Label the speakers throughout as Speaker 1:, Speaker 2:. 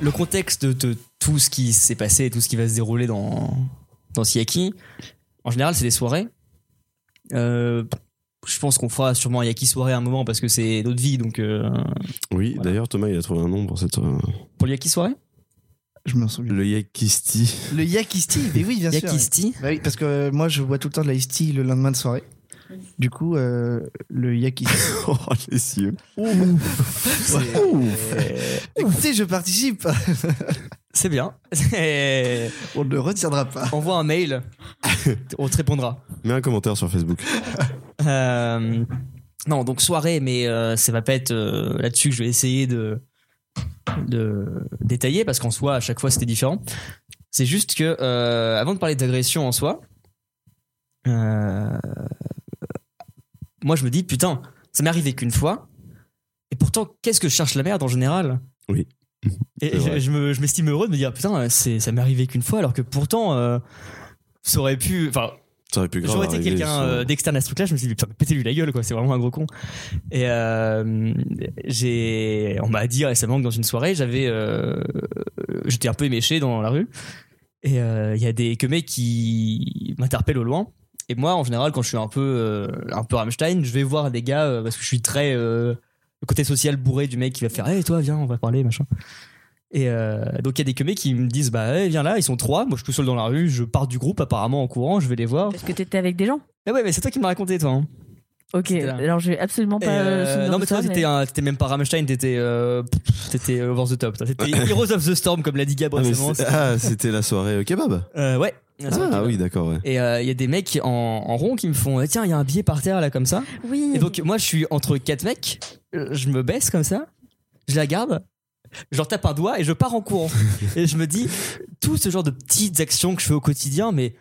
Speaker 1: le contexte de, de tout ce qui s'est passé et tout ce qui va se dérouler dans, dans Siaki, en général, c'est des soirées. Euh, je pense qu'on fera sûrement un Yaki soirée à un moment parce que c'est notre vie. Donc, euh,
Speaker 2: Oui,
Speaker 1: Voilà.
Speaker 2: d'ailleurs, Thomas, il a trouvé un nom pour cette. euh,
Speaker 1: pour le Yaki soirée
Speaker 3: Je me souviens.
Speaker 2: le Yakisti.
Speaker 3: Le yakisti, mais oui, bien sûr.
Speaker 1: Yakisti
Speaker 3: Bah oui, parce que euh, moi, je bois tout le temps de la tea le lendemain de soirée. Du coup, euh, le yakisti.
Speaker 2: oh, les yeux.
Speaker 1: C'est-
Speaker 3: Écoutez, je participe.
Speaker 1: C'est bien. C'est-
Speaker 3: On ne le retiendra pas.
Speaker 1: Envoie un mail, on te répondra.
Speaker 2: Mets un commentaire sur Facebook.
Speaker 1: Euh, non, donc soirée, mais euh, ça va pas être euh, là-dessus que je vais essayer de, de détailler parce qu'en soi, à chaque fois, c'était différent. C'est juste que, euh, avant de parler d'agression en soi, euh, moi je me dis, putain, ça m'est arrivé qu'une fois, et pourtant, qu'est-ce que je cherche la merde en général
Speaker 2: Oui.
Speaker 1: Et
Speaker 2: C'est vrai.
Speaker 1: je, je me- je m'estime heureux de me dire, putain, c'est- ça m'est arrivé qu'une fois, alors que pourtant, euh, ça aurait pu. Enfin,
Speaker 2: Ça aurait pu grave.
Speaker 1: J'aurais été
Speaker 2: arriver
Speaker 1: quelqu'un
Speaker 2: sans-
Speaker 1: euh, d'externe à ce truc-là, je me suis dit, putain, mais pétez-lui la gueule, quoi, c'est vraiment un gros con. Et euh, j'ai. On m'a dit récemment que dans une soirée, j'avais. euh, euh, J'étais un peu éméché dans la rue. Et euh, il y a des que mecs qui m'interpellent au loin. Et moi, en général, quand je suis un peu, euh, un peu Rammstein, je vais voir des gars euh, parce que je suis très. euh, le côté social bourré du mec qui va faire, hé, toi, viens, on va parler, machin. Et euh, donc il y a des que mecs qui me disent bah eh, viens là ils sont trois moi je suis tout seul dans la rue je pars du groupe apparemment en courant je vais les voir
Speaker 4: Parce que t'étais avec des gens.
Speaker 1: eh ouais, mais c'est toi qui me l'as raconté, toi. hein.
Speaker 4: Ok,
Speaker 1: C'était là.
Speaker 4: alors j'ai absolument
Speaker 1: Et,
Speaker 4: pas.
Speaker 1: euh,
Speaker 4: euh, souvenir
Speaker 1: non,
Speaker 4: de
Speaker 1: mais toi,
Speaker 4: ça,
Speaker 1: t'étais un- t'étais même pas Rammstein, t'étais euh, pff, t'étais over the top. toi. T'étais Heroes of the Storm, comme l'a dit Gab
Speaker 2: Ah, mais
Speaker 1: récemment.
Speaker 2: c'est- ah, c'était la soirée euh, kebab.
Speaker 1: Euh, ouais.
Speaker 2: Ah, oui, d'accord, ouais.
Speaker 1: Et il y a des mecs en, en rond qui me font eh, Tiens, il y a un billet par terre, là, comme ça.
Speaker 4: Oui.
Speaker 1: Et donc, moi, je suis entre quatre mecs, euh, je me baisse comme ça, je la garde, je leur tape un doigt et je pars en courant. et je me dis, tout ce genre de petites actions que je fais au quotidien, mais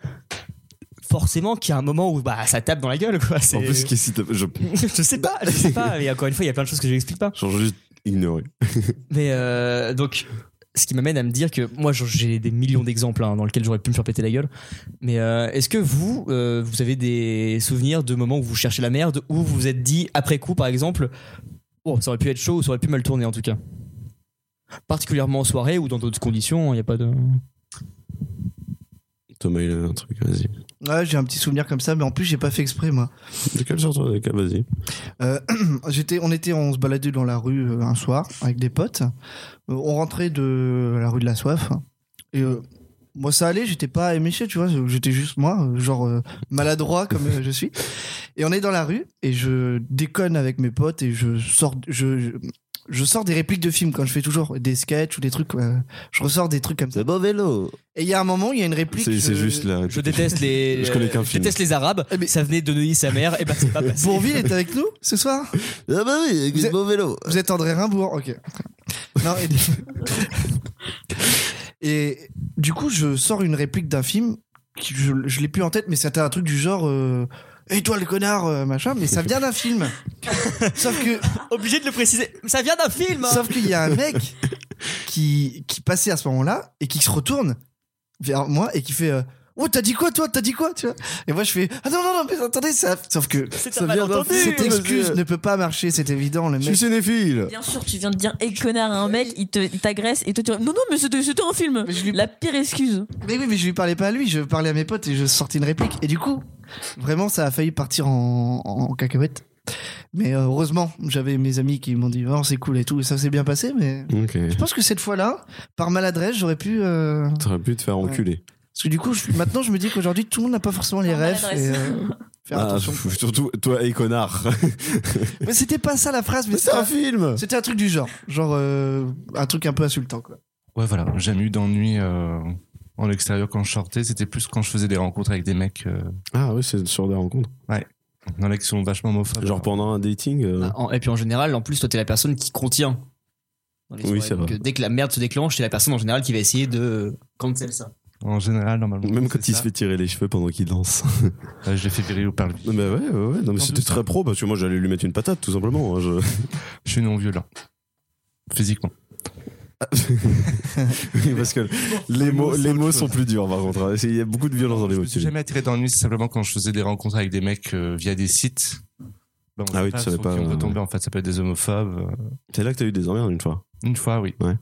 Speaker 1: forcément qu'il y a un moment où bah, ça tape dans la gueule, quoi. C'est-
Speaker 2: En plus, qu'est-ce que je
Speaker 1: je sais pas, je sais pas. Et encore une fois, il y a plein de choses que je n'explique pas.
Speaker 2: Genre juste ignoré.
Speaker 1: Mais euh, donc, ce qui m'amène à me dire que moi, genre, j'ai des millions d'exemples hein, dans lesquels j'aurais pu me faire péter la gueule. Mais euh, est-ce que vous, euh, vous avez des souvenirs de moments où vous cherchez la merde, où vous vous êtes dit après coup, par exemple, oh, ça aurait pu être chaud, ou ça aurait pu mal tourner en tout cas. Particulièrement en soirée ou dans d'autres conditions, il n'y a pas de.
Speaker 2: Thomas, il a un truc, vas-y.
Speaker 3: Ouais, j'ai un petit souvenir comme ça, mais en plus, j'ai pas fait exprès, moi.
Speaker 2: De quel genre toi, de quel- Vas-y.
Speaker 3: Euh, j'étais, on était, on se baladait dans la rue euh, un soir avec des potes. Euh, on rentrait de la rue de la soif. Et euh, moi, ça allait. J'étais pas éméché, tu vois. J'étais juste moi, euh, genre euh, maladroit comme euh, je suis. Et on est dans la rue et je déconne avec mes potes et je sors, je, je, je sors des répliques de films quand je fais toujours des sketchs ou des trucs. euh, je ressors des trucs comme ça.
Speaker 2: beau vélo.
Speaker 3: Et il y a un moment, il y a une réplique.
Speaker 2: C'est c'est
Speaker 3: euh,
Speaker 2: juste là.
Speaker 1: Je déteste les.
Speaker 2: Je connais qu'un film.
Speaker 1: déteste les Arabes.
Speaker 3: Eh mais-
Speaker 1: Ça venait de Neuilly sa mère. Et bah c'est pas passé.
Speaker 3: Bourville est avec nous ce soir.
Speaker 2: Ah bah oui, avec
Speaker 3: Vous
Speaker 2: des
Speaker 3: êtes-
Speaker 2: beaux vélos.
Speaker 3: Vous êtes André Rimbourg, ok. Non, et... et du coup, je sors une réplique d'un film, qui- je, je l'ai plus en tête, mais c'était un truc du genre. Euh, Eh, toi le connard, euh, machin, mais ça vient d'un film. sauf que,
Speaker 1: Obligé de le préciser. Ça vient d'un film. hein.
Speaker 3: sauf qu'il y a un mec qui, qui passait à ce moment-là et qui se retourne vers moi et qui fait euh, Oh, t'as dit quoi, toi T'as dit quoi tu vois Et moi, je fais Ah non, non, non, mais attendez, ça. Sauf que
Speaker 1: C'est un
Speaker 2: ça vient d'un
Speaker 1: malentendu.
Speaker 2: film.
Speaker 3: cette excuse ne peut pas marcher, c'est évident. Le
Speaker 2: Je
Speaker 3: mec
Speaker 2: suis cinéphile.
Speaker 4: Bien sûr, tu viens de dire, hé connard, à un mec, il te- il t'agresse et toi tu. Non, non, mais c'était c'était un film.
Speaker 3: Mais je lui-
Speaker 4: La pire excuse.
Speaker 3: Mais oui, mais je lui parlais pas à lui, je parlais à mes potes et je sortais une réplique. Et du coup, vraiment, ça a failli partir en, en cacahuète. Mais euh, heureusement, j'avais mes amis qui m'ont dit, oh, c'est cool et tout, et ça s'est bien passé, mais.
Speaker 2: Ok.
Speaker 3: Je pense que cette fois-là, par maladresse, j'aurais pu. euh,
Speaker 2: T'aurais pu te faire
Speaker 3: Ouais.
Speaker 2: enculer.
Speaker 3: Parce que du coup, je- maintenant, je me dis qu'aujourd'hui, tout le monde n'a pas forcément les
Speaker 4: Par
Speaker 3: rêves. Et,
Speaker 4: maladresse.
Speaker 3: euh, faire
Speaker 2: Ah,
Speaker 3: attention.
Speaker 2: pff, surtout toi, et connard.
Speaker 3: Mais c'était pas ça la phrase, mais
Speaker 2: Mais c'est
Speaker 3: c'était
Speaker 2: un
Speaker 3: un,
Speaker 2: film.
Speaker 3: c'était un truc du genre. Genre, euh, un truc un peu insultant, quoi.
Speaker 5: Ouais, voilà. J'ai jamais eu d'ennui euh, en extérieur quand je sortais. C'était plus quand je faisais des rencontres avec des mecs euh,
Speaker 2: Ah oui, c'est sur des rencontres.
Speaker 5: dans les qui sont vachement homophobes.
Speaker 2: Genre pendant un dating. euh,
Speaker 1: Ah, en- et puis en général, en plus, toi, t'es la personne qui contient. dans les
Speaker 2: Oui,
Speaker 1: soirées.
Speaker 2: c'est
Speaker 1: Donc,
Speaker 2: vrai.
Speaker 1: euh, dès que la merde se déclenche, t'es la personne en général qui va essayer de cancel ça.
Speaker 5: En général, normalement.
Speaker 2: Même
Speaker 5: c'est
Speaker 2: quand il
Speaker 5: ça.
Speaker 2: se fait tirer les cheveux pendant qu'il danse.
Speaker 5: Euh, je l'ai fait virer ou par lui.
Speaker 2: bah ouais, ouais, ouais. Non, mais
Speaker 5: En
Speaker 2: c'était
Speaker 5: plus-
Speaker 2: très pro parce que moi j'allais lui mettre une patate tout simplement. hein, je-
Speaker 5: Je suis non violent. Physiquement.
Speaker 2: Oui, parce que les
Speaker 5: les mots,
Speaker 2: mots,
Speaker 5: c'est
Speaker 2: les
Speaker 5: autre
Speaker 2: mots
Speaker 5: chose.
Speaker 2: sont plus durs par contre. hein. C'est- Il y a beaucoup de violence dans les
Speaker 5: je
Speaker 2: mots.
Speaker 5: me
Speaker 2: tu
Speaker 5: suis
Speaker 2: sais.
Speaker 5: jamais attiré d'ennui, c'est simplement quand je faisais des rencontres avec des mecs euh, via des sites. Ben, on
Speaker 2: Ah
Speaker 5: sait
Speaker 2: oui, tu savais
Speaker 5: sur
Speaker 2: pas,
Speaker 5: qui on
Speaker 2: euh,
Speaker 5: peut tomber en fait, ça peut être des homophobes. euh.
Speaker 2: C'est là que t'as eu des emmerdes une fois.
Speaker 5: Une fois, oui.
Speaker 2: Ouais.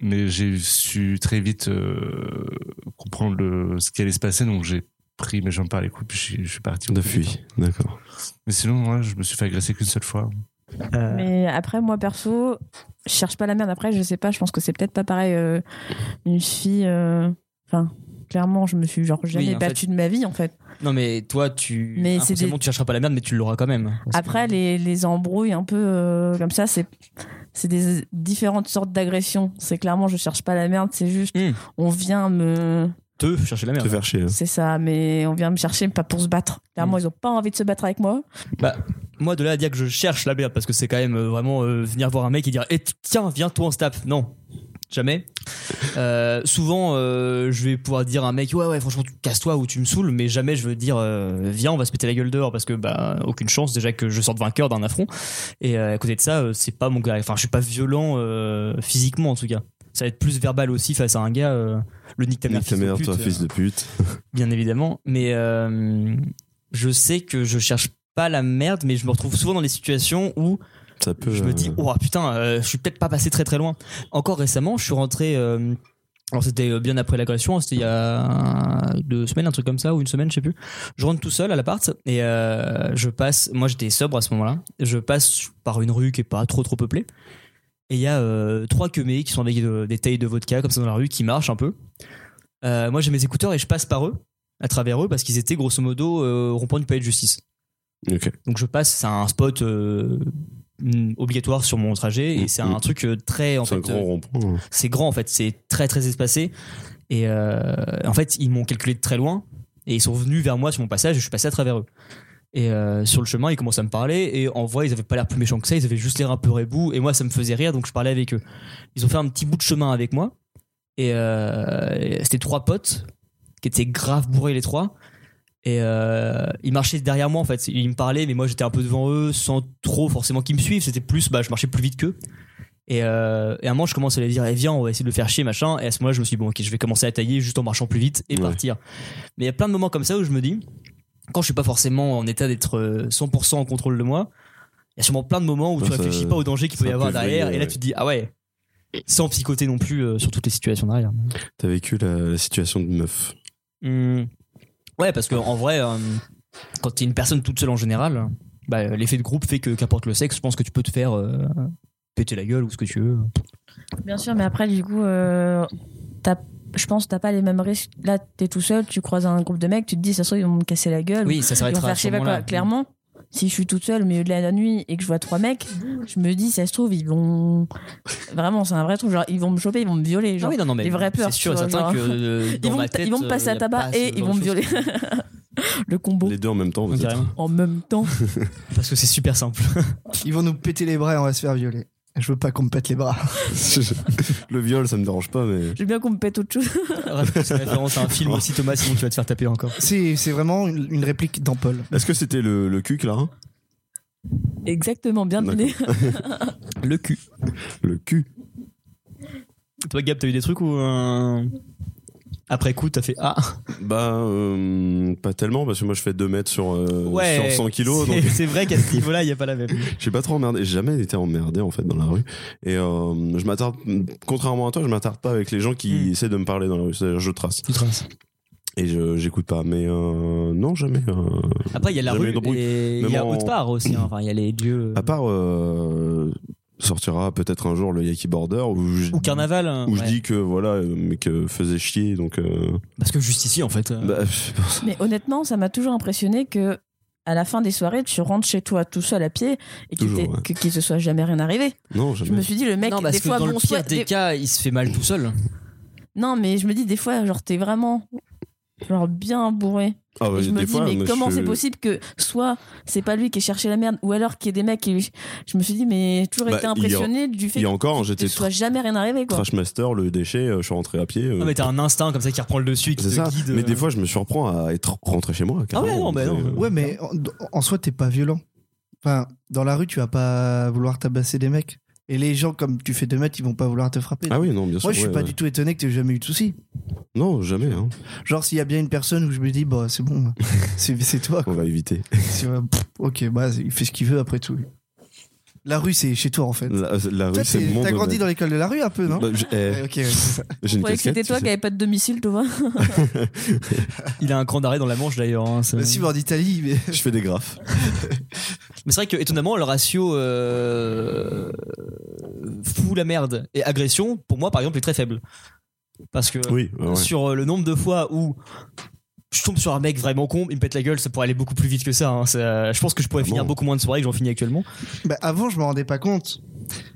Speaker 5: mais j'ai su très vite euh, comprendre le, ce qui allait se passer, donc j'ai pris mes jambes par les couilles, puis je suis- je suis parti.
Speaker 2: De fuit, d'accord.
Speaker 5: Mais sinon, moi, je me suis fait agresser qu'une seule fois.
Speaker 1: Euh,
Speaker 4: Mais après, moi perso, je cherche pas la merde. Après, je sais pas, je pense que c'est peut-être pas pareil. euh, une fille. euh, Enfin, clairement, je me suis genre jamais
Speaker 1: en
Speaker 4: battue de ma vie en fait.
Speaker 1: Non, mais toi, tu.
Speaker 4: Mais c'est
Speaker 1: forcément,
Speaker 4: des-
Speaker 1: tu chercheras pas la merde, mais tu l'auras quand même. Parce
Speaker 4: Après,
Speaker 1: que-
Speaker 4: les, les embrouilles un peu euh, comme ça, c'est. C'est des différentes sortes d'agressions. C'est clairement, je cherche pas la merde, c'est juste,
Speaker 1: Hmm.
Speaker 4: on vient me.
Speaker 1: Te chercher la
Speaker 2: Te
Speaker 1: merde.
Speaker 2: faire chier. hein.
Speaker 4: C'est ça, mais on vient me chercher, mais pas pour se battre. Clairement,
Speaker 1: Mm.
Speaker 4: ils ont pas envie de se battre avec moi.
Speaker 1: Moi, de là à dire que je cherche la merde, parce que c'est quand même euh, vraiment euh, venir voir un mec et dire Eh, Tiens, viens, toi, on se tape. Non. Jamais. Euh, souvent, euh, je vais pouvoir dire à un mec Ouais, ouais, franchement, tu- casse-toi ou tu me saoules, mais jamais je veux dire euh, Viens, on va se péter la gueule dehors, parce que, bah, aucune chance déjà que je sorte vainqueur d'un affront. Et euh, à côté de ça, euh, c'est pas mon gars. Enfin, je suis pas violent euh, physiquement, en tout cas. Ça va être plus verbal aussi face à un gars. euh, le nique ta mère,
Speaker 2: Nique ta
Speaker 1: fils de
Speaker 2: mère,
Speaker 1: pute,
Speaker 2: toi,
Speaker 1: euh,
Speaker 2: fils de pute.
Speaker 1: bien évidemment. Mais euh, je sais que je cherche pas la merde, mais je me retrouve souvent dans des situations où
Speaker 2: Ça peut.
Speaker 1: je me dis,
Speaker 2: euh,
Speaker 1: oh putain, euh, je suis peut-être pas passé très très loin. Encore récemment, je suis rentré. euh, alors c'était euh, bien après l'agression, c'était il y a deux semaines, un truc comme ça, ou une semaine, je sais plus. Je rentre tout seul à l'appart et euh, je passe. Moi j'étais sobre à ce moment-là. Je passe par une rue qui est pas trop trop peuplée. Et il y a euh, trois queumés qui sont avec euh, des tailles de vodka comme ça dans la rue qui marchent un peu. Euh, moi j'ai mes écouteurs et je passe par eux, à travers eux, parce qu'ils étaient grosso modo euh, au rond-point du palais de justice. oh,
Speaker 2: Ok.
Speaker 1: Donc je passe, c'est un spot euh, mm, obligatoire sur mon trajet et
Speaker 2: Mm,
Speaker 1: c'est
Speaker 2: mm.
Speaker 1: un truc euh, très en
Speaker 2: C'est un
Speaker 1: fait,
Speaker 2: grand
Speaker 1: euh,
Speaker 2: rond-point. hein.
Speaker 1: c'est grand en fait, c'est très très espacé et euh, en fait ils m'ont calculé de très loin et ils sont venus vers moi sur mon passage et je suis passé à travers eux. Et euh, sur le chemin, ils commencent à me parler et en vrai, ils avaient pas l'air plus méchants que ça, ils avaient juste l'air un peu rebou et moi ça me faisait rire donc je parlais avec eux. Ils ont fait un petit bout de chemin avec moi et euh, c'était trois potes qui étaient grave bourrés les trois. Et euh, ils marchaient derrière moi en fait. Ils me parlaient, mais moi j'étais un peu devant eux sans trop forcément qu'ils me suivent. C'était plus, bah je marchais plus vite qu'eux. Et, euh, et à un moment, je commence à les dire, eh, viens, on va essayer de le faire chier, machin. Et à ce moment-là, je me suis dit, bon, ok, je vais commencer à tailler juste en marchant plus vite et
Speaker 2: Ouais.
Speaker 1: partir. Mais il y a plein de moments comme ça où je me dis, quand je suis pas forcément en état d'être euh, 100% en contrôle de moi, il y a sûrement plein de moments où
Speaker 2: Ouais,
Speaker 1: tu
Speaker 2: ça-
Speaker 1: réfléchis pas au danger qu'il peut
Speaker 2: ça
Speaker 1: y avoir
Speaker 2: peut
Speaker 1: derrière.
Speaker 2: jouer,
Speaker 1: Et là,
Speaker 2: ouais.
Speaker 1: tu te dis, ah ouais, sans psychoter non plus euh, sur toutes les situations derrière.
Speaker 2: T'as vécu la, la situation de meuf.
Speaker 1: Hmm. Ouais, parce que en vrai, euh, quand t'es une personne toute seule en général, bah, euh, l'effet de groupe fait que qu'importe le sexe, je pense que tu peux te faire euh, péter la gueule ou ce que tu veux.
Speaker 4: Bien sûr, mais après, du coup, euh, t'as- je pense que t'as pas les mêmes risques. Là, t'es tout seul, tu croises un groupe de mecs, tu te dis, ça se trouve, ils vont me casser la gueule.
Speaker 1: Oui, ça
Speaker 4: ou ils vont
Speaker 1: s'arrêtera à
Speaker 4: faire
Speaker 1: ce
Speaker 4: je sais pas
Speaker 1: moment-là.
Speaker 4: quoi. Clairement, si je suis toute seule au milieu de la nuit et que je vois trois mecs, je me dis, ça se trouve, ils vont. Vraiment, c'est un vrai truc. Genre, ils vont me choper, ils vont me violer.
Speaker 1: Ah
Speaker 4: Genre,
Speaker 1: oui, non, non, mais
Speaker 4: les vrais
Speaker 1: c'est
Speaker 4: peurs,
Speaker 1: sûr et
Speaker 4: tu vois,
Speaker 1: certain
Speaker 4: genre.
Speaker 1: que euh, dans
Speaker 4: ils, vont,
Speaker 1: ma
Speaker 4: me-
Speaker 1: tête,
Speaker 4: ils vont
Speaker 1: euh,
Speaker 4: me passer
Speaker 1: y
Speaker 4: à
Speaker 1: a
Speaker 4: tabac
Speaker 1: pas ce
Speaker 4: et ils
Speaker 1: genre
Speaker 4: vont
Speaker 1: de
Speaker 4: me violer.
Speaker 1: choses.
Speaker 4: Le combo.
Speaker 2: Les deux en même temps, peut-être.
Speaker 1: Carrément.
Speaker 4: En même temps.
Speaker 1: Parce que c'est super simple.
Speaker 3: Ils vont nous péter les bras et on va se faire violer. Je veux pas qu'on me pète les bras.
Speaker 2: le viol, ça me dérange pas, mais.
Speaker 4: J'ai bien qu'on me pète autre chose.
Speaker 1: c'est une référence à un film aussi, Thomas, sinon tu vas te faire taper encore.
Speaker 3: C'est c'est vraiment une, une réplique d'Ampol.
Speaker 2: Est-ce que c'était le, le cul, Clara
Speaker 4: Exactement, bien
Speaker 2: D'accord.
Speaker 4: deviné.
Speaker 1: Le cul.
Speaker 2: Le cul
Speaker 1: Toi, Gab, t'as eu des trucs où euh, après coup, t'as fait Ah
Speaker 2: Bah, euh, pas tellement, parce que moi je fais 2 mètres sur, euh, sur 100 kilos,
Speaker 1: c'est-
Speaker 2: donc
Speaker 1: C'est vrai qu'à ce niveau-là, il n'y a pas la même.
Speaker 2: j'ai pas trop emmerdé. J'ai jamais été emmerdé en fait dans la rue. Et euh, je m'attarde, contrairement à toi, je m'attarde pas avec les gens qui
Speaker 1: Mm.
Speaker 2: essaient de me parler dans la rue. C'est-à-dire, je trace.
Speaker 1: Tu traces.
Speaker 2: Et je, j'écoute pas, mais euh, non, jamais. euh,
Speaker 1: Après, il y a la
Speaker 2: Jamais eu
Speaker 1: rue
Speaker 2: d'embrouille.
Speaker 1: et il
Speaker 2: Même
Speaker 1: y a
Speaker 2: en-
Speaker 1: autre part aussi. hein. Enfin, il y a les dieux.
Speaker 2: À part euh, sortira peut-être un jour le Yaki Border où je,
Speaker 1: Ou carnaval. hein.
Speaker 2: où je
Speaker 1: Ouais.
Speaker 2: dis que voilà, euh, mais que faisait chier, donc. euh,
Speaker 1: Parce que juste ici, en fait. euh,
Speaker 2: bah, pff, pour ça.
Speaker 4: Mais honnêtement, ça m'a toujours impressionné que à la fin des soirées, tu rentres chez toi tout seul à pied et qu'il
Speaker 2: Toujours,
Speaker 4: t'ait-
Speaker 2: ouais.
Speaker 4: que- qu'il se soit jamais rien arrivé.
Speaker 2: non,
Speaker 4: Je
Speaker 2: jamais.
Speaker 4: me suis dit le mec
Speaker 1: non, parce
Speaker 4: des
Speaker 1: que
Speaker 4: fois
Speaker 1: dans
Speaker 4: bon
Speaker 1: le
Speaker 4: soit-
Speaker 1: pire des
Speaker 4: des-
Speaker 1: cas, il se fait mal tout
Speaker 2: Euh.
Speaker 1: seul.
Speaker 4: Non, mais je me dis des fois genre t'es vraiment genre bien bourré.
Speaker 2: Ah ouais,
Speaker 4: et je me
Speaker 2: des
Speaker 4: dis
Speaker 2: fois,
Speaker 4: mais
Speaker 2: moi,
Speaker 4: comment
Speaker 2: je-
Speaker 4: c'est possible que soit c'est pas lui qui ait cherché la merde ou alors qu'il y ait des mecs qui lui- je me suis dit mais j'ai toujours
Speaker 2: Bah,
Speaker 4: été
Speaker 2: il y a-
Speaker 4: impressionné du fait
Speaker 2: Il y a
Speaker 4: qu'il
Speaker 2: encore,
Speaker 4: te
Speaker 2: j'étais
Speaker 4: soit jamais rien arrivé quoi.
Speaker 2: Trash Master, le déchet, euh, je suis rentré à pied. euh,
Speaker 1: Non, mais t'as un instinct comme ça qui reprend le dessus et qui
Speaker 2: c'est
Speaker 1: Ah bah, te
Speaker 2: ça.
Speaker 1: guide.
Speaker 2: Mais
Speaker 1: euh.
Speaker 2: des fois, je me surprends à être rentré chez moi.
Speaker 1: Ah ouais,
Speaker 2: carrément.
Speaker 1: non, bah non.
Speaker 2: C'est-
Speaker 3: Ouais, mais en, en soi, t'es pas violent. Enfin, dans la rue, tu vas pas vouloir tabasser des mecs. Et les gens, comme tu fais 2 mètres, ils vont pas vouloir te frapper.
Speaker 2: Ah oui, non, bien sûr.
Speaker 3: Moi, je suis
Speaker 2: ouais,
Speaker 3: pas
Speaker 2: ouais.
Speaker 3: du tout étonné que t'aies jamais eu de soucis.
Speaker 2: Non, jamais. hein.
Speaker 3: Genre, s'il y a bien une personne où je me dis, bah, c'est bon, c'est c'est toi.
Speaker 2: On
Speaker 3: quoi.
Speaker 2: va éviter.
Speaker 3: C'est, euh, pff, ok, bah, il fait ce qu'il veut après tout. La rue, c'est chez toi en fait.
Speaker 2: La, la
Speaker 3: Toi,
Speaker 2: rue, c'est
Speaker 3: t'es-
Speaker 2: mon
Speaker 3: T'as grandi dans
Speaker 2: domaine.
Speaker 3: l'école de la rue un peu, non
Speaker 2: Bah,
Speaker 1: hein.
Speaker 2: j'ai- eh,
Speaker 3: Ouais, Ok, ouais, c'est ça.
Speaker 2: j'ai une
Speaker 4: croyais que
Speaker 2: casquette,
Speaker 4: c'était toi
Speaker 2: tu
Speaker 4: qui
Speaker 2: sais.
Speaker 4: avait pas de domicile, tu vois.
Speaker 1: Il a un cran d'arrêt dans la manche d'ailleurs. hein, c'est-
Speaker 3: Bah, si, mais en Italie, mais.
Speaker 2: Je fais des graphes.
Speaker 1: Mais c'est vrai que étonnamment le ratio euh, fou la merde et agression pour moi par exemple est très faible parce que
Speaker 2: Oui, bah ouais, ouais.
Speaker 1: sur euh, le nombre de fois où je tombe sur un mec vraiment con, il me pète la gueule, ça pourrait aller beaucoup plus vite que ça. hein. Ça- je pense que je pourrais
Speaker 2: Ah
Speaker 1: finir
Speaker 2: bon
Speaker 1: beaucoup moins de soirées que j'en finis actuellement.
Speaker 3: Bah, avant, je m'en rendais pas compte.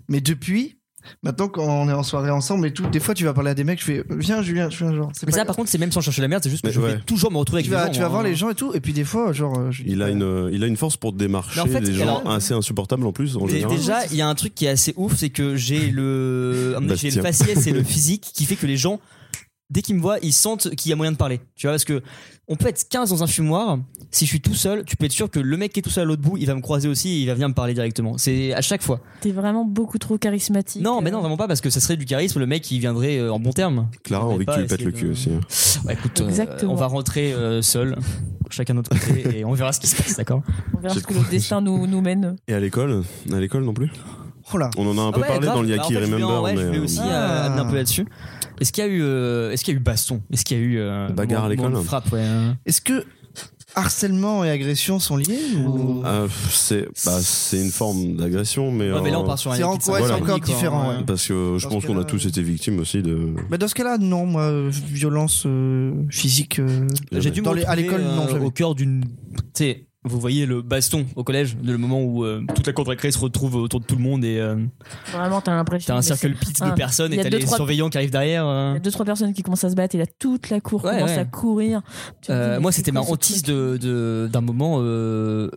Speaker 3: Mais depuis, maintenant, quand on est en soirée ensemble et tout, des fois, tu vas parler à des mecs, je fais Viens, Julien, je viens, genre. c'est
Speaker 1: Mais ça,
Speaker 3: pas grave.
Speaker 1: par contre, c'est même sans chercher la merde, c'est juste que
Speaker 2: Mais
Speaker 1: je
Speaker 2: ouais.
Speaker 1: vais toujours me retrouver avec
Speaker 3: tu
Speaker 1: des
Speaker 3: vas,
Speaker 1: gens,
Speaker 3: tu vas
Speaker 1: hein.
Speaker 3: voir les gens et tout, et puis des fois, genre. euh, je dis,
Speaker 2: Il a,
Speaker 3: bah,
Speaker 2: une, euh, il a une force pour démarcher
Speaker 1: Mais en fait,
Speaker 2: des gens
Speaker 1: alors-
Speaker 2: assez insupportables en plus. En
Speaker 1: Mais
Speaker 2: général.
Speaker 1: déjà, il y a un truc qui est assez ouf, c'est que j'ai le, à mon avis, j'ai le
Speaker 2: Bastien.
Speaker 1: faciès et le physique qui fait que les gens, dès qu'ils me voient, ils sentent qu'il y a moyen de parler. Tu vois, parce que on peut être 15 dans un fumoir. Si je suis tout seul, tu peux être sûr que le mec qui est tout seul à l'autre bout, il va me croiser aussi et il va venir me parler directement. C'est à chaque fois.
Speaker 4: T'es vraiment beaucoup trop charismatique.
Speaker 1: Non, mais
Speaker 4: euh,
Speaker 1: non, vraiment pas, parce que ça serait du charisme. Le mec, il viendrait euh, en bon terme.
Speaker 2: Clara a
Speaker 1: On
Speaker 2: envie que
Speaker 1: va
Speaker 2: tu
Speaker 1: pas
Speaker 2: lui pètes le
Speaker 1: essayer
Speaker 2: cul
Speaker 1: de-
Speaker 2: aussi. hein.
Speaker 1: Bah, écoute, euh,
Speaker 4: Exactement.
Speaker 1: on va rentrer euh, seul, chacun de notre côté, et on verra ce qui se passe, d'accord
Speaker 4: On verra
Speaker 2: J'ai
Speaker 4: ce que le destin nous, nous mène.
Speaker 2: Et à l'école À l'école non plus
Speaker 3: Oh là
Speaker 2: On en a un
Speaker 1: Ah
Speaker 2: peu
Speaker 1: ouais,
Speaker 2: parlé
Speaker 1: grave.
Speaker 2: dans le
Speaker 1: Bah, en
Speaker 2: Yaki
Speaker 1: fait, je voulais-
Speaker 2: Remember.
Speaker 1: ouais, je
Speaker 2: mais,
Speaker 1: voulais
Speaker 2: euh,
Speaker 1: aussi
Speaker 3: Ah.
Speaker 1: euh, amener un peu là-dessus. Est-ce qu'il y a eu, euh, est-ce qu'il y a eu baston Est-ce qu'il y a eu euh,
Speaker 2: Bagarre à
Speaker 1: moment-
Speaker 2: l'école
Speaker 1: moment de Frappe, ouais. hein.
Speaker 3: Est-ce que harcèlement et agression sont liés ou...
Speaker 1: Ah.
Speaker 2: euh, pff, c'est bah, c'est une forme d'agression, mais.
Speaker 1: Ouais, mais là, on
Speaker 2: euh,
Speaker 1: part sur un.
Speaker 3: C'est en-
Speaker 1: liquide, ça
Speaker 3: ouais,
Speaker 1: va
Speaker 2: c'est
Speaker 1: être
Speaker 3: encore
Speaker 1: unique, quoi,
Speaker 3: différent,
Speaker 1: hein.
Speaker 3: ouais.
Speaker 2: Parce que euh, je
Speaker 3: Parce
Speaker 2: pense
Speaker 3: que
Speaker 2: qu'on a
Speaker 3: là-
Speaker 2: tous été victimes aussi de.
Speaker 3: Bah, dans ce cas-là, non, moi, euh, violence euh, physique. euh,
Speaker 1: J'ai dû me
Speaker 3: Dans les- à
Speaker 1: retrouver,
Speaker 3: l'école, non,
Speaker 1: euh,
Speaker 3: jamais.
Speaker 1: au cœur d'une. Tu sais, vous voyez le baston au collège, le moment où euh, toute la cour de récré se retrouve autour de tout le monde et euh,
Speaker 4: Vraiment, t'as l'impression.
Speaker 1: t'as un
Speaker 4: que c'est-
Speaker 1: cercle pit de
Speaker 4: Ah,
Speaker 1: personnes
Speaker 4: il y
Speaker 1: et
Speaker 4: a
Speaker 1: t'as
Speaker 4: deux,
Speaker 1: les
Speaker 4: trois-
Speaker 1: surveillants qui arrivent derrière. hein.
Speaker 4: Il y a deux, trois personnes qui commencent à se battre et là, toute la cour
Speaker 1: Ouais,
Speaker 4: commence
Speaker 1: ouais.
Speaker 4: à courir. Tu te dis,
Speaker 1: Euh,
Speaker 4: mais
Speaker 1: moi,
Speaker 4: c'est
Speaker 1: c'était
Speaker 4: quoi
Speaker 1: ma
Speaker 4: ce
Speaker 1: hantise
Speaker 4: truc
Speaker 1: de- de- d'un moment. euh,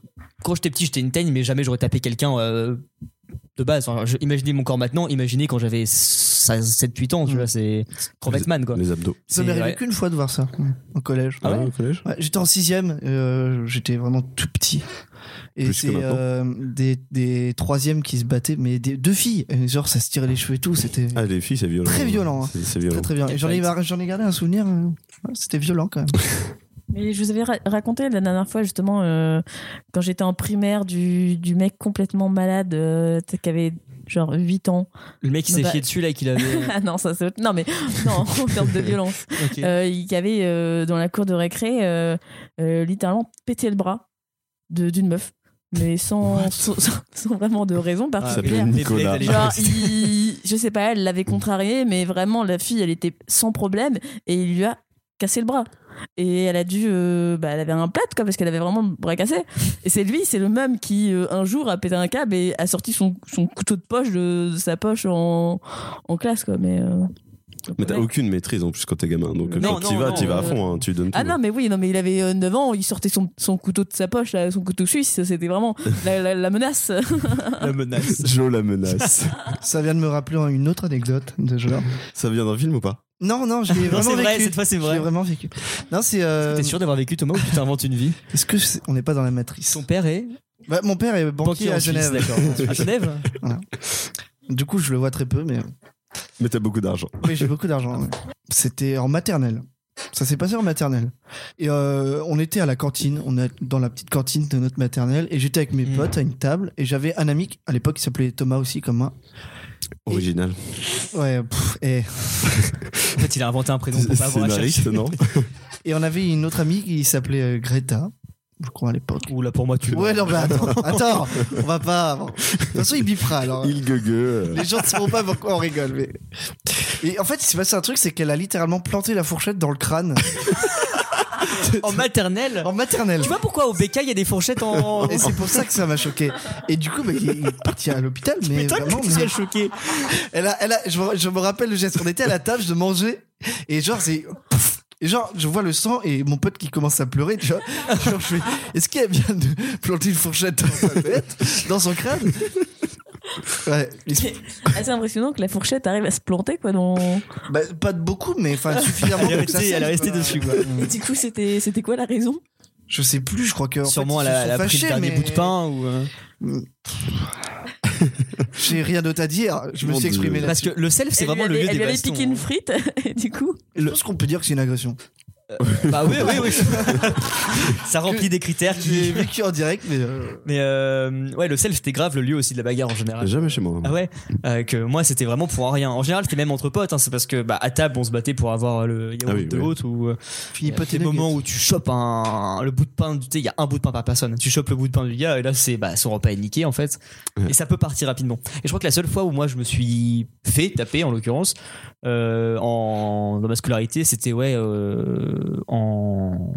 Speaker 1: quand j'étais petit, j'étais une teigne, mais jamais j'aurais tapé quelqu'un euh, de base. Enfin, je- imaginez mon corps maintenant, imaginez quand j'avais 7-8 ans, tu
Speaker 3: Mm.
Speaker 1: vois, c'est Corvette Man, quoi.
Speaker 2: Les abdos.
Speaker 3: Ça m'est
Speaker 1: C'est-
Speaker 3: arrivé
Speaker 1: ouais.
Speaker 3: qu'une fois de voir ça au collège.
Speaker 1: Ah ouais
Speaker 2: au collège
Speaker 3: Ouais, j'étais en sixième, euh, j'étais vraiment tout petit. Et
Speaker 2: Plus que
Speaker 3: c'est
Speaker 2: maintenant.
Speaker 3: euh, des, des troisièmes qui se battaient, mais des, deux filles. Et genre, ça se tirait les cheveux et tout. C'était
Speaker 2: Ah, les filles, c'est violent.
Speaker 3: Très violent, hein.
Speaker 2: C'est- C'est violent.
Speaker 3: très très bien. Et J'en ai, j'en ai gardé un souvenir. euh, ouais, C'était violent quand même.
Speaker 4: Mais je vous avais ra- raconté la dernière fois, justement, euh, quand j'étais en primaire, du, du mec complètement malade euh, tu sais, qui avait genre 8 ans.
Speaker 1: Le mec qui s'est
Speaker 4: Bah-
Speaker 1: fié dessus, là, et qu'il avait. euh,
Speaker 4: Ah non, ça c'est autre- Non, mais non, en termes de violence.
Speaker 1: Ok.
Speaker 4: Euh, il y avait euh, dans la cour de récré euh, euh, littéralement pété le bras de- d'une meuf, mais sans, sans, sans vraiment de raison
Speaker 1: Ah,
Speaker 2: s'appelait
Speaker 4: particulière.
Speaker 1: les- les-
Speaker 2: Nicolas.
Speaker 1: les- les-
Speaker 4: Genre, il- je sais pas, elle l'avait contrarié, mais vraiment, la fille, elle était sans problème et il lui a cassé le bras. Et elle a dû. euh, bah, elle avait un plâtre, quoi, parce qu'elle avait vraiment le bras cassé. Et c'est lui, c'est le même qui, euh, un jour, a pété un câble et a sorti son, son couteau de poche de, de sa poche en, en classe, quoi. Mais. euh, donc,
Speaker 2: Mais t'as
Speaker 4: ouais.
Speaker 2: aucune maîtrise en plus quand t'es gamin. Donc
Speaker 1: Non,
Speaker 2: quand t'y
Speaker 1: non,
Speaker 2: vas,
Speaker 1: non,
Speaker 2: t'y vas à
Speaker 4: euh,
Speaker 2: fond. hein, Tu donnes tout.
Speaker 4: Ah non, mais oui, non, mais il avait euh, 9 ans, il sortait son, son couteau de sa poche, là, son couteau suisse, c'était vraiment la, la- la menace.
Speaker 1: la menace.
Speaker 2: Joe la menace.
Speaker 3: Ça vient de me rappeler une autre anecdote de genre.
Speaker 2: Ça vient d'un film ou pas
Speaker 3: Non, non, je l'ai
Speaker 1: Non,
Speaker 3: vraiment
Speaker 1: c'est vrai,
Speaker 3: vécu.
Speaker 1: cette fois, c'est
Speaker 3: Je
Speaker 1: vrai.
Speaker 3: l'ai vraiment vécu. Non, c'est. euh,
Speaker 1: T'es sûr d'avoir vécu Thomas ou tu t'inventes une vie
Speaker 3: Est-ce que c'est- on n'est pas dans la matrice
Speaker 1: Son père est
Speaker 3: Bah, Mon père est banquier,
Speaker 1: banquier en
Speaker 3: à
Speaker 1: Suisse,
Speaker 3: Genève.
Speaker 1: d'accord. À Genève
Speaker 3: Du coup, je le vois très peu, mais
Speaker 2: Mais t'as beaucoup d'argent.
Speaker 3: Oui, j'ai beaucoup d'argent. ouais. C'était en maternelle. Ça s'est passé en maternelle. Et euh, on était à la cantine, on est dans la petite cantine de notre maternelle, et j'étais avec mes
Speaker 1: Mm.
Speaker 3: potes à une table, et j'avais un ami qui- à l'époque qui s'appelait Thomas aussi comme moi.
Speaker 2: Original.
Speaker 3: Ouais, pff, eh. et,
Speaker 1: En fait, il a inventé un prénom pour pas avoir à
Speaker 2: Scénariste,
Speaker 1: chercher.
Speaker 2: non
Speaker 3: et on avait une autre amie qui s'appelait euh, Greta, je crois à l'époque.
Speaker 1: Ou là, pour moi, tu.
Speaker 3: Ouais, non, mais attends, attends, on va pas. bon. De toute façon, il bipera alors. hein.
Speaker 2: Il gueule. euh.
Speaker 3: Les gens ne sauront pas pourquoi on rigole. Mais... Et en fait, il s'est passé un truc, c'est qu'elle a littéralement planté la fourchette dans le crâne
Speaker 1: En maternelle
Speaker 3: en maternelle.
Speaker 1: Tu vois pourquoi au BK il y a des fourchettes en.
Speaker 3: Et c'est pour ça que ça m'a choqué. Et du coup, bah, il il est parti à l'hôpital, mais
Speaker 1: Putain,
Speaker 3: vraiment.
Speaker 1: que tu
Speaker 3: mais-
Speaker 1: serais choqué.
Speaker 3: elle a, elle a- je, me, je me rappelle le geste. On était à la table, je mangeais, et genre, c'est. Pouf Et genre, je vois le sang et mon pote qui commence à pleurer, tu vois. Genre, je fais, est-ce qu'elle vient de planter une fourchette dans sa tête, dans son crâne Ouais, il se-
Speaker 4: Assez impressionnant que la fourchette arrive à se planter, quoi. Dans...
Speaker 3: bah, pas de beaucoup, mais enfin suffisamment.
Speaker 1: Elle est
Speaker 3: pour que ça
Speaker 1: restée- elle est
Speaker 3: saigne,
Speaker 1: restée
Speaker 3: quoi.
Speaker 1: dessus, quoi.
Speaker 4: Et du coup, c'était c'était quoi la raison
Speaker 3: Je sais plus, je crois que. en
Speaker 1: Sûrement,
Speaker 3: fait,
Speaker 1: elle
Speaker 3: ils se
Speaker 1: a, elle a
Speaker 3: sont
Speaker 1: pris
Speaker 3: fâchés,
Speaker 1: le dernier
Speaker 3: mais
Speaker 1: bout de pain ou. euh,
Speaker 3: J'ai rien d'autre à dire, je me
Speaker 2: Mon
Speaker 3: suis exprimé
Speaker 2: Dieu.
Speaker 3: là.
Speaker 1: Parce que le self, c'est
Speaker 4: Elle lui
Speaker 1: vraiment le
Speaker 4: avait-
Speaker 1: lieu
Speaker 4: Elle
Speaker 1: des
Speaker 4: lui avait
Speaker 1: bastons,
Speaker 4: piqué
Speaker 1: hein.
Speaker 4: une frite, et du coup.
Speaker 3: Je pense qu'on peut dire que c'est une agression.
Speaker 1: Bah oui, oui, oui. ça remplit des critères
Speaker 3: J'ai
Speaker 1: qui.
Speaker 3: vécu en direct, mais euh,
Speaker 1: Mais euh, ouais, le self, c'était grave le lieu aussi de la bagarre en général.
Speaker 2: Jamais chez moi. hein.
Speaker 1: Ah ouais, euh, que moi c'était vraiment pour un rien. En général, c'était même entre potes, hein, c'est parce que bah, à table on se battait pour avoir le yaourt
Speaker 2: Ah oui,
Speaker 1: de
Speaker 2: ouais.
Speaker 1: haute ou euh,
Speaker 3: fini
Speaker 1: il y a
Speaker 3: poté
Speaker 1: des moments où tu chopes un le bout de pain, du- tu sais, il y a un bout de pain par personne. Tu chopes le bout de pain du gars et là c'est bah son repas est niqué en fait.
Speaker 2: Ouais.
Speaker 1: Et ça peut partir rapidement. Et je crois que la seule fois où moi je me suis fait taper en l'occurrence euh, en dans ma scolarité, c'était ouais euh, en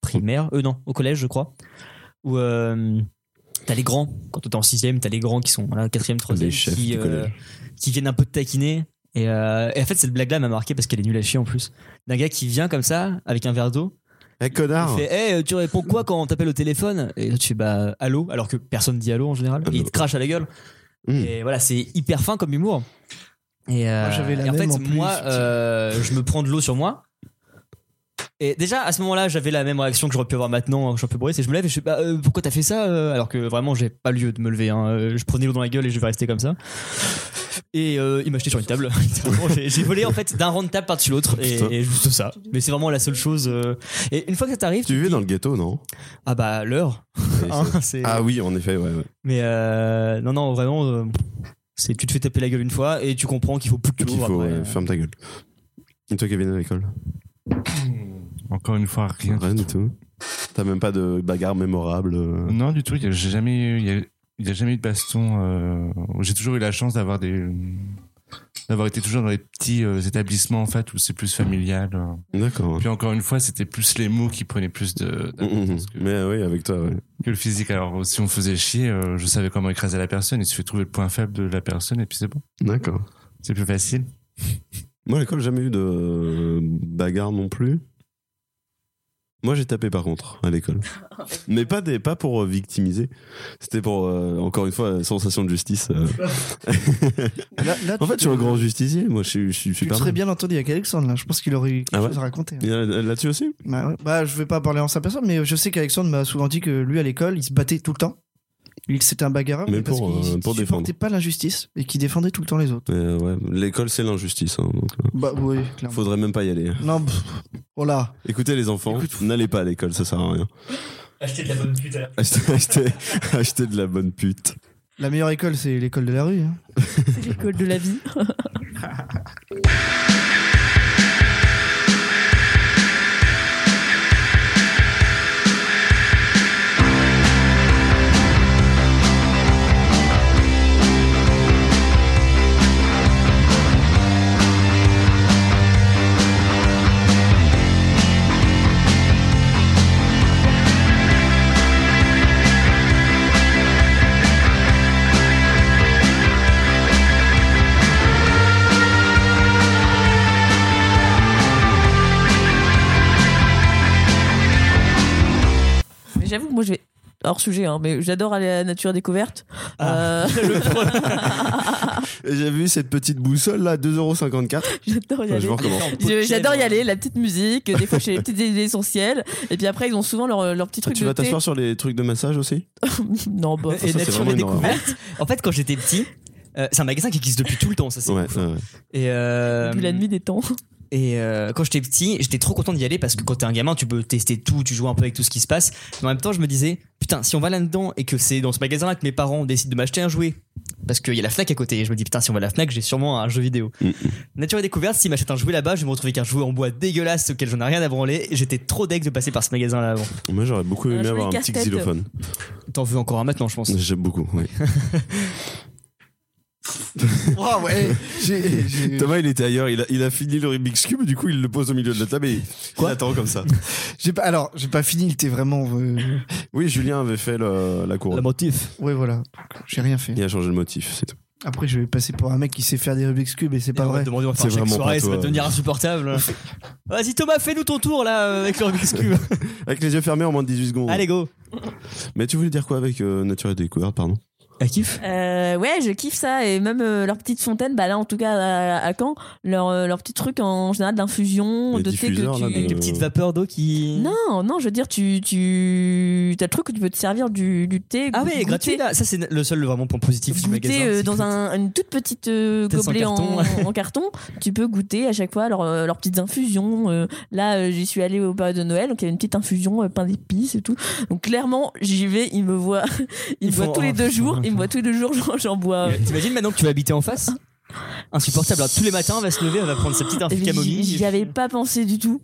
Speaker 1: primaire, euh non, au collège je crois. Où euh, T'as les grands, quand t'es en sixième, t'as les grands qui sont là, quatrième, troisième,
Speaker 2: chefs
Speaker 1: qui,
Speaker 2: du collège.
Speaker 1: euh,
Speaker 2: Eh, connard
Speaker 1: il fait hey, tu réponds quoi quand on t'appelle au téléphone ?» Et là, tu fais « Bah, allô ?» Alors que personne dit « allô » en général. Et il te crache à la gueule.
Speaker 2: Mm.
Speaker 1: Et voilà, c'est hyper fin comme humour. Et, euh,
Speaker 3: Moi, j'avais la
Speaker 1: et en
Speaker 3: même
Speaker 1: fait,
Speaker 3: en plus,
Speaker 1: moi,
Speaker 3: putain.
Speaker 1: euh, je me prends de l'eau sur moi. Et déjà, à ce moment-là, j'avais la même réaction que j'aurais pu avoir maintenant, je suis un peu bourré, c'est que je me lève et je suis bah, euh, pourquoi t'as fait ça euh Alors que vraiment, j'ai pas lieu de me lever. hein. Euh, Je prenais l'eau dans la gueule et je vais rester comme ça. Et euh, il m'a jeté sur une table. Littéralement, j'ai- J'ai volé en fait d'un rang de table par-dessus l'autre et,
Speaker 2: Putain.
Speaker 1: et juste ça. Mais c'est vraiment la seule chose. euh. Et une fois que ça t'arrive,
Speaker 2: Tu vivais dans le ghetto, non
Speaker 1: ah bah l'heure. hein, c'est-
Speaker 2: Ah oui, en effet, ouais. ouais.
Speaker 1: Mais euh, non, non, vraiment, euh, c'est tu te fais taper la gueule une fois et tu comprends qu'il faut plus que tu
Speaker 2: Qu'il
Speaker 1: l'ouvres
Speaker 2: faut,
Speaker 1: après. euh,
Speaker 2: ouais, ferme ta gueule. Et toi, Kevin, à l'école
Speaker 5: Encore une fois, rien.
Speaker 2: Rien du tout. T'as même pas de bagarre mémorable. euh.
Speaker 5: Non, du tout. il y a- J'ai jamais eu. il y a- Il n'y a jamais eu de baston. euh, J'ai toujours eu la chance d'avoir des, d'avoir été toujours dans les petits euh, établissements en fait où c'est plus familial. euh.
Speaker 2: D'accord. hein.
Speaker 5: Puis encore une fois, c'était plus les mots qui prenaient plus de.
Speaker 2: Mm, mm,
Speaker 5: d'importance que-
Speaker 2: Mais euh, oui, avec toi, ouais.
Speaker 5: que le physique. Alors, si on faisait chier, euh, je savais comment écraser la personne. Il suffit de trouver le point faible de la personne et puis c'est bon.
Speaker 2: D'accord.
Speaker 5: C'est plus facile.
Speaker 2: Moi, à l'école, jamais eu de euh, bagarre non plus. Moi, j'ai tapé par contre à l'école. Mais pas, des, pas pour euh, victimiser. C'était pour, euh, encore une fois, la sensation de justice. euh.
Speaker 3: Là, là,
Speaker 2: en fait,
Speaker 3: tu-
Speaker 2: je suis un grand justicier. Moi, je suis, je suis
Speaker 3: Tu
Speaker 2: super.
Speaker 3: serais bien entendu avec Alexandre, là. Je pense qu'il aurait eu quelque
Speaker 2: Ah ouais
Speaker 3: chose à raconter. hein.
Speaker 2: Et, euh, Là-dessus aussi
Speaker 3: Bah, ouais. Bah, je vais pas parler en sa personne, mais je sais qu'Alexandre m'a souvent dit que lui, à l'école, il se battait tout le temps. Il c'était un bagarreur,
Speaker 2: Mais
Speaker 3: mais parce
Speaker 2: pour,
Speaker 3: qu'il
Speaker 2: euh, pour
Speaker 3: supportait
Speaker 2: défendre.
Speaker 3: pas l'injustice et qu'il défendait tout le temps les autres.
Speaker 2: Euh, ouais. L'école, c'est l'injustice. hein, donc, euh,
Speaker 3: Bah oui, clairement.
Speaker 2: faudrait même pas y aller.
Speaker 3: Non, pff, voilà.
Speaker 2: Écoutez, les enfants, n'allez pas à l'école, ça sert à rien.
Speaker 1: Acheter de la bonne pute à la
Speaker 2: Achetez, achetez- achetez de la bonne pute.
Speaker 3: La meilleure école, c'est l'école de la rue. hein.
Speaker 4: C'est l'école de la vie. Mais j'avoue que moi, je vais. Hors sujet, hein, mais j'adore aller à la nature découverte. Euh,
Speaker 2: Et J'ai vu cette petite boussole là, 2,54€.
Speaker 4: j'adore
Speaker 2: Enfin, Bah,
Speaker 4: y
Speaker 2: je
Speaker 4: aller.
Speaker 2: vous recommence.
Speaker 4: Je- J'adore y aller, la petite musique, des fois chez les petites idées essentielles, et puis après ils ont souvent leur, leur petit truc
Speaker 2: tu
Speaker 4: de
Speaker 2: vas
Speaker 4: thé.
Speaker 2: t'asseoir sur les trucs de massage aussi
Speaker 4: non, bah,
Speaker 1: Et
Speaker 2: ça, c'est
Speaker 1: nature
Speaker 2: vraiment
Speaker 1: des
Speaker 2: une horreur.
Speaker 1: découvertes. En fait, quand j'étais petit, euh, c'est un magasin qui existe depuis tout le temps, ça c'est
Speaker 2: Ouais,
Speaker 1: ouf.
Speaker 2: ouais, ouais.
Speaker 1: Et, euh,
Speaker 4: depuis la nuit des temps.
Speaker 1: et euh, quand j'étais petit, j'étais trop content d'y aller parce que quand t'es un gamin, tu peux tester tout, tu joues un peu avec tout ce qui se passe. Mais en même temps, je me disais, putain, si on va là-dedans et que c'est dans ce magasin-là que mes parents décident de m'acheter un jouet, parce qu'il y a la Fnac à côté, et je me dis, putain, si on va à la Fnac, j'ai sûrement un jeu vidéo.
Speaker 2: Mm, mm.
Speaker 1: Nature et découverte, s'ils m'achètent un jouet là-bas, je vais me retrouver avec un jouet en bois dégueulasse auquel j'en ai rien à branler. et J'étais trop deg de passer par ce magasin-là avant.
Speaker 2: Moi j'aurais beaucoup
Speaker 4: Un
Speaker 2: aimé
Speaker 4: joli
Speaker 2: avoir un petit
Speaker 4: casse-tête.
Speaker 2: xylophone.
Speaker 1: T'en veux encore un maintenant, je pense.
Speaker 2: J'aime beaucoup, oui.
Speaker 3: Oh, ouais. j'ai- j'ai-
Speaker 2: Thomas il était ailleurs, il a, il a fini le Rubik's Cube, du coup il le pose au milieu de la table et il
Speaker 3: Quoi
Speaker 2: attend comme ça.
Speaker 3: j'ai pas, alors, j'ai pas fini, il était vraiment. euh,
Speaker 2: Oui, Julien avait fait le- la
Speaker 1: Le
Speaker 2: couronne.
Speaker 1: motif.
Speaker 3: Ouais, voilà. Donc, J'ai rien fait.
Speaker 2: Il a changé le motif, c'est tout.
Speaker 3: Après, je vais passer pour un mec qui sait faire des Rubik's Cube et c'est pas
Speaker 1: On va
Speaker 3: vrai.
Speaker 1: te demander, on va faire
Speaker 2: C'est
Speaker 1: chaque
Speaker 2: vraiment
Speaker 1: soirée,
Speaker 2: pas
Speaker 1: ça va
Speaker 2: toi.
Speaker 1: devenir insupportable. Vas-y Thomas, fais-nous ton tour là euh, avec le Rubik's Cube.
Speaker 2: Avec les yeux fermés en moins de 18 secondes.
Speaker 1: Allez go.
Speaker 2: Mais tu voulais dire quoi avec euh, Nature et Découverte, pardon
Speaker 1: Elle kiffe
Speaker 4: Euh, ouais, je kiffe ça et même euh, leur petite fontaine. Bah là, en tout cas à, à Caen, leur euh, leur petit truc en général d'infusion,
Speaker 2: Les
Speaker 4: de thé que
Speaker 2: diffuseurs,
Speaker 4: tu.
Speaker 2: là, de-
Speaker 1: Des petites vapeurs d'eau qui.
Speaker 4: Non, non, je veux dire, tu tu t'as le truc où tu peux te servir du, du thé.
Speaker 1: Ah
Speaker 4: goûter-
Speaker 1: ouais, gratuit là. Ça, c'est le seul vraiment point positif du
Speaker 4: Goûter
Speaker 1: magasin.
Speaker 4: euh,
Speaker 1: c'est que-
Speaker 4: dans un, une toute petite euh,
Speaker 1: Peut-être sans
Speaker 4: gobelet en en carton.
Speaker 1: carton.
Speaker 4: tu peux goûter à chaque fois leurs euh, leurs petites infusions. euh, là, euh, j'y suis allée au période de Noël, donc il y avait une petite infusion euh, pain d'épices et tout. Donc clairement, j'y vais, ils me voient,
Speaker 1: Ils
Speaker 4: ils me voient
Speaker 1: font,
Speaker 4: tous les
Speaker 1: oh,
Speaker 4: deux
Speaker 1: putain,
Speaker 4: jours, ils me voient tous les deux jours, j'en- j'en bois. euh,
Speaker 1: Mais T'imagines maintenant que tu vas habiter en face Insupportable. Alors, tous les matins, elle va se lever, elle va prendre sa petite infusion
Speaker 4: J'y-
Speaker 1: camomille.
Speaker 4: J'y avais pas pensé du tout.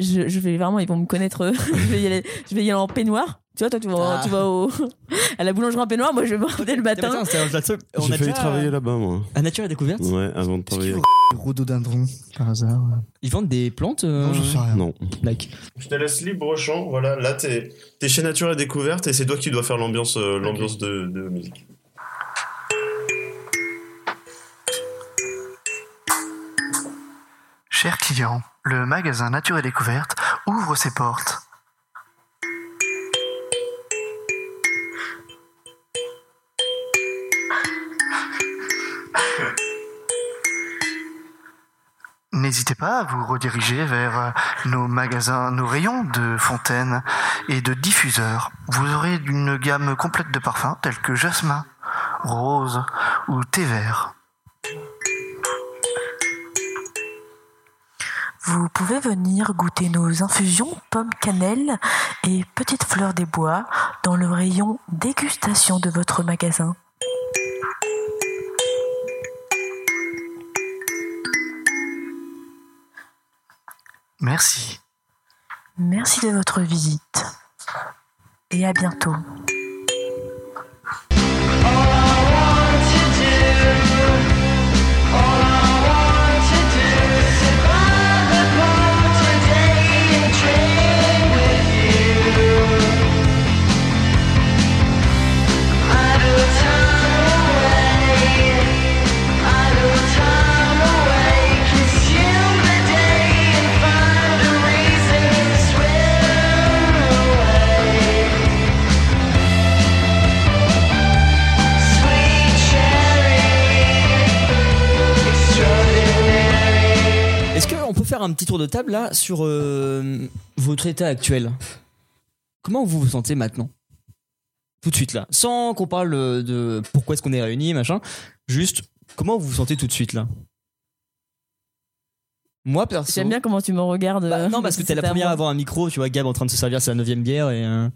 Speaker 4: Je, je vais vraiment, ils vont me connaître. euh, je, vais y aller, je vais y aller en peignoir. Tu vois, toi, tu vas,
Speaker 1: Ah.
Speaker 4: tu vas au, à la boulangerie en peignoir. Moi, je vais boire dès le
Speaker 1: Putain,
Speaker 4: matin.
Speaker 1: c'est un plateau. On
Speaker 2: J'ai
Speaker 1: a
Speaker 2: failli
Speaker 1: déjà-
Speaker 2: travailler là-bas, moi.
Speaker 1: À Nature et Découverte,
Speaker 2: Ouais, avant de
Speaker 3: Est-ce qu'ils
Speaker 2: travailler.
Speaker 3: vendent des rhododendrons par hasard
Speaker 1: ils vendent des plantes. euh,
Speaker 3: Non, j'en sais rien.
Speaker 2: Non.
Speaker 1: like.
Speaker 6: Je te laisse libre champ, voilà. Là, t'es es chez Nature et Découverte et c'est toi qui dois faire l'ambiance euh, l'ambiance de, de musique.
Speaker 3: Cher client, le magasin Nature et Découverte ouvre ses portes. N'hésitez pas à vous rediriger vers euh, nos magasins, nos rayons de fontaines et de diffuseurs. Vous aurez une gamme complète de parfums tels que jasmin, rose ou thé vert.
Speaker 7: Vous pouvez venir goûter nos infusions pommes cannelle et petites fleurs des bois dans le rayon dégustation de votre magasin.
Speaker 3: Merci.
Speaker 7: Merci de votre visite et à bientôt.
Speaker 1: Est-ce qu'on peut faire un petit tour de table là sur euh, votre état actuel Comment vous vous sentez maintenant Tout de suite là. Sans qu'on parle euh, de pourquoi est-ce qu'on est réunis, machin. Juste, comment vous vous sentez tout de suite là Moi perso.
Speaker 4: J'aime bien comment tu me regardes.
Speaker 1: Bah,
Speaker 4: euh,
Speaker 1: non, parce que
Speaker 4: si
Speaker 1: t'es la
Speaker 4: c'était à
Speaker 1: première à
Speaker 4: moi.
Speaker 1: avoir un micro, tu vois, Gab en train de se servir sa neuvième bière et. euh,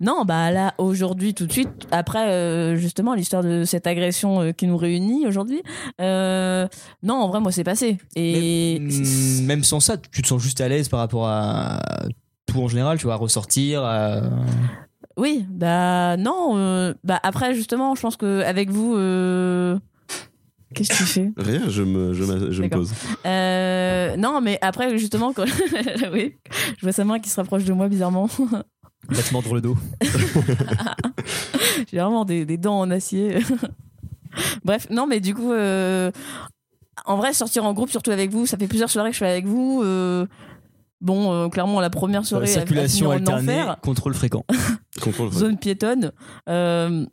Speaker 4: Non, bah là, aujourd'hui, tout de suite, après, euh, justement, l'histoire de cette agression euh, qui nous réunit aujourd'hui, euh, non, en vrai, moi, c'est passé. Et
Speaker 1: Mm, Même sans ça, tu te sens juste à l'aise par rapport à tout en général, tu vois, à ressortir. à-
Speaker 4: oui, bah non, euh, bah après, justement, je pense que avec vous, euh, qu'est-ce que tu fais
Speaker 2: Rien, je me, je m'a- je me
Speaker 4: D'accord.
Speaker 2: pose.
Speaker 4: Euh, non, mais après, justement, quand... oui, je vois sa main qui se rapproche de moi bizarrement.
Speaker 1: va te mordre le dos.
Speaker 4: J'ai vraiment des, des dents en acier. Bref, non, mais du coup, euh, en vrai, sortir en groupe, surtout avec vous, ça fait plusieurs soirées que je suis avec vous. euh, bon, euh, clairement, la première soirée, elle- elle
Speaker 1: circulation
Speaker 4: finira en
Speaker 1: alternée,
Speaker 4: enfer,
Speaker 1: contrôle fréquent.
Speaker 2: Contrôle.
Speaker 4: zone piétonne. euh,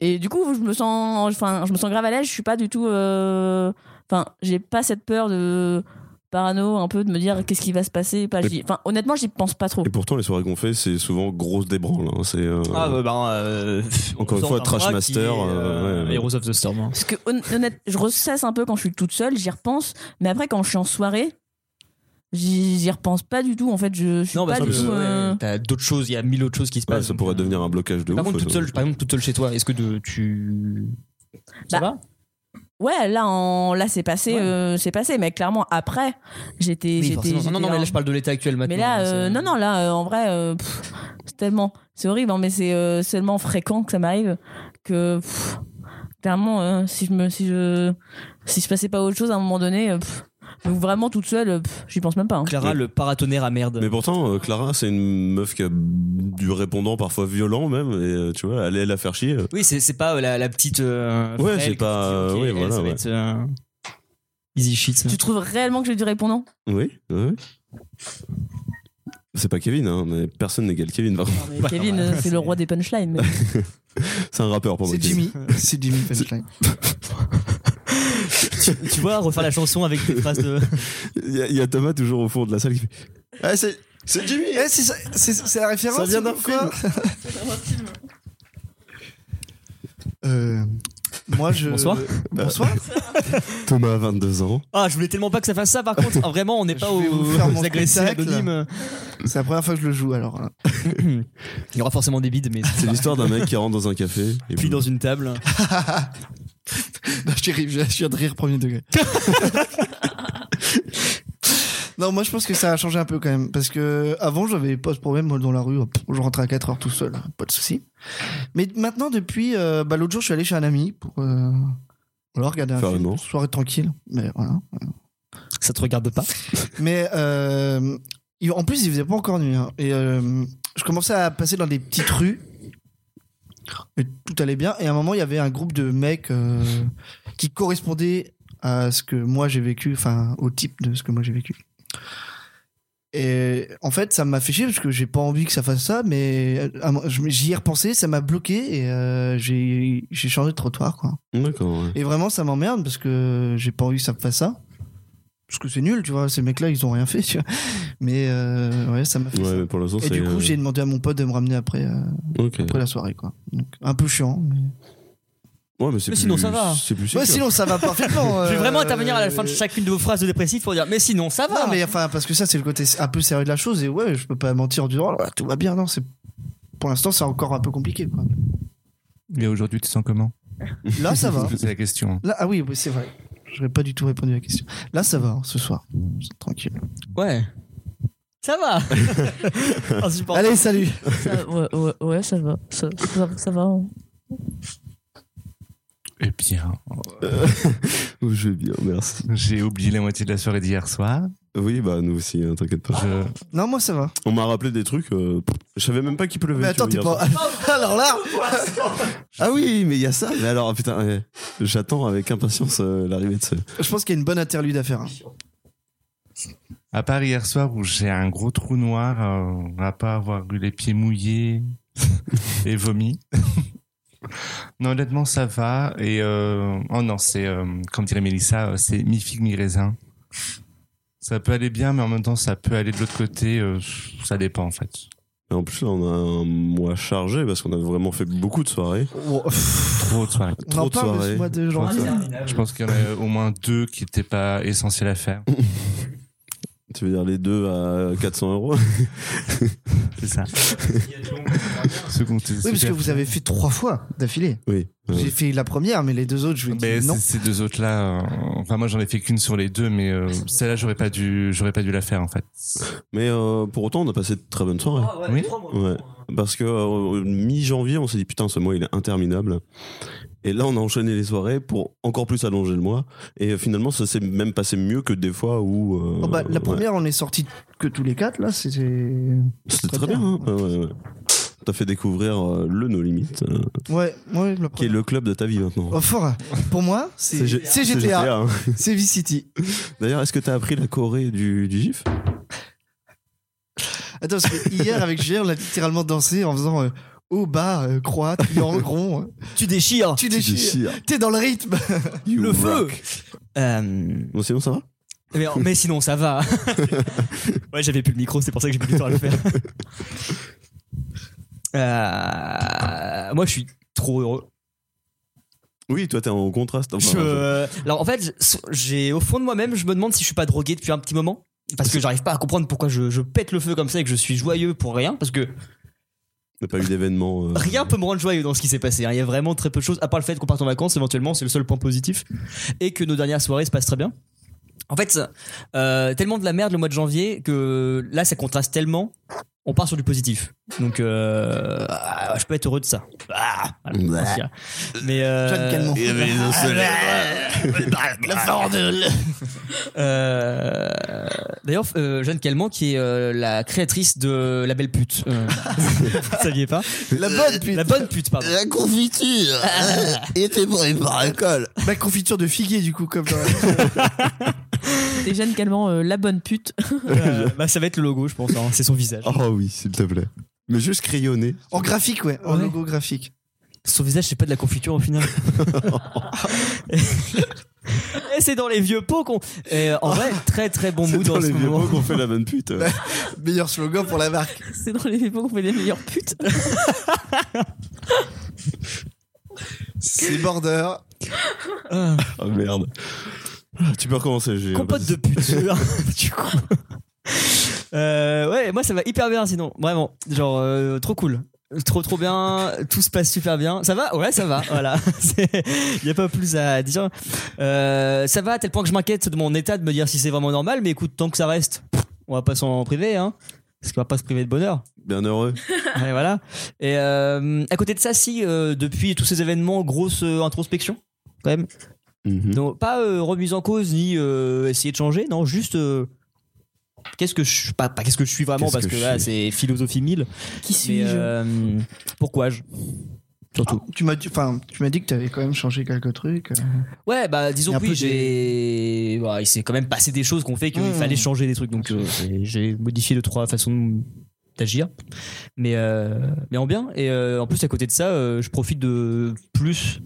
Speaker 4: et du coup, je me sens, enfin, je me sens grave à l'aise. Je suis pas du tout, euh, enfin, j'ai pas cette peur de parano, un peu de me dire qu'est-ce qui va se passer. Pas, j'y- enfin, honnêtement, j'y pense pas trop.
Speaker 2: Et pourtant, les soirées qu'on fait, c'est souvent grosse débranle. hein. C'est euh,
Speaker 1: Ah, bah, bah, euh,
Speaker 2: Encore une
Speaker 1: sort
Speaker 2: fois,
Speaker 1: d'un
Speaker 2: Trash
Speaker 1: bras
Speaker 2: Master,
Speaker 1: qui est,
Speaker 2: euh, ouais.
Speaker 1: Heroes of the Storm. hein.
Speaker 4: Parce que hon- honnête, je ressasse un peu quand je suis toute seule, j'y repense. Mais après, quand je suis en soirée, j'y j'y repense pas du tout. En fait, je, je suis
Speaker 1: Non,
Speaker 4: pas
Speaker 1: parce
Speaker 4: du
Speaker 1: que
Speaker 4: tout. euh,
Speaker 1: ouais, t'as d'autres choses, il y a mille autres choses qui se
Speaker 2: hein. ouais,
Speaker 1: passent.
Speaker 2: ça
Speaker 1: donc,
Speaker 2: pourrait
Speaker 1: euh,
Speaker 2: devenir un blocage de
Speaker 1: Par
Speaker 2: ouf.
Speaker 1: contre, toute
Speaker 2: euh.
Speaker 1: seule, par exemple, toute seule chez toi, est-ce que de- tu. Ça va
Speaker 4: bah, Ouais, là, en, là, c'est passé,
Speaker 1: Ouais.
Speaker 4: euh, c'est passé. Mais clairement, après, j'étais,
Speaker 1: Oui,
Speaker 4: j'étais,
Speaker 1: forcément.
Speaker 4: j'étais
Speaker 1: Non, non, mais
Speaker 4: là.
Speaker 1: là, je parle de l'état actuel maintenant.
Speaker 4: Mais là,
Speaker 1: hein, c'est-
Speaker 4: euh, non, non, là, euh, en vrai, euh, pff, c'est tellement, c'est horrible, hein, mais c'est euh, c'est tellement fréquent que ça m'arrive que pff, clairement, euh, si je me, si je, si je passais pas à autre chose à un moment donné, euh, pff, donc vraiment toute seule, euh, pff, j'y pense même pas. hein.
Speaker 1: Clara,
Speaker 2: Oui.
Speaker 1: le paratonnerre à merde.
Speaker 2: Mais pourtant, euh, Clara, c'est une meuf qui a du répondant parfois violent même, et euh, tu vois, aller la faire chier.
Speaker 1: Oui, c'est, c'est pas euh, la, la petite. euh,
Speaker 2: Ouais,
Speaker 1: frêle
Speaker 2: c'est
Speaker 1: que
Speaker 2: pas,
Speaker 1: tu dis, ok,
Speaker 2: euh, oui,
Speaker 1: elle,
Speaker 2: voilà,
Speaker 1: ça va
Speaker 2: ouais.
Speaker 1: être, euh, easy shit. ça.
Speaker 4: Tu trouves réellement que j'ai du répondant
Speaker 2: Oui, oui. C'est pas Kevin, hein, mais personne n'égale Kevin. par contre.
Speaker 4: Kevin, euh, c'est le roi des punchlines. mais-
Speaker 2: C'est un rappeur pour moi.
Speaker 3: C'est Jimmy. C'est Jimmy Fenstein.
Speaker 1: tu, tu vois, refaire la chanson avec des phrases de.
Speaker 2: Il y, a- il y a Thomas toujours au fond de la salle qui fait Ah, c'est
Speaker 6: C'est Jimmy
Speaker 3: Eh, c'est ça- c'est- c'est la référence.
Speaker 2: Ça vient d'un
Speaker 3: ou quoi Euh, Moi, je.
Speaker 1: Bonsoir.
Speaker 3: Bonsoir.
Speaker 2: Thomas, 22 ans.
Speaker 1: Ah, je voulais tellement pas que ça fasse ça, par contre. Ah, vraiment, on n'est
Speaker 3: Je
Speaker 1: pas
Speaker 3: vais vous
Speaker 1: aux,
Speaker 3: faire mon
Speaker 1: aux agressés
Speaker 3: spectacle.
Speaker 1: anonymes.
Speaker 3: C'est la première fois que je le joue alors. hein.
Speaker 1: Il y aura forcément des bides, mais.
Speaker 2: C'est l'histoire d'un mec qui rentre dans un café. Et
Speaker 1: Puis dans une table.
Speaker 3: Non, je dérive, je je viens de rire premier degré. non, moi je pense que ça a changé un peu quand même. Parce que avant, j'avais pas ce problème moi, dans la rue. hop, Je rentrais à 4 heures tout seul, hein, pas de souci. Mais maintenant, depuis. euh, bah, L'autre jour, je suis allé chez un ami pour. euh, voilà, regarder un
Speaker 2: Faire
Speaker 3: film.
Speaker 2: l'amour.
Speaker 3: Soirée tranquille. Mais voilà.
Speaker 1: Ça te regarde pas.
Speaker 3: Mais euh, il- en plus, il faisait pas encore nuit. hein. Et euh, je commençais à passer dans des petites rues. Et tout allait bien. Et à un moment, il y avait un groupe de mecs euh, qui correspondait à ce que moi j'ai vécu, enfin au type de ce que moi j'ai vécu. Et en fait, ça m'a fait chier parce que j'ai pas envie que ça fasse ça, mais euh, à un moment, je- j'y ai repensé, ça m'a bloqué et euh, j'ai j'ai changé de trottoir. Quoi.
Speaker 2: D'accord, ouais.
Speaker 3: Et vraiment, ça m'emmerde parce que j'ai pas envie que ça me fasse ça. Parce que c'est nul, tu vois. Ces mecs-là, ils ont rien fait, tu vois. Mais euh, ouais, ça m'a fait
Speaker 2: Ouais,
Speaker 3: ça.
Speaker 2: mais pour l'instant,
Speaker 3: Et
Speaker 2: c'est.
Speaker 3: du coup,
Speaker 2: euh,
Speaker 3: j'ai demandé à mon pote de me ramener après, euh,
Speaker 2: ok.
Speaker 3: après la soirée, quoi. Donc, un peu chiant. Mais...
Speaker 2: Ouais, mais c'est
Speaker 1: Mais
Speaker 2: plus.
Speaker 1: sinon, ça va.
Speaker 2: C'est plus
Speaker 3: Ouais,
Speaker 2: sécure.
Speaker 3: sinon, ça va parfaitement.
Speaker 1: Je vais
Speaker 3: euh,
Speaker 1: vraiment intervenir à la fin de hein. chacune de vos phrases de dépressif pour dire Mais sinon, ça va.
Speaker 3: Non, mais enfin, parce que ça, c'est le côté un peu sérieux de la chose. Et ouais, je peux pas mentir du genre, tout va bien. Non, c'est. Pour l'instant, c'est encore un peu compliqué. Quoi.
Speaker 5: Mais aujourd'hui, tu te sens comment
Speaker 3: Là, ça va.
Speaker 5: C'est la question. hein.
Speaker 3: Là, ah oui, oui, c'est vrai. J'aurais pas du tout répondu à la question. Là, ça va, hein, ce soir.
Speaker 2: Mm.
Speaker 3: C'est Tranquille.
Speaker 1: Ouais. Ça va. Insupportable.
Speaker 3: Allez, salut.
Speaker 4: Ça- ouais, ouais, ouais, ça va. Ça, ça- ça va. hein.
Speaker 5: Eh bien,
Speaker 2: Oh, Je vais bien, merci.
Speaker 5: j'ai oublié la moitié de la soirée d'hier soir.
Speaker 2: Oui, bah, nous aussi, hein, t'inquiète pas.
Speaker 5: Je-
Speaker 3: Non, moi, ça va.
Speaker 2: On m'a rappelé des trucs. euh, Je savais même pas qu'il pleuvait.
Speaker 3: Mais
Speaker 2: tu
Speaker 3: attends,
Speaker 2: vois,
Speaker 3: t'es
Speaker 2: hier
Speaker 3: pas.
Speaker 2: soir.
Speaker 3: Alors là,
Speaker 2: Ah oui, mais il y a ça. Mais alors, putain, euh, j'attends avec impatience euh, l'arrivée de ce.
Speaker 3: je pense qu'il y a une bonne interlude à faire. hein.
Speaker 5: À part hier soir où j'ai un gros trou noir, euh, à part avoir eu les pieds mouillés et vomi. non, honnêtement, ça va. Et euh, oh non, c'est euh, comme dirait Mélissa, euh, c'est mi figue mi raisin. Ça peut aller bien, mais en même temps, ça peut aller de l'autre côté. euh, ça dépend en fait.
Speaker 2: Et En plus, là, on a un mois chargé parce qu'on a vraiment fait beaucoup de soirées.
Speaker 5: Trop de soirées.
Speaker 3: On en
Speaker 2: Trop de
Speaker 3: parle de ce
Speaker 2: soirées.
Speaker 3: mois de janvier.
Speaker 5: Trop de soirées. Je pense qu'il y en a au moins deux qui n'étaient pas essentiels à faire.
Speaker 2: Tu veux dire les deux à 400 euros
Speaker 5: C'est ça. Ceux qu'on était
Speaker 3: Oui, parce que
Speaker 5: super-
Speaker 3: vous avez fait trois fois d'affilée.
Speaker 2: Oui. Euh,
Speaker 3: J'ai fait la première, mais les deux autres, je vous
Speaker 5: Ah, Mais
Speaker 3: ai dit
Speaker 5: c-
Speaker 3: non.
Speaker 5: ces deux autres là, enfin moi j'en ai fait qu'une sur les deux, mais euh, celle-là j'aurais pas dû, j'aurais pas dû la faire en fait.
Speaker 2: Mais euh, pour autant, on a passé de très bonnes soirées.
Speaker 5: Oui.
Speaker 2: Ah Ouais. Parce que euh, mi-janvier, on s'est dit putain, ce mois il est interminable. Et là, on a enchaîné les soirées pour encore plus allonger le mois. Et euh, finalement, ça s'est même passé mieux que des fois où. euh,
Speaker 3: Oh, bah, la
Speaker 2: ouais.
Speaker 3: première, on est sortis que tous les quatre, là, c'était.
Speaker 2: C'était très bien. hein. Ouais, ouais, ouais. T'as fait découvrir euh, le No Limit, euh,
Speaker 3: Ouais, ouais, la
Speaker 2: qui est
Speaker 3: première.
Speaker 2: le club de ta vie maintenant.
Speaker 3: Oh, fort. Pour moi, c'est c'est
Speaker 2: C'est
Speaker 3: GTA,
Speaker 2: hein.
Speaker 3: c'est V-City.
Speaker 2: D'ailleurs, est-ce que t'as appris la Corée du, du GIF
Speaker 3: Attends, parce que hier, avec Gilles, on a littéralement dansé en faisant euh, haut, bas, euh, croix, triangle, rond. hein.
Speaker 1: Tu déchires.
Speaker 3: Tu déchires. T'es dans le rythme.
Speaker 2: You
Speaker 1: Le feu.
Speaker 2: rock.
Speaker 1: Euh,
Speaker 2: Bon, sinon, ça va
Speaker 1: mais, mais sinon, ça va. ouais, j'avais plus le micro, c'est pour ça que j'ai plus du temps à le faire. Euh, moi, je suis trop heureux.
Speaker 2: Oui, toi, t'es en contraste. Enfin,
Speaker 1: Je- euh, alors en fait, je- j'ai au fond de moi-même, je me demande si je suis pas drogué depuis un petit moment, parce que j'arrive pas à comprendre pourquoi je, je pète le feu comme ça et que je suis joyeux pour rien, parce que
Speaker 2: T'as pas eu d'événement. euh,
Speaker 1: rien peut me rendre joyeux dans ce qui s'est passé. hein. Il y a vraiment très peu de choses, à part le fait qu'on parte en vacances. Éventuellement, c'est le seul point positif, et que nos dernières soirées se passent très bien. En fait, euh, tellement de la merde le mois de janvier que là, ça contraste tellement. On part sur du positif, donc euh, ah, je peux être heureux de ça. Ah, voilà,
Speaker 2: Ouais.
Speaker 1: Mais euh,
Speaker 3: Jeanne Calment.
Speaker 1: Ah, Bah, Euh, D'ailleurs, euh, Jeanne Calment, qui est euh, la créatrice de La Belle Pute. Euh, vous ne saviez pas
Speaker 3: La bonne, puis.
Speaker 1: Euh, La Bonne Pute, pardon.
Speaker 8: La confiture était préparée par alcool.
Speaker 3: Ma confiture de figuier, du coup, comme dans la-
Speaker 4: Et Jeanne Calment, euh, la bonne pute.
Speaker 1: Euh, bah, ça va être le logo, je pense. hein. C'est son visage.
Speaker 2: Oh oui, s'il te plaît. Mais juste crayonné.
Speaker 3: En graphique, ouais. En
Speaker 1: Ouais.
Speaker 3: logo graphique.
Speaker 1: Son visage, c'est pas de la confiture au final. Et c'est dans les vieux pots qu'on. Et, euh, en vrai, très très bon
Speaker 2: C'est
Speaker 1: mood
Speaker 2: dans
Speaker 1: en ce
Speaker 2: les vieux
Speaker 1: moment.
Speaker 2: mots qu'on fait la bonne pute.
Speaker 3: Meilleur slogan pour la marque.
Speaker 4: C'est dans les époques qu'on fait les meilleures putes.
Speaker 3: C'est border.
Speaker 1: Ah,
Speaker 2: Oh merde. Ah, Tu peux recommencer, Julien.
Speaker 1: compote de pute. du coup. Euh, ouais, moi ça va hyper bien sinon, vraiment. Genre, euh, trop cool. Trop trop bien, tout se passe super bien. Ça va Ouais, ça va, voilà. Il n'y a pas plus à dire. Euh, ça va à tel point que je m'inquiète de mon état de me dire si c'est vraiment normal, mais écoute, tant que ça reste, on va pas s'en priver, hein. Parce qu'on va pas se priver de bonheur.
Speaker 2: Bien heureux.
Speaker 1: Ouais, voilà. Et euh, à côté de ça, si euh, depuis tous ces événements, grosse euh, introspection quand même.
Speaker 2: Mhm.
Speaker 1: Donc pas euh, remise en cause ni euh, essayer de changer, non, juste euh, qu'est-ce que je suis pas, pas qu'est-ce que je suis vraiment
Speaker 2: Qu'est-ce
Speaker 1: parce
Speaker 2: que
Speaker 1: que,
Speaker 2: je
Speaker 1: là
Speaker 2: suis
Speaker 1: c'est philosophie mille.
Speaker 4: Qui
Speaker 1: Mais,
Speaker 4: suis-je
Speaker 1: euh, pourquoi je Surtout.
Speaker 3: Tu m'as dit, enfin, tu m'as dit que t'avais quand même changé quelques trucs.
Speaker 1: Ouais, bah
Speaker 3: Il y
Speaker 1: disons
Speaker 3: a
Speaker 1: que
Speaker 3: un peu
Speaker 1: oui, j'ai. bah, il s'est quand même passé des choses qu'on fait qu'il
Speaker 3: Mmh.
Speaker 1: fallait changer des trucs. Donc euh, j'ai- j'ai modifié deux, trois façons d'agir. Mais, euh, mais en bien. Et euh, en plus, à côté de ça, euh, je profite de plus.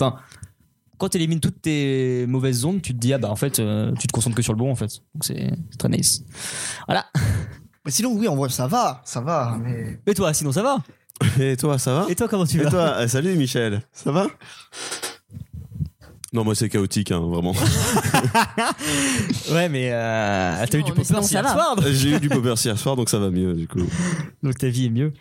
Speaker 1: Enfin, quand tu élimines toutes tes mauvaises ondes, tu te dis, ah bah en fait, euh, tu te concentres que sur le bon en fait. Donc c'est c'est très nice. Voilà.
Speaker 3: Mais sinon, oui, en vrai, ça va, ça va. Mais
Speaker 1: Et toi, sinon ça va
Speaker 2: Et toi, ça va
Speaker 1: Et toi, comment tu
Speaker 2: Et
Speaker 1: vas
Speaker 2: toi, euh, salut Michel, ça va Non, moi c'est chaotique, hein, vraiment.
Speaker 1: Ouais, mais euh, t'as eu
Speaker 4: Sinon,
Speaker 1: du
Speaker 4: mais sinon,
Speaker 1: pop-up
Speaker 4: ça
Speaker 1: hier
Speaker 4: va.
Speaker 1: soir, donc-
Speaker 2: J'ai eu du poppers hier soir, donc ça va mieux du coup.
Speaker 1: donc ta vie est mieux.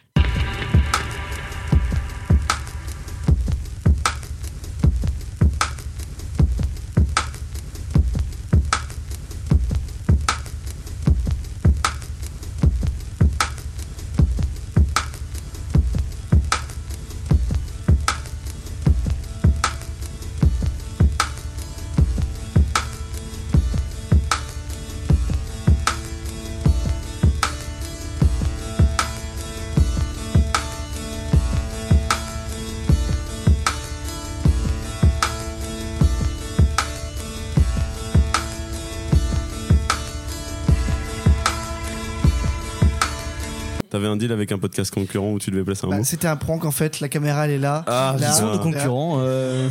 Speaker 2: T'avais un deal avec un podcast concurrent où tu devais placer un
Speaker 3: bah,
Speaker 2: mot
Speaker 3: c'était un prank en fait. La caméra, elle est là.
Speaker 2: Ah,
Speaker 3: là,
Speaker 2: disons
Speaker 1: Disons
Speaker 2: Ah.
Speaker 1: nos concurrents. euh,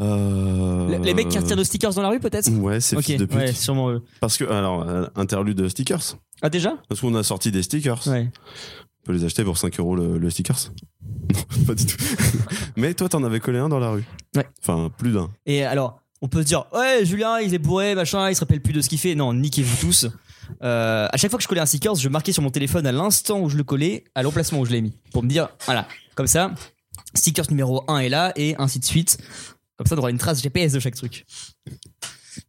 Speaker 2: Euh,
Speaker 1: les- Les mecs qui retirent nos stickers dans la rue, peut-être
Speaker 2: Ouais, Mmh. c'est
Speaker 1: Ok,
Speaker 2: fils de pute.
Speaker 1: ouais, sûrement eux.
Speaker 2: Parce que, alors, euh, interlude stickers.
Speaker 1: Ah déjà
Speaker 2: Parce qu'on a sorti des stickers.
Speaker 1: Ouais.
Speaker 2: On peut les acheter pour 5 euros le, le stickers. Non, pas du tout. Mais toi, t'en avais collé un dans la rue.
Speaker 1: Ouais.
Speaker 2: Enfin, plus d'un.
Speaker 1: Et alors, on peut se dire, ouais, Julien, il est bourré, machin, il se rappelle plus de ce qu'il fait. Non, niquez-vous tous. Euh, à chaque fois que je collais un sticker, je marquais sur mon téléphone à l'instant où je le collais, à l'emplacement où je l'ai mis. Pour me dire, voilà, comme ça, stickers numéro 1 est là, et ainsi de suite. Comme ça, on aura une trace GPS de chaque truc.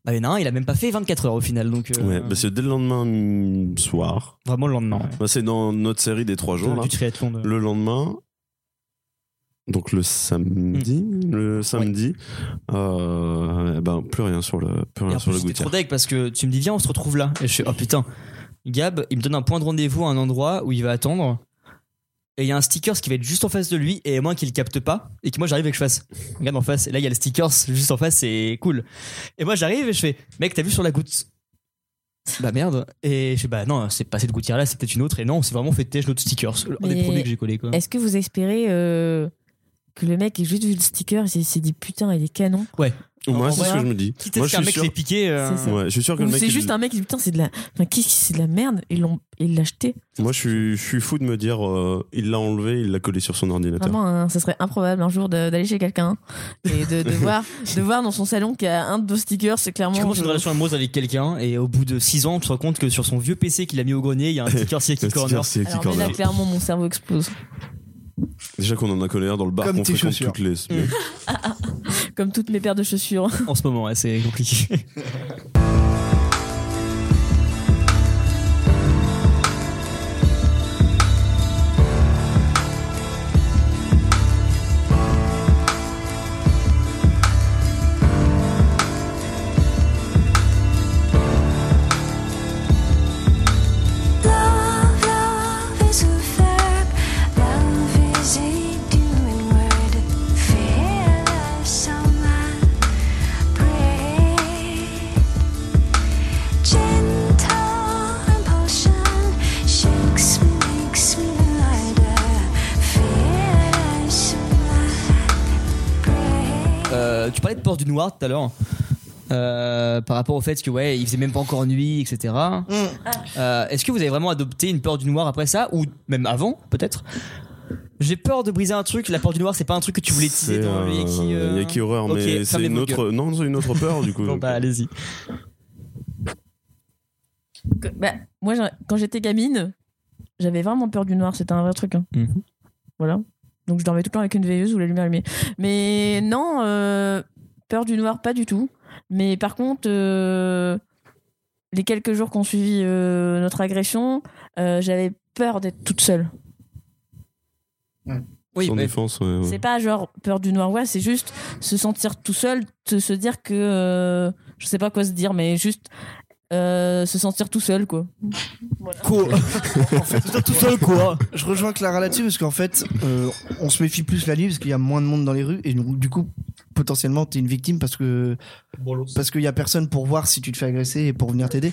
Speaker 1: Bah, il y en a un, il a même pas fait 24 heures au final, donc euh,
Speaker 2: Ouais, bah, c'est dès le lendemain mm, soir.
Speaker 1: vraiment le lendemain.
Speaker 2: Bah, c'est dans notre série des 3 jours.
Speaker 1: Du-
Speaker 2: là.
Speaker 1: Euh, Du triathlon. de-
Speaker 2: Le lendemain, donc le samedi,
Speaker 1: Mm.
Speaker 2: le samedi, euh, eh ben, plus rien sur le, plus
Speaker 1: Et
Speaker 2: rien
Speaker 1: en plus,
Speaker 2: sur le
Speaker 1: j'étais
Speaker 2: gouttière.
Speaker 1: trop deg parce que tu me dis, viens, on se retrouve là. Et je suis, oh putain. Gab, il me donne un point de rendez-vous à un endroit où il va attendre. Et il y a un stickers qui va être juste en face de lui, et à moins qu'il capte pas, et que moi j'arrive et que je fasse. Regarde en face, et là il y a le stickers juste en face, c'est cool. Et moi j'arrive et je fais, mec, t'as vu sur la goutte Bah merde. Et je fais, bah non, c'est pas cette gouttière là, c'est peut-être une autre, et non, on s'est vraiment fait têche l'autre stickers. Un des
Speaker 4: Mais-
Speaker 1: premiers que j'ai collé quoi.
Speaker 4: Est-ce que vous espérez euh, que le mec ait juste vu le sticker et s'est dit putain, il est canon
Speaker 2: Moi,
Speaker 1: En
Speaker 2: c'est ce que
Speaker 1: vrai,
Speaker 2: je me dis.
Speaker 1: Quitte à
Speaker 2: Moi,
Speaker 1: ce
Speaker 2: je
Speaker 1: qu'un
Speaker 2: suis
Speaker 1: mec
Speaker 2: sûr.
Speaker 1: l'ait piqué. euh,
Speaker 4: C'est ça.
Speaker 2: Ouais, je suis sûr que
Speaker 4: Ou
Speaker 2: le mec.
Speaker 4: c'est
Speaker 2: il-
Speaker 4: juste un mec qui dit putain, c'est de la. Enfin, qu'est-ce que c'est de la merde Ils l'ont, ils l'achetaient.
Speaker 2: Moi, je suis, je suis fou de me dire, euh, il l'a enlevé, il l'a collé sur son ordinateur.
Speaker 4: Vraiment, hein, ça serait improbable un jour de- d'aller chez quelqu'un et de, de voir, de voir dans son salon qu'il y a un de vos stickers. C'est clairement. euh,
Speaker 1: Tu commences une
Speaker 4: je-
Speaker 1: relation amoureuse avec quelqu'un et au bout de 6 ans, tu te rends compte que sur son vieux PC qu'il a mis au grenier, il y a un sticker Siaki
Speaker 2: Le
Speaker 1: Corner.
Speaker 2: sticker, c'est qui
Speaker 4: Alors mais là,
Speaker 2: corner
Speaker 4: clairement, mon cerveau explose.
Speaker 2: Déjà qu'on en a collé un dans le bar
Speaker 3: Comme
Speaker 2: qu'on
Speaker 3: tes
Speaker 2: fréquente
Speaker 3: chaussures.
Speaker 2: toutes les semaines.
Speaker 4: Comme toutes mes paires de chaussures.
Speaker 1: En ce moment, ouais, c'est compliqué.
Speaker 9: Love, love is a verb. Love is a doing word. Fearless on my praise.
Speaker 1: euh, tu parlais de Port du Noir tout à l'heure. euh, par rapport au fait que ouais, il faisait même pas encore nuit, etc. Euh, Est-ce que vous avez vraiment adopté une peur du noir après ça, ou même avant peut-être J'ai peur de briser un truc. La peur du noir, c'est pas un truc que tu voulais teaser
Speaker 2: C'est
Speaker 1: dans le Yaki. euh,
Speaker 2: un Yaki horreur,
Speaker 1: Ok,
Speaker 2: mais c'est
Speaker 1: fermez
Speaker 2: une
Speaker 1: votre gueule.
Speaker 2: autre. Non, c'est une autre peur du coup.
Speaker 1: Bon bah allez-y.
Speaker 4: Que- bah, moi, j'en- quand j'étais gamine, j'avais vraiment peur du noir. C'était un vrai truc. hein.
Speaker 1: Mhm.
Speaker 4: Voilà. Donc, je dormais tout le temps avec une veilleuse ou la lumière allumée. Mais non, euh, peur du noir, pas du tout. Mais par contre, euh, les quelques jours qu'on suivi euh, notre agression, euh, j'avais peur d'être toute seule.
Speaker 1: Oui,
Speaker 2: Sans
Speaker 1: mais-
Speaker 2: défense, ouais, ouais.
Speaker 4: C'est pas genre peur du noir, ouais, c'est juste se sentir tout seul, te- se dire que. euh, je sais pas quoi se dire, mais juste euh, se sentir tout seul, quoi.
Speaker 3: Quoi
Speaker 1: en fait, tout seul quoi.
Speaker 3: Je rejoins Clara là-dessus parce qu'en fait, euh, on se méfie plus la nuit parce qu'il y a moins de monde dans les rues et donc, du coup, potentiellement, t'es une victime parce que parce qu'il y a personne pour voir si tu te fais agresser et pour venir t'aider.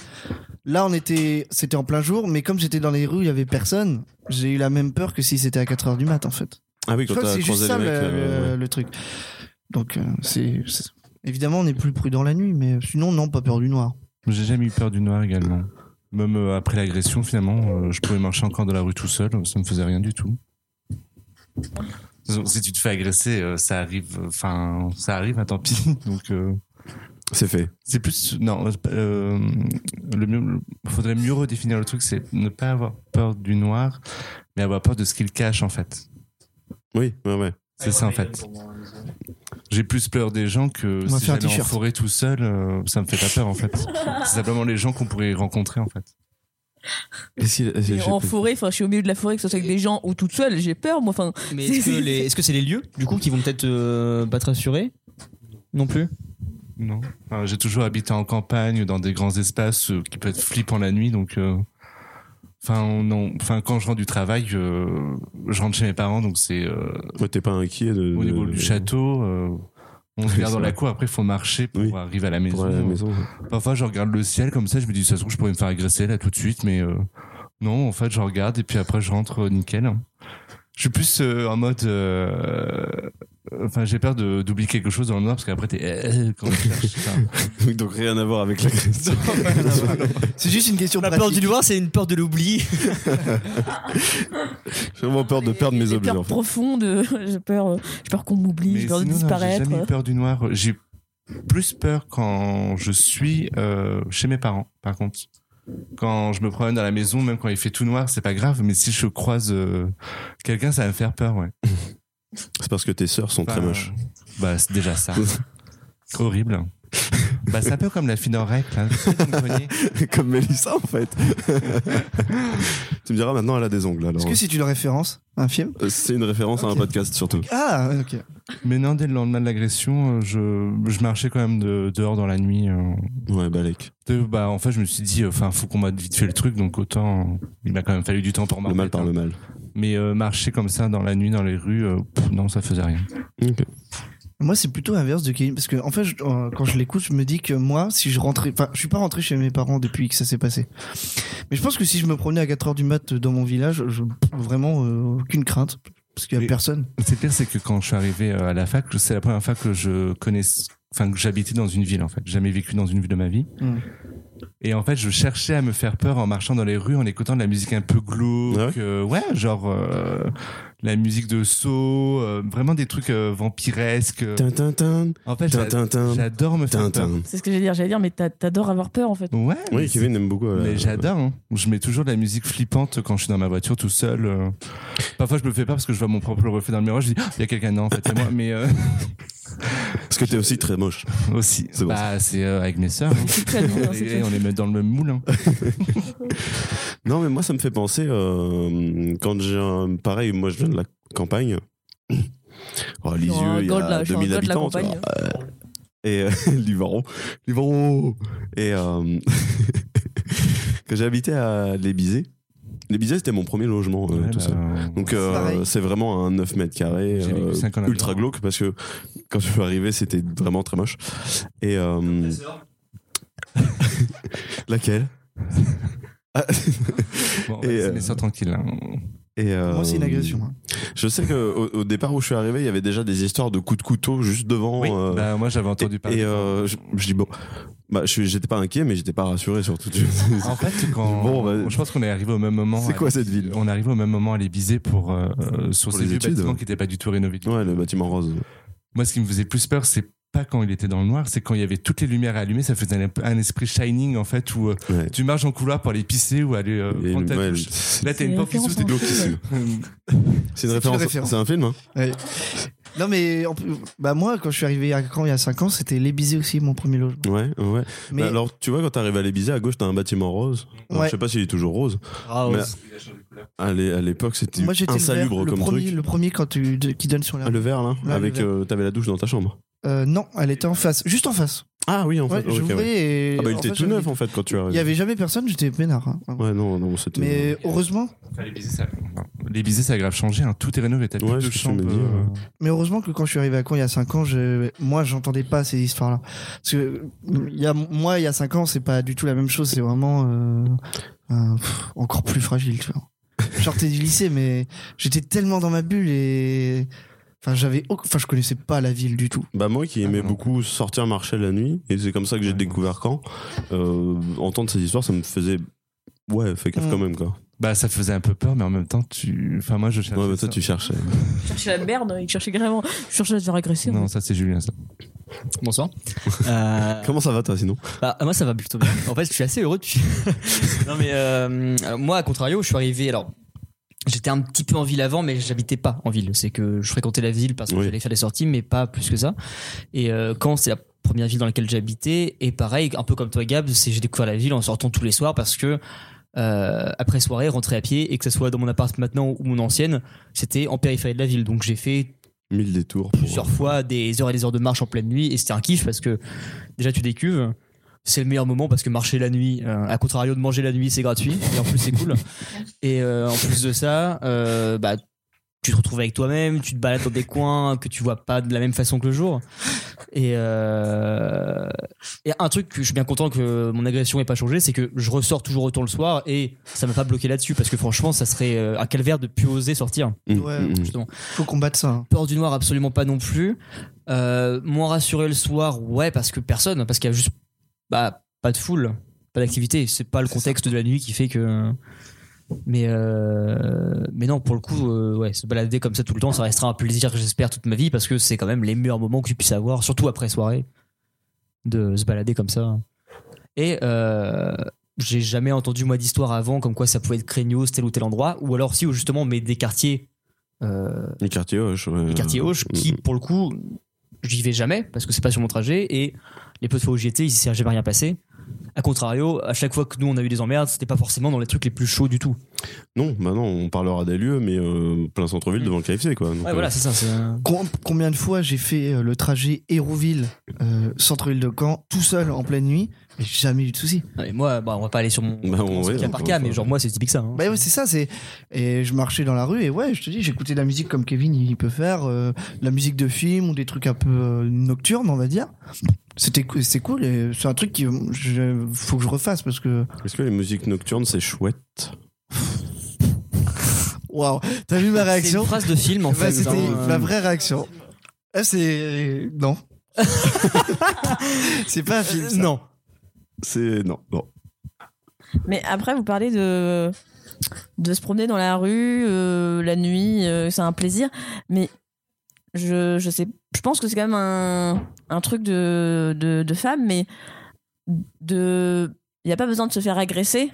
Speaker 3: Là, on était, c'était en plein jour, mais comme j'étais dans les rues, il y avait personne. J'ai eu la même peur que si c'était à 4 heures du mat, en fait.
Speaker 2: Ah oui,
Speaker 3: Je
Speaker 2: quand
Speaker 3: crois que
Speaker 2: t'as
Speaker 3: c'est
Speaker 2: croisé
Speaker 3: juste ça
Speaker 2: les
Speaker 3: le,
Speaker 2: mecs.
Speaker 3: le-
Speaker 2: euh, ouais.
Speaker 3: le truc. Donc, euh, c'est c'est- évidemment, on est plus prudent la nuit, mais sinon, non, pas peur du noir.
Speaker 5: J'ai jamais eu peur du noir également. Même euh, après l'agression, finalement, euh, je pouvais marcher encore dans la rue tout seul, ça me faisait rien du tout. Si tu te fais agresser, euh, ça arrive, euh, enfin, ça arrive, hein, tant pis. Donc, euh,
Speaker 2: C'est fait.
Speaker 5: c'est plus, non, euh, le mieux, le- faudrait mieux redéfinir le truc, c'est ne pas avoir peur du noir, mais avoir peur de ce qu'il cache en fait.
Speaker 2: Oui, ouais, ouais.
Speaker 5: C'est ça en fait. J'ai plus peur des gens que
Speaker 3: va
Speaker 5: si
Speaker 3: faire un
Speaker 5: j'allais en
Speaker 3: t-shirt.
Speaker 5: forêt tout seul, euh, ça me fait pas peur en fait. C'est simplement les gens qu'on pourrait rencontrer en fait.
Speaker 2: Qu'est-ce qu'il- j'ai- j'ai
Speaker 4: en
Speaker 2: pas-
Speaker 4: forêt, enfin, je suis au milieu de la forêt, que ce soit avec des gens ou toute seule, j'ai peur, moi. Enfin,
Speaker 1: Mais est-ce que les- est-ce que c'est les lieux du coup qui vont peut-être euh, pas te rassurer non plus
Speaker 5: Non. Enfin, J'ai toujours habité en campagne, dans des grands espaces euh, qui peuvent être flippants la nuit. Donc, euh, enfin, non. Enfin, quand je rentre du travail, euh, je rentre chez mes parents. Donc, c'est euh,
Speaker 2: Ouais, t'es pas inquiet de.
Speaker 5: au niveau
Speaker 2: de-
Speaker 5: du château. euh, on se
Speaker 2: Oui,
Speaker 5: regarde dans
Speaker 2: c'est
Speaker 5: la
Speaker 2: vrai.
Speaker 5: cour. Après, il faut marcher pour
Speaker 2: Oui.
Speaker 5: arriver à la maison.
Speaker 2: Pour aller à la maison.
Speaker 5: Parfois, je regarde le ciel comme ça. Je me dis, ça se trouve, je pourrais me faire agresser là tout de suite. Mais euh, non, en fait, je regarde et puis après, je rentre euh, nickel. Je suis plus euh, en mode. euh, Enfin, j'ai peur de- d'oublier quelque chose dans le noir parce qu'après, t'es. euh, quand tu cherches, enfin,
Speaker 2: ouais. Donc rien à voir avec la question.
Speaker 3: C'est juste une question
Speaker 1: La
Speaker 2: Bah,
Speaker 3: pratique.
Speaker 1: Bah, peur du noir, c'est une peur de l'oubli.
Speaker 2: J'ai vraiment peur de
Speaker 4: les-
Speaker 2: perdre mes
Speaker 4: les
Speaker 2: objets.
Speaker 4: peurs
Speaker 2: en fait.
Speaker 4: profondes, euh, j'ai peur, euh, j'ai peur qu'on m'oublie, j'ai peur de
Speaker 5: sinon, non,
Speaker 4: disparaître.
Speaker 5: J'ai jamais eu peur du noir. J'ai plus peur quand je suis euh, chez mes parents, par contre. Quand je me promène dans la maison, même quand il fait tout noir, c'est pas grave. Mais si je croise euh, quelqu'un, ça va me faire peur, ouais.
Speaker 2: C'est parce que tes sœurs sont très
Speaker 5: Enfin,
Speaker 2: moches.
Speaker 5: Bah, c'est déjà ça. Horrible. Bah, c'est un peu comme la fille d'Orec, là. Tu sais, vous me connaissez.
Speaker 2: Comme Mélissa, en fait. tu me diras maintenant, elle a des ongles alors.
Speaker 3: Est-ce que c'est une référence à un film
Speaker 2: Euh, C'est une référence à un
Speaker 3: Ok.
Speaker 2: podcast surtout.
Speaker 3: Ah, ok.
Speaker 5: Mais non, dès le lendemain de l'agression, euh, je, je marchais quand même de- dehors dans la nuit. euh,
Speaker 2: Ouais, Balek.
Speaker 5: Euh, Bah, en fait, je me suis dit, enfin, faut qu'on m'a vite fait le truc, donc autant. euh, Il m'a quand même fallu du temps pour
Speaker 2: Le
Speaker 5: marcher.
Speaker 2: mal par le mal.
Speaker 5: Mais euh, marcher comme ça dans la nuit, dans les rues, euh, pff, non, ça faisait rien.
Speaker 2: Ok.
Speaker 3: Moi, c'est plutôt l'inverse de Kevin. Parce que, en fait, je- euh, quand je l'écoute, je me dis que moi, si je rentrais. Enfin, je suis pas rentré chez mes parents depuis que ça s'est passé. Mais je pense que si je me promenais à 4h du mat dans mon village, je, vraiment euh, aucune crainte. Parce qu'il y a
Speaker 5: Mais-
Speaker 3: personne.
Speaker 5: C'est pire, c'est que quand je suis arrivé euh, à la fac, c'est la première fois que je connais, enfin, que j'habitais dans une ville, en fait. J'ai Jamais vécu dans une ville de ma vie.
Speaker 3: Mm.
Speaker 5: Et en fait, je cherchais à me faire peur en marchant dans les rues, en écoutant de la musique un peu glauque,
Speaker 2: Ah ouais
Speaker 5: euh, ouais, genre euh, la musique de saut, euh, vraiment des trucs euh, vampiresques.
Speaker 2: Tintintin,
Speaker 5: En fait, j'a-
Speaker 2: tintintin,
Speaker 5: j'adore me faire peur.
Speaker 2: tintin.
Speaker 4: C'est ce que j'allais dire, j'allais dire, mais t'a- t'adores avoir peur en fait.
Speaker 5: Ouais. mais
Speaker 2: Oui, Kevin aime beaucoup. euh,
Speaker 5: Mais j'adore. hein. Je mets toujours de la musique flippante quand je suis dans ma voiture tout seul. euh. Parfois, je me fais pas parce que je vois mon propre reflet dans le miroir. Je dis, oh, il y a quelqu'un, non, en fait, c'est moi. Mais euh,
Speaker 2: Parce que t'es aussi très moche.
Speaker 5: aussi,
Speaker 2: C'est bon,
Speaker 5: bah, c'est euh, avec mes sœurs. hein.
Speaker 4: C'est très bien, c'est
Speaker 5: Et
Speaker 4: très
Speaker 5: on les met dans le même moule. hein.
Speaker 2: Non, mais moi, ça me fait penser euh, quand j'ai un. Pareil, moi, je viens de la campagne. Oh,
Speaker 4: Je
Speaker 2: les
Speaker 4: suis en
Speaker 2: yeux, il y
Speaker 4: gold, là,
Speaker 2: a
Speaker 4: je suis en
Speaker 2: 2000
Speaker 4: gold, la
Speaker 2: habitants. tu vois.
Speaker 4: campagne.
Speaker 2: Euh, et euh, Livaron. Livaron Et euh, que j'habitais à Lébizé. Lébizé, c'était mon premier logement euh,
Speaker 5: Ouais,
Speaker 2: tout seul.
Speaker 5: bah,
Speaker 2: Donc euh,
Speaker 3: Pareil.
Speaker 2: c'est vraiment un 9 mètres carrés,
Speaker 5: J'ai vécu
Speaker 2: euh,
Speaker 5: cinq ans là-dedans.
Speaker 2: ultra glauque parce que quand je suis arrivé c'était vraiment très moche. Et euh, laquelle Ah,
Speaker 5: bon,
Speaker 2: et,
Speaker 5: ouais, c'est
Speaker 2: euh,
Speaker 5: mes sœurs tranquilles. hein.
Speaker 2: Et, euh,
Speaker 3: Moi, c'est une agression. hein.
Speaker 2: Je sais que au, au départ où je suis arrivé, il y avait déjà des histoires de coups de couteau juste devant. euh,
Speaker 5: Bah, moi, j'avais entendu
Speaker 2: et
Speaker 5: parler.
Speaker 2: et, euh, je, je dis bon, bah, je suis- j'étais pas inquiet, mais j'étais pas rassuré surtout.
Speaker 5: En fait, quand
Speaker 2: Bon, bah,
Speaker 5: je pense qu'on est arrivé au même moment.
Speaker 2: C'est quoi cette ville
Speaker 5: On est arrivé au même moment à l'Élysée pour euh, euh, sur
Speaker 2: Pour
Speaker 5: ces
Speaker 2: les
Speaker 5: vieux
Speaker 2: études.
Speaker 5: bâtiments qui n'étaient pas du tout rénovés. du tout.
Speaker 2: Ouais, le bâtiment rose.
Speaker 5: Moi, ce qui me faisait plus peur, c'est pas quand il était dans le noir, c'est quand il y avait toutes les lumières allumées, ça faisait un, un esprit shining en fait où euh,
Speaker 2: Ouais.
Speaker 5: tu marches en couloir pour aller pisser ou aller euh,
Speaker 2: Et
Speaker 5: prendre ta
Speaker 2: le- ouais,
Speaker 5: douche.
Speaker 2: le-
Speaker 5: Là, t'as une
Speaker 4: C'est
Speaker 5: porte qui s'ouvre,
Speaker 4: référence à
Speaker 5: t'es
Speaker 4: un
Speaker 5: donc-
Speaker 4: film.
Speaker 3: Euh,
Speaker 2: C'est
Speaker 3: une
Speaker 2: une référence.
Speaker 3: référence.
Speaker 2: C'est un film. Hein
Speaker 3: Ouais. Non, mais en plus- bah, moi, quand je suis arrivé à Caen il y a 5 ans, c'était l'Ébisé aussi, mon premier logement.
Speaker 2: ouais, ouais.
Speaker 3: Mais
Speaker 2: Bah, alors, tu vois, quand t'arrives à l'Élysée, à gauche, t'as un bâtiment rose. Alors,
Speaker 3: Ouais.
Speaker 2: Je sais pas s'il est toujours rose.
Speaker 3: Ah,
Speaker 1: Bravo.
Speaker 2: Mais- À l'é- à l'époque, c'était
Speaker 3: moi, j'étais le
Speaker 2: insalubre
Speaker 3: vert, le,
Speaker 2: comme
Speaker 3: premier,
Speaker 2: truc.
Speaker 3: le premier quand tu, de- qui donne sur la
Speaker 2: Ah, le vert là,
Speaker 3: Là,
Speaker 2: avec
Speaker 3: le vert.
Speaker 2: euh, t'avais la douche dans ta chambre.
Speaker 3: Euh, non, elle était en face, juste en face.
Speaker 2: Ah oui, en
Speaker 3: Ouais,
Speaker 2: fait. ok,
Speaker 3: j'ouvrais
Speaker 2: ouais.
Speaker 3: et.
Speaker 2: Ah bah il
Speaker 3: en
Speaker 2: était
Speaker 3: face,
Speaker 2: tout
Speaker 3: j'avais-
Speaker 2: neuf en fait quand tu
Speaker 3: Il y
Speaker 2: arrives.
Speaker 3: avait jamais personne, j'étais peinard. hein.
Speaker 2: Ouais, non, non, c'était.
Speaker 3: Mais heureusement,
Speaker 5: Enfin, L'Élysée, ça... non. L'Élysée, ça a grave changé. hein. Tout est rénové. T'as plus
Speaker 2: Ouais,
Speaker 5: de
Speaker 2: c'est ce que tu
Speaker 5: chambres.
Speaker 2: me dis,
Speaker 5: euh,
Speaker 3: mais heureusement que quand je suis arrivé à Caen il y a 5 ans, je... moi j'entendais pas ces histoires-là. Parce que il y a... moi il y a 5 ans, c'est pas du tout la même chose, c'est vraiment euh, euh, pff, encore plus fragile, tu vois. Je sortais du lycée, mais j'étais tellement dans ma bulle et. Enfin, j'avais. au- Enfin, je connaissais pas la ville du tout.
Speaker 2: Bah moi qui aimais
Speaker 5: Ah, non.
Speaker 2: beaucoup sortir marcher la nuit, et c'est comme ça que
Speaker 3: Ah,
Speaker 2: j'ai
Speaker 5: Ouais.
Speaker 2: découvert Caen, euh, entendre ces histoires, ça me faisait... Ouais, fais gaffe
Speaker 3: Mm.
Speaker 2: quand même quoi.
Speaker 5: Bah, ça faisait un peu peur, mais en même temps, tu. Enfin, moi, je cherchais.
Speaker 2: Ouais, mais
Speaker 5: ça.
Speaker 2: toi tu cherchais.
Speaker 3: Bah.
Speaker 4: Je cherchais la merde, il cherchait carrément. Je cherchais à se faire agresser.
Speaker 5: Non, ça, c'est Julien, ça.
Speaker 1: Bonsoir. Euh,
Speaker 2: Comment ça va toi sinon
Speaker 1: Bah, moi, ça va plutôt bien. En fait, je suis assez heureux depuis. non, mais euh, euh, moi, à contrario, je suis arrivé. Alors, j'étais un petit peu en ville avant, mais j'habitais pas en ville. C'est que je fréquentais la ville parce que
Speaker 2: Oui.
Speaker 1: j'allais faire des sorties, mais pas plus que ça. Et euh, Caen, c'est la première ville dans laquelle j'habitais. Et pareil, un peu comme toi, Gab, c'est j'ai découvert la ville en sortant tous les soirs parce que. euh, après soirée, rentrer à pied et que ce soit dans mon appart maintenant ou mon ancienne, c'était en périphérie de la ville. Donc j'ai fait
Speaker 2: Mille détours. Pour... euh,
Speaker 1: plusieurs fois des heures et des heures de marche en pleine nuit et c'était un kiff parce que déjà tu décuves c'est le meilleur moment parce que marcher la nuit euh, à contrario de manger la nuit c'est gratuit et en plus c'est cool et euh, en plus de ça euh, bah tu te retrouves avec toi-même, tu te balades dans des coins que tu vois pas de la même façon que le jour. Et, euh, et un truc que je suis bien content que mon agression ait pas changé, c'est que je ressors toujours autant le soir et ça m'a pas bloqué là-dessus parce que franchement, ça serait euh, un calvaire de plus oser sortir.
Speaker 2: Mm,
Speaker 3: Ouais.
Speaker 2: mm, mm.
Speaker 1: Justement.
Speaker 3: Faut combattre ça. hein.
Speaker 1: Peur du noir, absolument pas non plus. Euh, moins rassuré le soir, ouais, parce que personne, parce qu'il y a juste bah, pas de foule, pas d'activité. C'est pas le contexte de la nuit qui fait que. Mais, euh, mais non, pour le coup, euh, ouais, se balader comme ça tout le temps, ça restera un plaisir, j'espère, toute ma vie, parce que c'est quand même les meilleurs moments que tu puisses avoir, surtout après soirée, de se balader comme ça. Et euh, j'ai jamais entendu, moi, d'histoire avant, comme quoi ça pouvait être craignos, tel ou tel endroit, ou alors si, ou justement, mais des quartiers. euh,
Speaker 2: Les quartiers hoches. Ouais. Mmh.
Speaker 1: le quartier Hoche
Speaker 2: euh,
Speaker 1: qui pour le coup j'y vais jamais parce que c'est pas sur mon trajet et les peu de fois où j'y étais il s'est jamais rien passé à contrario à chaque fois que nous on a eu des emmerdes c'était pas forcément dans les trucs les plus chauds du tout
Speaker 2: Non, bah non, on parlera des lieux, mais euh, plein centre-ville
Speaker 1: Mm.
Speaker 2: devant le KFC quoi. Donc,
Speaker 1: ouais
Speaker 2: euh,
Speaker 1: voilà c'est ça c'est un-
Speaker 3: Com- combien de fois j'ai fait euh, le trajet Hérouville, euh, centre-ville de Caen, tout seul en pleine nuit, et j'ai jamais eu de soucis.
Speaker 1: Non, mais moi bah, on va pas aller sur mon
Speaker 2: Bah, on-
Speaker 1: mon
Speaker 2: ouais,
Speaker 1: cas
Speaker 2: on-
Speaker 1: par cas
Speaker 2: on-
Speaker 1: mais genre moi c'est typique ça hein.
Speaker 3: Bah ouais, c'est ça, c'est. Et je marchais dans la rue et ouais, je te dis, j'écoutais de la musique comme Kevin il peut faire, euh, de la musique de film ou des trucs un peu euh, nocturnes, on va dire. C'était cou- c'est cool et c'est un truc qui je, faut que je refasse parce que
Speaker 2: euh, Est-ce que les musiques nocturnes c'est chouette
Speaker 3: waouh, t'as vu ma
Speaker 1: c'est une
Speaker 3: réaction
Speaker 1: phrase de film en
Speaker 3: Bah,
Speaker 1: fait
Speaker 3: C'était
Speaker 1: genre, euh,
Speaker 3: ma vraie réaction. Ah, c'est non. c'est pas un film. ça.
Speaker 1: Euh, non
Speaker 2: C'est non, non.
Speaker 4: Mais après, vous parlez de, de se promener dans la rue, euh, la nuit, euh, c'est un plaisir. Mais je, je sais, je pense que c'est quand même un, un truc de, de, de femme, mais de, il n'y a pas besoin de se faire agresser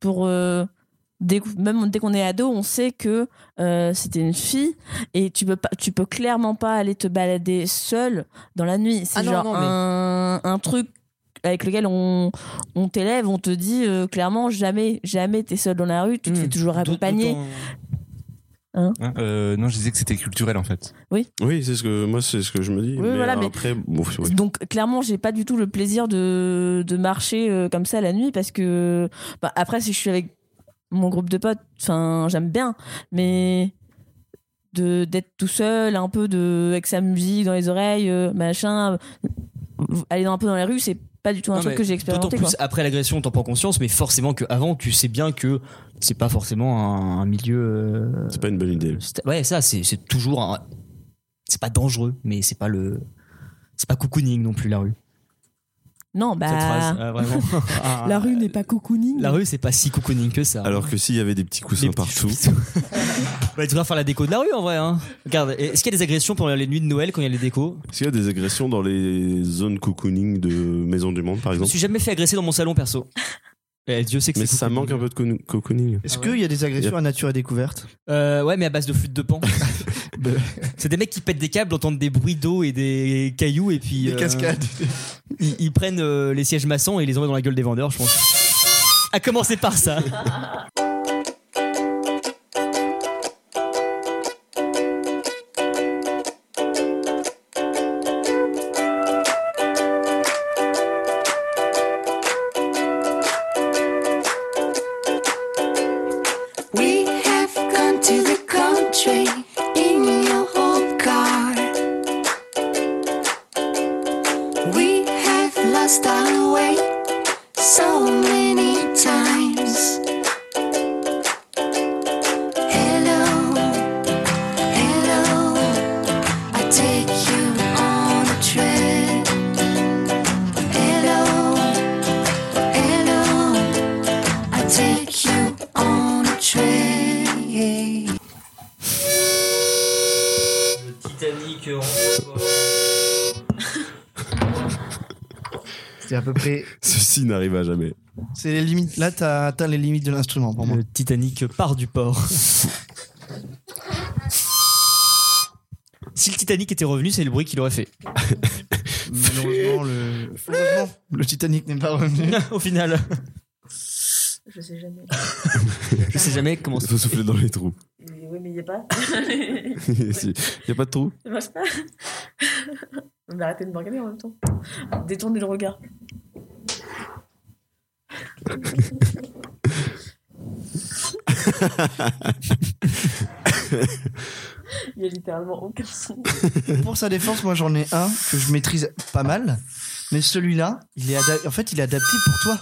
Speaker 4: pour. euh, décou- même dès qu'on est ado, on sait que euh, c'était une fille et tu peux pas, tu peux clairement pas aller te balader seule dans la nuit. C'est
Speaker 10: Ah non,
Speaker 4: genre
Speaker 10: non, mais-
Speaker 4: un, un truc avec lequel on, on t'élève, on te dit euh, clairement jamais, jamais t'es seul dans la rue, tu te
Speaker 1: Mmh.
Speaker 4: fais toujours accompagner.
Speaker 1: D'autant-
Speaker 5: Hein Euh, non, je disais que c'était culturel, en fait.
Speaker 2: Oui, c'est ce que moi c'est ce que je me dis.
Speaker 4: Oui, voilà, mais-
Speaker 2: après, bon, oui.
Speaker 4: Donc clairement, j'ai pas du tout le plaisir de, de marcher euh, comme ça la nuit parce que bah, après si je suis avec mon groupe de potes, enfin j'aime bien, mais de d'être tout seul, un peu de avec sa musique dans les oreilles, euh, machin, euh, aller un peu dans la rue, c'est pas du tout un
Speaker 1: Non,
Speaker 4: truc
Speaker 1: mais
Speaker 4: que j'ai
Speaker 1: D'autant
Speaker 4: expérimenté.
Speaker 1: plus après l'agression, t'en prends conscience, mais forcément qu'avant, tu sais bien que c'est pas forcément un, un milieu. euh,
Speaker 2: C'est pas une bonne idée.
Speaker 1: sta- Ouais, ça, c'est c'est toujours. un- C'est pas dangereux, mais c'est pas le. C'est pas cocooning non plus la rue.
Speaker 4: quoi. Non, bah.
Speaker 1: Cette phrase, euh, vraiment. Ah,
Speaker 4: La rue n'est pas cocooning.
Speaker 1: La rue, c'est pas si cocooning que ça.
Speaker 2: Alors que s'il y avait des petits coussins
Speaker 1: Ah. Des petits
Speaker 2: partout,
Speaker 1: Bah, tu devrais faire la déco de la rue en vrai. Hein. Regarde, est-ce qu'il y a des agressions pendant les nuits de Noël quand il y a les décos
Speaker 2: s'il y a des agressions dans les zones cocooning de Maison du Monde, par
Speaker 1: Je me
Speaker 2: exemple,
Speaker 1: suis jamais fait agresser dans mon salon perso. Eh, Dieu sait que
Speaker 2: mais
Speaker 1: c'est
Speaker 2: ça
Speaker 1: cocooning.
Speaker 2: manque un peu de co- cocooning.
Speaker 3: Est-ce
Speaker 1: Ah ouais.
Speaker 3: qu'il y a des agressions à nature et découverte
Speaker 1: Euh, ouais, mais à base de flûte de pan. c'est des mecs qui pètent des câbles, entendent des bruits d'eau et des cailloux, et puis. euh, ils, ils prennent euh, les sièges maçons et les envoient dans la gueule des vendeurs, je pense. À commencer par ça.
Speaker 9: We have gone to the country in your old car. We have lost our way so many times. Hello, hello, I take you on a trip. Hello, hello. I take you on a trip.
Speaker 1: Titanic.
Speaker 3: C'est à peu près.
Speaker 2: Ceci n'arrive à jamais.
Speaker 3: C'est les limites. Là, t'as atteint les limites de l'instrument pour moi.
Speaker 1: Le Titanic part du port. Si le Titanic était revenu, c'est le bruit qu'il aurait fait.
Speaker 3: Malheureusement, le. Heureusement, le Titanic n'est pas revenu.
Speaker 1: Au final,
Speaker 4: Je sais jamais.
Speaker 1: je sais jamais comment.
Speaker 2: Il faut souffler dans les trous.
Speaker 4: Oui, mais il n'y a pas.
Speaker 2: Il n'y a pas de trous.
Speaker 4: Ça marche pas. Mais arrêtez de me regarder en même temps. Détournez le regard. Il y a littéralement aucun son.
Speaker 3: Pour sa défense, moi j'en ai un que je maîtrise pas mal, mais celui-là, il est ada- en fait, il est adapté pour toi.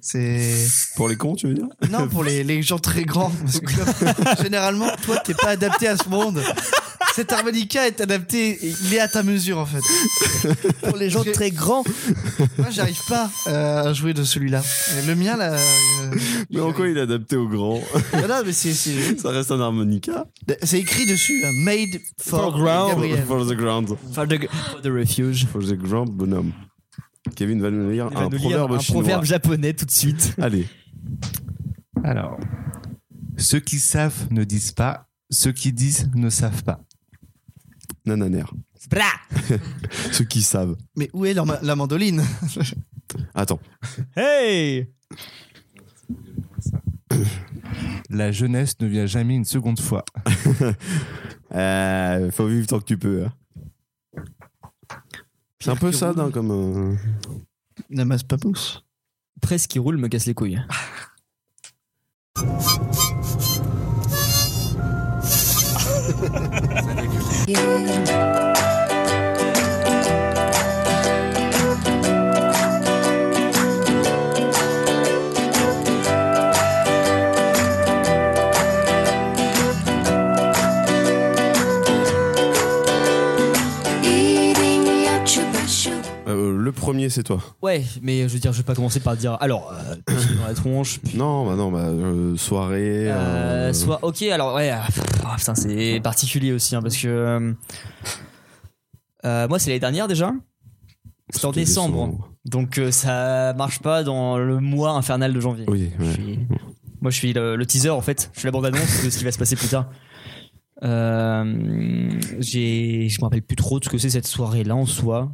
Speaker 3: C'est
Speaker 2: Pour les cons, tu veux dire
Speaker 3: non pour les, les gens très grands parce que généralement toi t'es pas adapté à ce monde. Cet harmonica est adapté, il est à ta mesure en fait. Pour les gens très grands, moi j'arrive pas euh, à jouer de celui-là. Et Le mien là, euh,
Speaker 2: Mais en quoi il est adapté aux grands
Speaker 3: voilà, mais c'est c'est-
Speaker 2: Ça reste un harmonica
Speaker 3: c'est écrit dessus, hein, made for,
Speaker 1: Oh,
Speaker 3: Gabriel.
Speaker 2: For the ground.
Speaker 1: For the, refuge.
Speaker 2: For the ground, bonhomme. Kevin va nous lire un proverbe
Speaker 1: un
Speaker 2: chinois.
Speaker 1: proverbe japonais tout de suite.
Speaker 2: Allez.
Speaker 5: Alors, ceux qui savent ne disent pas, ceux qui disent ne savent pas.
Speaker 2: Nananer. Ceux qui savent.
Speaker 3: Mais où est leur ma- la mandoline
Speaker 2: Attends.
Speaker 1: Hey
Speaker 5: La jeunesse ne vient jamais une seconde fois.
Speaker 2: Euh, faut vivre tant que tu peux. hein. C'est un peu ça, d'un comme. euh,
Speaker 3: N'amasse pas pouce.
Speaker 1: Presse qui roule me casse les couilles.
Speaker 9: Eating your chupa chup.
Speaker 2: euh, le premier, c'est toi.
Speaker 1: Ouais, mais je veux dire, je vais pas commencer par dire. Alors, euh, pied dans la tronche. puis-
Speaker 2: Non, bah non, bah euh, soirée.
Speaker 1: Euh,
Speaker 2: euh,
Speaker 1: soit ok alors ouais ah, pff, ah, putain c'est particulier aussi hein, parce que euh, euh, moi c'est l'année dernière déjà c'est en
Speaker 2: c'était
Speaker 1: décembre donc euh, ça marche pas dans le mois infernal de janvier
Speaker 2: Oui,
Speaker 1: Je
Speaker 2: ouais.
Speaker 1: suis- moi je suis le, le teaser en fait je suis la bande annonce de ce qui va se passer plus tard Euh, j'ai je me rappelle plus trop de ce que c'est cette soirée là en soi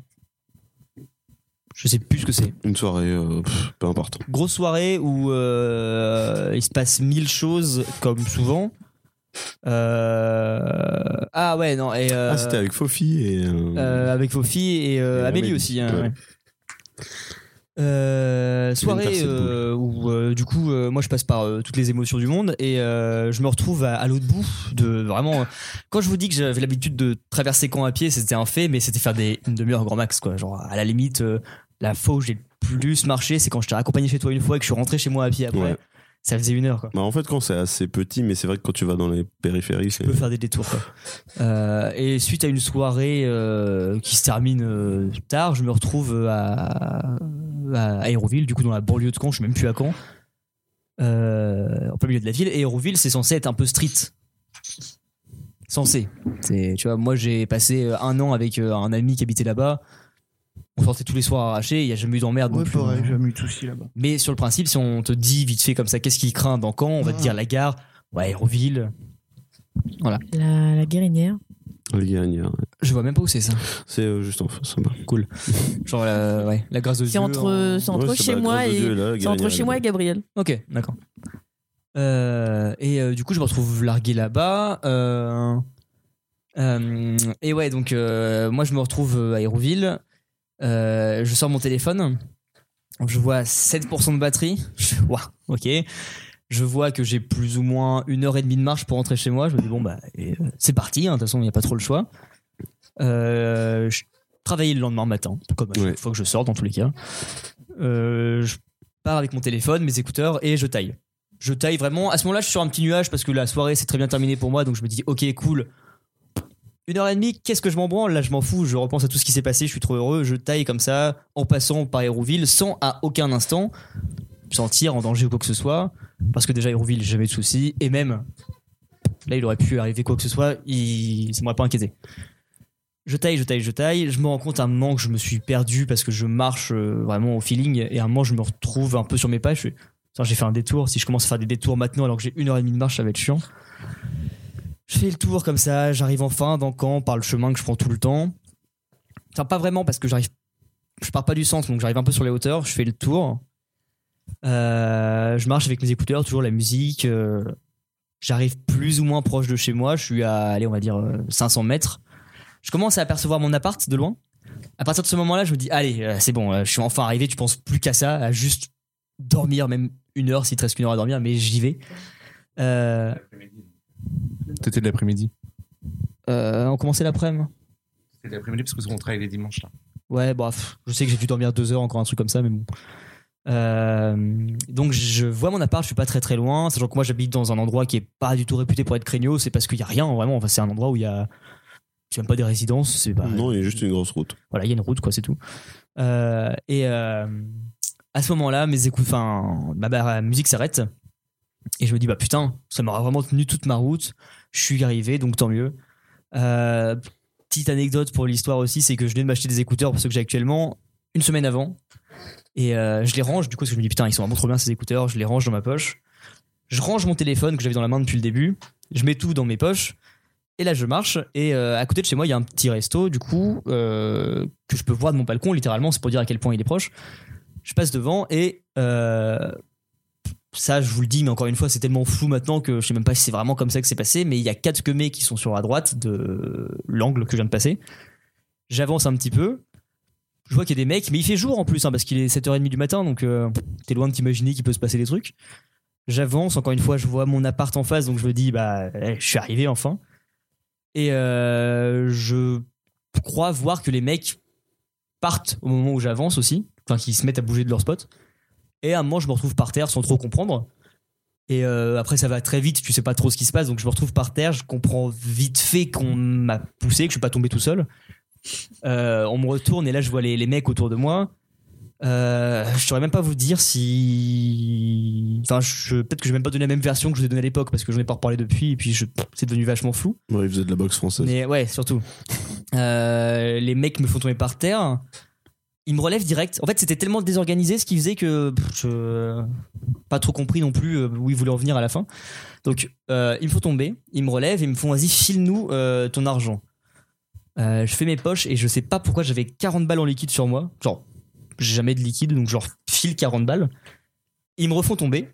Speaker 1: je sais plus ce que c'est
Speaker 2: une soirée, euh, pff, peu importe.
Speaker 1: grosse soirée où euh, il se passe mille choses comme souvent. Euh, Ah ouais non et euh,
Speaker 2: ah, c'était avec Fofi et. euh,
Speaker 1: euh, avec vos filles et, euh,
Speaker 2: Et
Speaker 1: Amélie
Speaker 2: Amélie,
Speaker 1: aussi. hein,
Speaker 2: ouais.
Speaker 1: ouais. Euh,
Speaker 2: Une
Speaker 1: soirée
Speaker 2: percée de boule.
Speaker 1: euh, où euh, du coup euh, moi je passe par euh, toutes les émotions du monde et euh, je me retrouve à, à l'autre bout de vraiment euh, quand je vous dis que j'avais l'habitude de traverser camp à pied c'était un fait mais c'était faire des une demi-heure grand max quoi genre à la limite euh, la fois où j'ai le plus marché, c'est quand je t'ai accompagné chez toi une fois et que je suis rentré chez moi à pied après.
Speaker 2: Ouais.
Speaker 1: Ça faisait une heure, quoi.
Speaker 2: Bah, en fait, quand c'est assez petit, mais c'est vrai que quand tu vas dans les périphéries, c'est.
Speaker 1: Tu peux faire des détours, quoi. Euh, et suite à une soirée euh, qui se termine euh, tard, je me retrouve euh, à, à Aéroville, du coup, dans la banlieue de Caen, je suis même plus à Caen, euh, en plein milieu de la ville. Et Aéroville, c'est censé être un peu street. Censé. C'est, tu vois, moi, j'ai passé euh, un an avec euh, un ami qui habitait là-bas. On sortait tous les soirs arrachés, il n'y a jamais eu d'emmerde. non
Speaker 3: Ouais,
Speaker 1: plus. hein.
Speaker 3: pareil, j'ai jamais eu de soucis là-bas.
Speaker 1: Mais sur le principe, si on te dit vite fait comme ça, qu'est-ce qu'il craint dans Caen On va te
Speaker 3: Ah.
Speaker 1: dire la gare, ouais, Aéroville.
Speaker 4: La, la guérinière.
Speaker 2: Les Guérinières, ouais.
Speaker 1: Je vois même pas où c'est ça.
Speaker 2: C'est euh, juste en face. là-bas.
Speaker 1: Genre la, ouais, la grâce de Dieu.
Speaker 4: C'est entre,
Speaker 1: en-
Speaker 4: c'est entre
Speaker 2: Ouais, c'est
Speaker 4: chez
Speaker 2: pas la hein,
Speaker 4: moi
Speaker 2: Grosse de Dieu,
Speaker 4: et.
Speaker 2: là,
Speaker 4: C'est entre
Speaker 2: Guérinières,
Speaker 4: chez moi et
Speaker 2: là-bas.
Speaker 4: Gabriel.
Speaker 1: Ok, d'accord. Euh, et euh, du coup, je me retrouve largué là-bas. euh, euh, et ouais, donc euh, moi, je me retrouve à Hérouville. Euh, je sors mon téléphone. Je vois 7% de batterie. Je fais, Ouah, ok. Je vois que j'ai plus ou moins une heure et demie de marche pour rentrer chez moi. Je me dis, bon, bah, et, euh, c'est parti. hein, De toute façon, il n'y a pas trop le choix. Euh, je travaillais le lendemain matin, comme à chaque
Speaker 2: Ouais.
Speaker 1: fois que je sors, dans tous les cas. Euh, je pars avec mon téléphone, mes écouteurs, et je taille. Je taille vraiment. À ce moment-là, je suis sur un petit nuage parce que la soirée s'est très bien terminée pour moi, donc je me dis, ok, cool. Une heure et demie, qu'est-ce que je m'en branle Là, je m'en fous, je repense à tout ce qui s'est passé, je suis trop heureux, je taille comme ça, en passant par Hérouville, sans à aucun instant me sentir en danger ou quoi que ce soit. Parce que déjà, Hérouville, j'ai jamais eu de soucis, et même, là, il aurait pu arriver quoi que ce soit, il... ça m'aurait pas inquiété. Je taille, je taille, je taille. Je me rends compte à un moment que je me suis perdu parce que je marche euh, vraiment au feeling. Et à un moment, je me retrouve un peu sur mes pas. Je fais, Putain, j'ai fait un détour. Si je commence à faire des détours maintenant alors que j'ai une heure et demie de marche, ça va être chiant. Je fais le tour comme ça. J'arrive enfin dans Caen par le chemin que je prends tout le temps. Enfin, pas vraiment parce que j'arrive. Je pars pas du centre, donc j'arrive un peu sur les hauteurs. Je fais le tour. Euh, je marche avec mes écouteurs, toujours la musique. euh, j'arrive plus ou moins proche de chez moi. Je suis à, allez, on va dire euh, 500 mètres je commence à apercevoir mon appart de loin. À partir de ce moment-là, je me dis allez, euh, c'est bon, euh, je suis enfin arrivé. Tu penses plus qu'à ça, à juste dormir, même une heure s'il te reste qu'une heure à dormir, mais j'y vais. Euh,
Speaker 5: C'était de l'après-midi.
Speaker 1: euh, on commençait l'après-midi.
Speaker 5: C'était de l'après-midi parce qu'on travaille les dimanches là.
Speaker 1: Ouais, bah, pff, je sais que j'ai dû dormir deux heures, encore un truc comme ça, mais bon. Euh, donc je vois mon appart, je suis pas très très loin, sachant que moi j'habite dans un endroit qui est pas du tout réputé pour être craignos, c'est parce qu'il y a rien vraiment, enfin c'est un endroit où il y a... C'est même pas des résidences, c'est pas...
Speaker 2: Ah Non, il y a juste une grosse route.
Speaker 1: voilà, il y a une route, quoi, c'est tout. Euh, et euh, à ce moment-là, mes écoutes, enfin, ma barre- ma musique s'arrête. Et je me dis, bah putain, ça m'aura vraiment tenu toute ma route. Je suis arrivé, donc tant mieux. Euh, petite anecdote pour l'histoire aussi, c'est que je venais de m'acheter des écouteurs pour ceux que j'ai actuellement une semaine avant. Et euh, je les range, du coup, parce que je me dis, putain, ils sont vraiment trop bien ces écouteurs, je les range dans ma poche. Je range mon téléphone que j'avais dans la main depuis le début. Je mets tout dans mes poches. Et là, je marche. Et euh, à côté de chez moi, il y a un petit resto, du coup, euh, que je peux voir de mon balcon, littéralement. C'est pour dire à quel point il est proche. Je passe devant et. euh, ça, je vous le dis, mais encore une fois, c'est tellement flou maintenant que je sais même pas si c'est vraiment comme ça que c'est passé. Mais il y a quatre quemets qui sont sur la droite de l'angle que je viens de passer. J'avance un petit peu. Je vois qu'il y a des mecs, mais il fait jour en plus, hein, parce qu'il est 7h30 du matin, donc euh, t'es loin de t'imaginer qu'il peut se passer des trucs. J'avance, encore une fois, je vois mon appart en face, donc je me dis, bah, eh, je suis arrivé enfin. Et euh, je crois voir que les mecs partent au moment où j'avance aussi, enfin qu'ils se mettent à bouger de leur spot. Et à un moment, je me retrouve par terre sans trop comprendre. Et euh, après, ça va très vite, tu sais pas trop ce qui se passe, donc je me retrouve par terre, je comprends vite fait qu'on m'a poussé, que je suis pas tombé tout seul. Euh, on me retourne et là, je vois les, les mecs autour de moi. Euh, je saurais même pas vous dire si. Enfin, je- peut-être que je vais même pas donner la même version que je vous ai donnée à l'époque parce que je n'en ai pas reparlé depuis et puis je... c'est devenu vachement flou.
Speaker 2: Ouais, il faisait de la boxe française.
Speaker 1: Mais ouais, surtout. Euh, les mecs me font tomber par terre. Ils me relèvent direct. En fait, c'était tellement désorganisé ce qui faisait que pff, je pas trop compris non plus euh, où ils voulaient en venir à la fin. Donc, euh, ils me font tomber, ils me relèvent, ils me font vas-y, file-nous euh, ton argent. Euh, je fais mes poches et je sais pas pourquoi j'avais 40 balles en liquide sur moi. Genre, j'ai jamais de liquide, donc genre file 40 balles. Ils me refont tomber.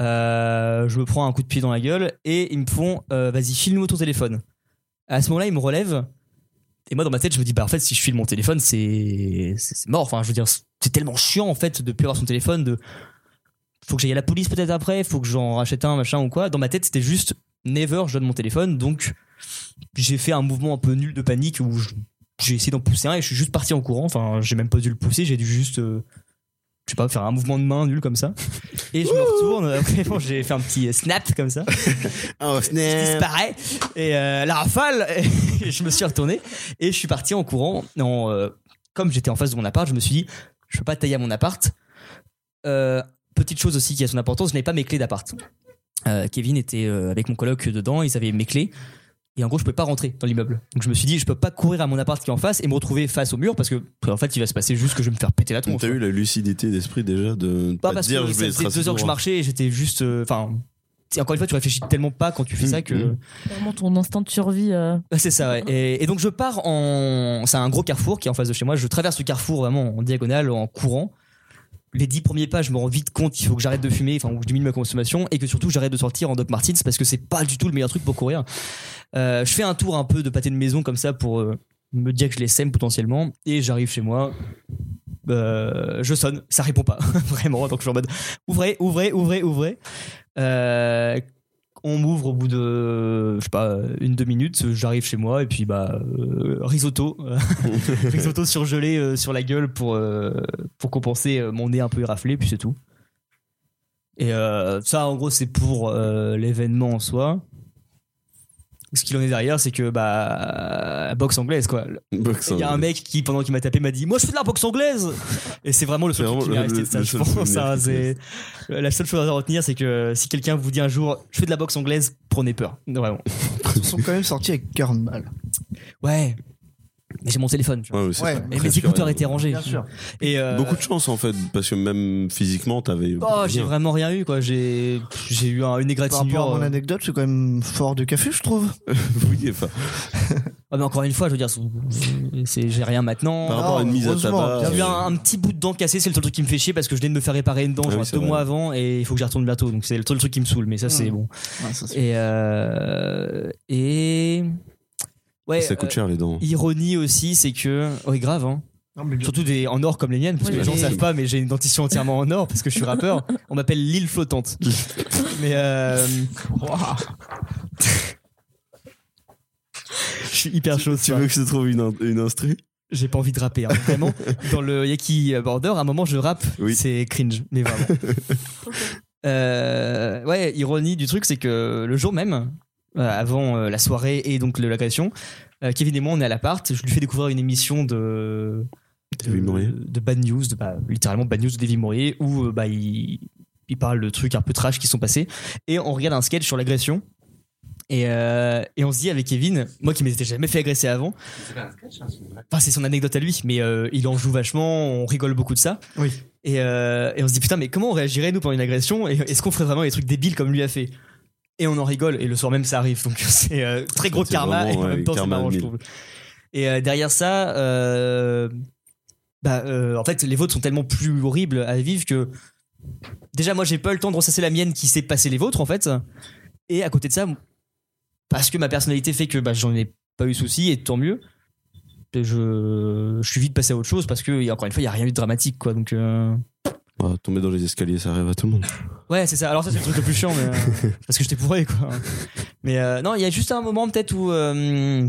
Speaker 1: Euh, je me prends un coup de pied dans la gueule et ils me font euh, vas-y, file-nous ton téléphone. À ce moment-là, il me relève. Et moi, dans ma tête, je me dis, bah, en fait, si je file mon téléphone, c'est, c'est c'est mort. Enfin, je veux dire, c'est tellement chiant, en fait, de plus avoir son téléphone, de, faut que j'aille à la police peut-être après, faut que j'en rachète un, machin ou quoi. Dans ma tête, c'était juste, never, je donne mon téléphone. Donc, j'ai fait un mouvement un peu nul de panique où je- j'ai essayé d'en pousser un et je suis juste parti en courant. Enfin, j'ai même pas dû le pousser, j'ai dû juste euh, je sais pas, faire un mouvement de main nul comme ça. Et je me retourne, après, bon, j'ai fait un petit euh, snap comme ça,
Speaker 2: Oh,
Speaker 1: je disparais. Et euh, la rafale, et je me suis retourné et je suis parti en courant. En, euh, comme j'étais en face de mon appart, je me suis dit, je peux pas tailler à mon appart. Euh, petite chose aussi qui a son importance, je n'avais pas mes clés d'appart. Euh, Kevin était euh, avec mon coloc dedans, ils avaient mes clés. Et en gros, je pouvais pas rentrer dans l'immeuble. Donc je me suis dit, je peux pas courir à mon appart qui est en face et me retrouver face au mur parce que, en fait, il va se passer juste que je vais me faire péter la tronche.
Speaker 2: T'as eu la lucidité d'esprit déjà de ne
Speaker 1: Pas
Speaker 2: pas
Speaker 1: parce
Speaker 2: dire
Speaker 1: que
Speaker 2: je vais
Speaker 1: ça
Speaker 2: être
Speaker 1: faisait deux heures que je marchais et j'étais juste. euh, Enfin, c'est- encore une fois, tu réfléchis tellement pas quand tu fais
Speaker 2: Mm,
Speaker 1: ça que.
Speaker 2: mm.
Speaker 4: Vraiment ton instant de survie. euh,
Speaker 1: Ouais, Bah, C'est ça, ouais. Et, et donc je pars en. C'est un gros carrefour qui est en face de chez moi. Je traverse le carrefour vraiment en diagonale, en courant. Les dix premiers pas, je me rends vite compte qu'il faut que j'arrête de fumer, enfin, ou que je diminue ma consommation, et que surtout j'arrête de sortir en Doc Martens parce que c'est pas du tout le meilleur truc pour courir. Euh, je fais un tour un peu de pâté de maison comme ça pour euh, me dire que je les sème potentiellement, et j'arrive chez moi. Euh, je sonne, ça répond pas, vraiment. Donc je suis en mode ouvrez, ouvrez, ouvrez, ouvrez. Euh, on m'ouvre au bout de je sais pas une deux minutes j'arrive chez moi et puis bah euh, risotto risotto surgelé euh, sur la gueule pour euh, pour compenser euh, mon nez un peu éraflé puis c'est tout et euh, ça en gros c'est pour euh, l'événement en soi ce qu'il en est derrière c'est que bah boxe anglaise quoi
Speaker 2: Boxe hein.
Speaker 1: il y a un
Speaker 2: anglaise.
Speaker 1: mec qui pendant qu'il m'a tapé m'a dit moi je fais de la boxe anglaise et c'est vraiment le
Speaker 2: C'est
Speaker 1: seul truc qui
Speaker 2: vraiment
Speaker 1: m'est
Speaker 2: le-
Speaker 1: resté de ça
Speaker 2: le
Speaker 1: je
Speaker 2: seul
Speaker 1: pense
Speaker 2: souvenir
Speaker 1: ça,
Speaker 2: qui te
Speaker 1: c'est la seule chose à retenir c'est que si quelqu'un vous dit un jour je fais de la boxe anglaise prenez peur vraiment
Speaker 3: Ils sont quand même sortis avec Kernball.
Speaker 1: ouais mais j'ai mon téléphone tu vois.
Speaker 2: Ouais, ouais, c'est
Speaker 3: Ouais,
Speaker 2: pas
Speaker 1: et
Speaker 2: très
Speaker 1: mes écouteurs
Speaker 2: sûr.
Speaker 1: étaient rangés
Speaker 3: Bien sûr.
Speaker 1: et euh,
Speaker 2: Beaucoup de chance en fait, parce que même physiquement, t'avais.
Speaker 1: oh, j'ai vraiment rien eu quoi j'ai j'ai eu un- une
Speaker 3: Par rapport à
Speaker 1: égratignure euh,
Speaker 3: mon anecdote, c'est quand même fort de café, je trouve.
Speaker 2: Oui, enfin,
Speaker 1: Ah, mais encore une fois je veux dire c'est j'ai rien maintenant
Speaker 2: par rapport à une mise à
Speaker 3: heureusement,
Speaker 2: tabac.
Speaker 3: bien
Speaker 1: J'ai eu
Speaker 2: euh,
Speaker 1: un, un petit bout de dent cassé, c'est le seul truc qui me fait chier parce que je viens de me faire réparer une dent
Speaker 2: Ah
Speaker 1: genre,
Speaker 2: oui, c'est
Speaker 1: deux
Speaker 2: vrai.
Speaker 1: mois avant et il faut que j'y retourne bientôt. Donc c'est le seul truc qui me saoule, mais ça c'est
Speaker 3: Mm.
Speaker 1: bon.
Speaker 3: Ouais, ça, c'est-
Speaker 1: Et euh, et ouais.
Speaker 2: Ça coûte
Speaker 1: euh,
Speaker 2: cher les dents.
Speaker 1: Ironie aussi, c'est que oui grave hein.
Speaker 3: Non, mais bien-
Speaker 1: Surtout des en or comme les miennes, parce que
Speaker 4: Oui,
Speaker 1: les gens
Speaker 4: oui.
Speaker 1: savent pas, mais j'ai une dentition entièrement en or parce que je suis rappeur. On m'appelle l'île flottante. mais euh, je suis hyper chaud.
Speaker 2: Tu
Speaker 1: ce soir.
Speaker 2: veux que je te trouve une, in- une instru
Speaker 1: J'ai pas envie de rapper, hein. vraiment. Dans le Yaki Border, à un moment, je rappe,
Speaker 2: Oui.
Speaker 1: c'est cringe, mais vraiment. Euh, ouais, ironie du truc, c'est que le jour même, euh, avant euh, la soirée et donc le- la création, euh, Kevin et moi, on est à l'appart, je lui fais découvrir une émission de.
Speaker 2: Davy Mourier.
Speaker 1: de Bad News, de, bah, littéralement Bad News de Davy Mourier, où euh, bah, il, il parle de trucs un peu trash qui sont passés, et on regarde un sketch sur l'agression. Et, euh, et on se dit avec Kevin, moi qui m'étais jamais fait agresser avant, Enfin, c'est son anecdote à lui, mais euh, il en joue vachement, on rigole beaucoup de ça.
Speaker 3: Oui.
Speaker 1: Et, euh, et on se dit, putain, mais comment on réagirait nous pendant une agression Et Est-ce qu'on ferait vraiment des trucs débiles comme lui a fait Et on en rigole, et le soir même, ça arrive. Donc c'est euh, très gros
Speaker 2: C'est
Speaker 1: karma,
Speaker 2: vraiment,
Speaker 1: et en
Speaker 2: ouais,
Speaker 1: même temps, c'est
Speaker 2: karma à
Speaker 1: marrant, je
Speaker 2: mille.
Speaker 1: trouve. Et euh, derrière ça, euh, bah, euh, en fait, les vôtres sont tellement plus horribles à vivre que. Déjà, moi, j'ai pas eu le temps de ressasser la mienne qui s'est passée les vôtres, en fait. Et à côté de ça, parce que ma personnalité fait que bah, j'en ai pas eu souci, et tant mieux. Et je, je suis vite passé à autre chose parce que, et encore une fois, il n'y a rien eu de dramatique, quoi. Donc, euh,
Speaker 2: Ah, Tomber dans les escaliers, ça arrive à tout le monde.
Speaker 1: ouais, c'est ça. Alors, ça, c'est le truc le plus chiant, mais, euh, parce que j'étais pourré, quoi. Mais euh, non, il y a juste un moment, peut-être, où euh,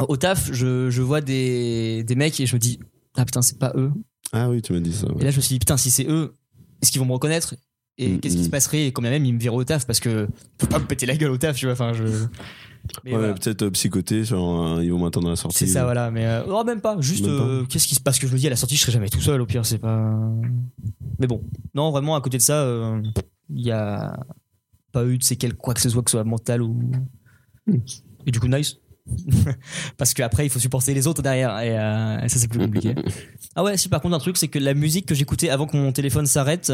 Speaker 1: au taf, je, je vois des, des mecs et je me dis, ah putain, c'est pas eux.
Speaker 2: Ah oui, tu m'as dit ça. ouais.
Speaker 1: Et là, je me suis dit, putain, si c'est eux, est-ce qu'ils vont me reconnaître Et
Speaker 2: Mm,
Speaker 1: qu'est-ce qui
Speaker 2: mm.
Speaker 1: se passerait Et quand bien même, ils me verraient au taf parce que faut pas me péter la gueule au taf, tu vois. Enfin, je. Mais
Speaker 2: ouais,
Speaker 1: voilà.
Speaker 2: peut-être euh, psychoté, genre, euh, ils vont m'attendre à la sortie.
Speaker 1: C'est ça, voilà. Mais euh, oh, même pas. Juste,
Speaker 2: Même pas.
Speaker 1: euh, qu'est-ce qui se passe que je me dis à la sortie, je serai jamais tout seul. Au pire, c'est pas. Mais bon, non, vraiment, à côté de ça, euh, il y a pas eu de séquelles quoi que ce soit, que ce soit mental ou. Et du coup, nice. Parce qu'après, il faut supporter les autres derrière. Et euh, ça, c'est plus compliqué. ah ouais, si par contre, un truc, c'est que la musique que j'écoutais avant que mon téléphone s'arrête.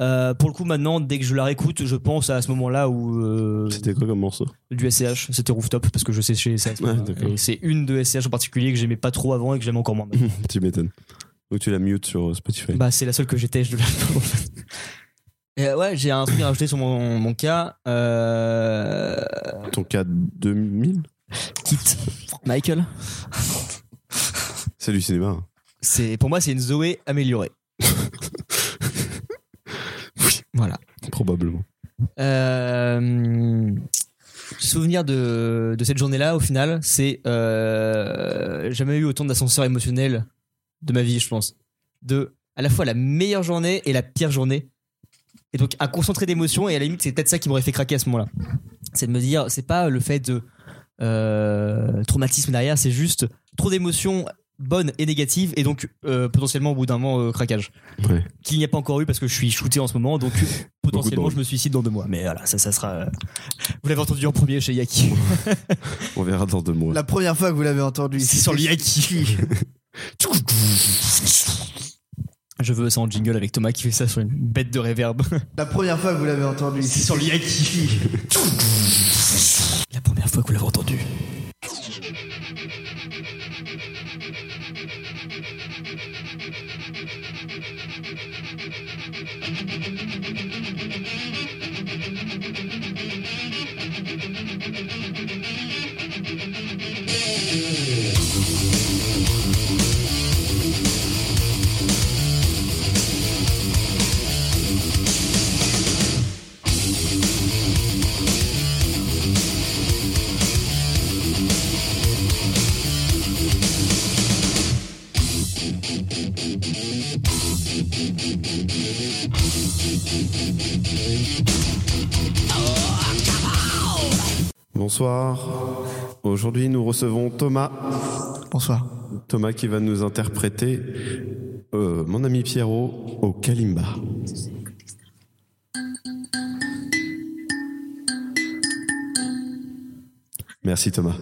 Speaker 1: euh, pour le coup, maintenant, dès que je la réécoute, je pense à ce moment-là où euh,
Speaker 2: C'était quoi comme morceau
Speaker 1: du SCH, c'était Rooftop parce que je sais chez SCH.
Speaker 2: Ouais, d'accord.
Speaker 1: et c'est une de SCH en particulier que j'aimais pas trop avant et que j'aime encore moins. maintenant.
Speaker 2: Tu m'étonnes. Donc tu la mute sur euh, Spotify.
Speaker 1: bah, c'est la seule que j'étais, je devais en fait. Et euh, ouais, j'ai un truc à rajouter sur mon, mon cas. Euh...
Speaker 2: Ton cas 2000
Speaker 1: Quitte. Michael.
Speaker 2: C'est du cinéma. hein.
Speaker 1: C'est, pour moi, c'est une Zoé améliorée. Voilà.
Speaker 2: hein. Probablement.
Speaker 1: Euh, souvenir de, de cette journée-là, au final, c'est euh, jamais eu autant d'ascenseurs émotionnels de ma vie, je pense. De à la fois la meilleure journée et la pire journée. Et donc, un concentré d'émotions, et à la limite, c'est peut-être ça qui m'aurait fait craquer à ce moment-là. C'est de me dire, c'est pas le fait de euh, traumatisme derrière, c'est juste trop d'émotions bonnes et négatives, et donc euh, potentiellement au bout d'un moment, euh, craquage.
Speaker 2: Ouais.
Speaker 1: Qu'il n'y a pas encore eu parce que je suis shooté en ce moment, donc potentiellement
Speaker 2: bruit.
Speaker 1: je me suicide dans deux mois. Mais voilà, ça, ça sera. euh, Vous l'avez entendu en premier chez Yaki.
Speaker 2: On verra dans deux mois.
Speaker 3: La première fois que vous l'avez entendu,
Speaker 1: C'est sur le Yaki. Je veux ça en jingle avec Thomas qui fait ça sur une bête de réverb.
Speaker 3: La première fois que vous l'avez entendu,
Speaker 1: C'est sur le Yaki. La première fois que vous l'avez entendu.
Speaker 2: Bonsoir. Aujourd'hui, nous recevons Thomas.
Speaker 3: Bonsoir.
Speaker 2: Thomas qui va nous interpréter euh, mon ami Pierrot au Kalimba. Merci Thomas.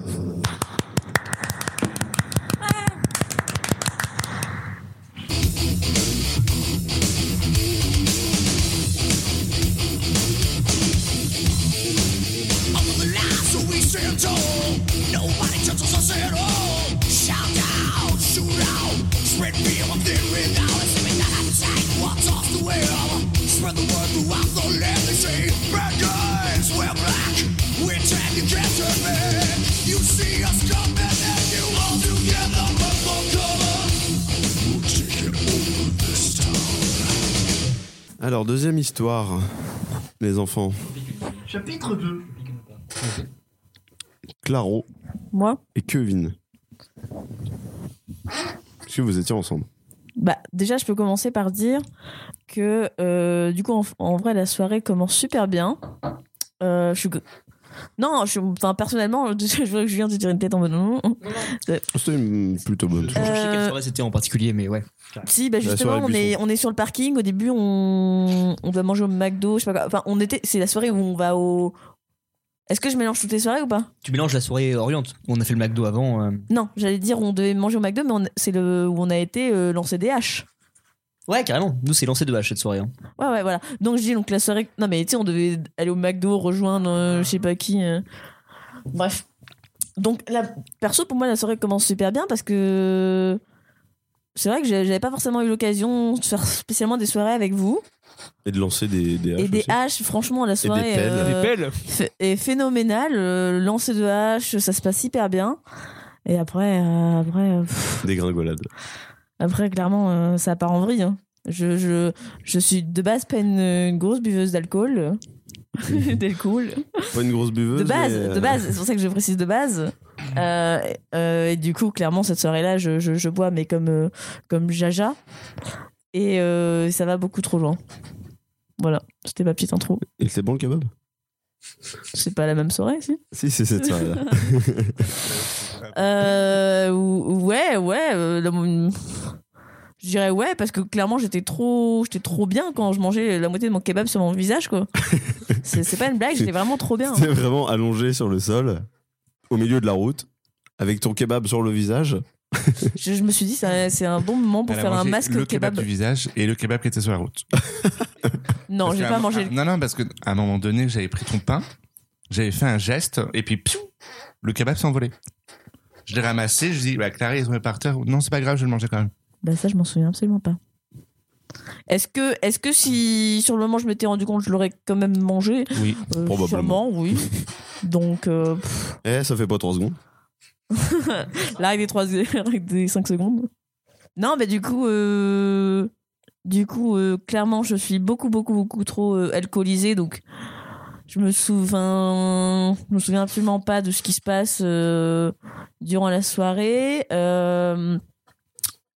Speaker 2: Alors, deuxième histoire, les enfants.
Speaker 3: Chapitre 2.
Speaker 2: Claro
Speaker 4: Moi
Speaker 2: et Kevin. Est-ce que vous étiez ensemble
Speaker 4: Bah, déjà, je peux commencer par dire que euh, du coup, en, en vrai, la soirée commence super bien. Euh, je suis. g- Non, je suis. Enfin, personnellement, je vois que Julien, tu tires une tête en mode. non, non, non.
Speaker 2: C'était une plutôt bonne chose.
Speaker 1: Je sais quelle
Speaker 4: Euh,
Speaker 1: soirée c'était en particulier, mais ouais.
Speaker 4: Si, bah
Speaker 2: La
Speaker 4: justement,
Speaker 2: soirée
Speaker 4: on est, on est sur le parking. Au début, on, on doit manger au McDo. Je sais pas quoi. Enfin, on était. C'est la soirée où on va au. Est-ce que je mélange toutes les soirées ou pas
Speaker 1: Tu mélanges la soirée Oriente. On a fait le McDo avant. euh.
Speaker 4: Non, j'allais dire on devait manger au McDo, mais on- c'est le où on a été euh, lancé des haches.
Speaker 1: Ouais, carrément. Nous, c'est lancé de hache cette soirée. hein.
Speaker 4: Ouais, ouais, voilà. Donc je dis donc la soirée. Non, mais tu sais, on devait aller au McDo, rejoindre euh, je sais pas qui. euh. Bref. Donc, la... perso, pour moi, la soirée commence super bien parce que. C'est vrai que j'a- j'avais pas forcément eu l'occasion de faire spécialement des soirées avec vous.
Speaker 2: Et de lancer des, des
Speaker 4: et
Speaker 2: haches
Speaker 4: des
Speaker 2: aussi.
Speaker 4: haches, franchement, la soirée
Speaker 2: pelles.
Speaker 4: euh, ph- est phénoménale. Euh, lancer de haches, ça se passe hyper bien. Et après, euh, après, euh, pff,
Speaker 2: Des gringolades.
Speaker 4: après clairement, euh, ça part en vrille. hein. Je, je, je suis de base pas une, une grosse buveuse d'alcool. d'alcool.
Speaker 2: Pas une grosse buveuse.
Speaker 4: De base,
Speaker 2: mais, euh,
Speaker 4: de base. C'est pour ça que je précise de base. Euh, euh, et du coup, clairement, cette soirée-là, je, je, je bois, mais comme, euh, comme Jaja. Et euh, ça va beaucoup trop loin. Voilà, c'était ma petite intro.
Speaker 2: Et c'est bon le kebab
Speaker 4: C'est pas la même soirée, si
Speaker 2: Si, c'est cette soirée-là.
Speaker 4: Euh, ou- ouais, ouais. euh, la mo- je dirais ouais parce que clairement j'étais trop, j'étais trop bien quand je mangeais la moitié de mon kebab sur mon visage quoi. c'est c'est pas une blague, j'étais vraiment trop bien. hein.
Speaker 2: T'es vraiment allongé sur le sol, au milieu de la route, avec ton kebab sur le visage.
Speaker 4: Je, je me suis dit ça- c'est un bon moment pour
Speaker 5: Elle a
Speaker 4: faire un
Speaker 5: mangé
Speaker 4: masque
Speaker 5: le
Speaker 4: kebab.
Speaker 5: du visage et le kebab qui était sur la route.
Speaker 4: Non,
Speaker 5: Parce
Speaker 4: j'ai
Speaker 5: qu'à
Speaker 4: pas
Speaker 5: un-
Speaker 4: mangé.
Speaker 5: à-
Speaker 4: le-
Speaker 5: Non, non, parce qu'à un moment donné, j'avais pris ton pain, j'avais fait un geste, et puis piou, le kebab s'est envolé. Je l'ai ramassé, je dis, bah, Clary, il est tombé par terre. Non, c'est pas grave, je vais le mangeais quand même.
Speaker 4: Bah ça je m'en souviens absolument pas. Est-ce que, est-ce que si sur le moment je m'étais rendu compte, je l'aurais quand même mangé
Speaker 5: Oui.
Speaker 4: Euh,
Speaker 2: Probablement.
Speaker 4: Sûrement, oui. Donc euh, pff,
Speaker 2: Eh, ça fait pas trois secondes.
Speaker 4: La règle des 3 des 5 secondes. Non, mais du coup, euh, du coup, euh, clairement, je suis beaucoup, beaucoup, beaucoup trop euh, alcoolisée, donc je me souviens, je me souviens absolument pas de ce qui se passe euh, durant la soirée. Euh,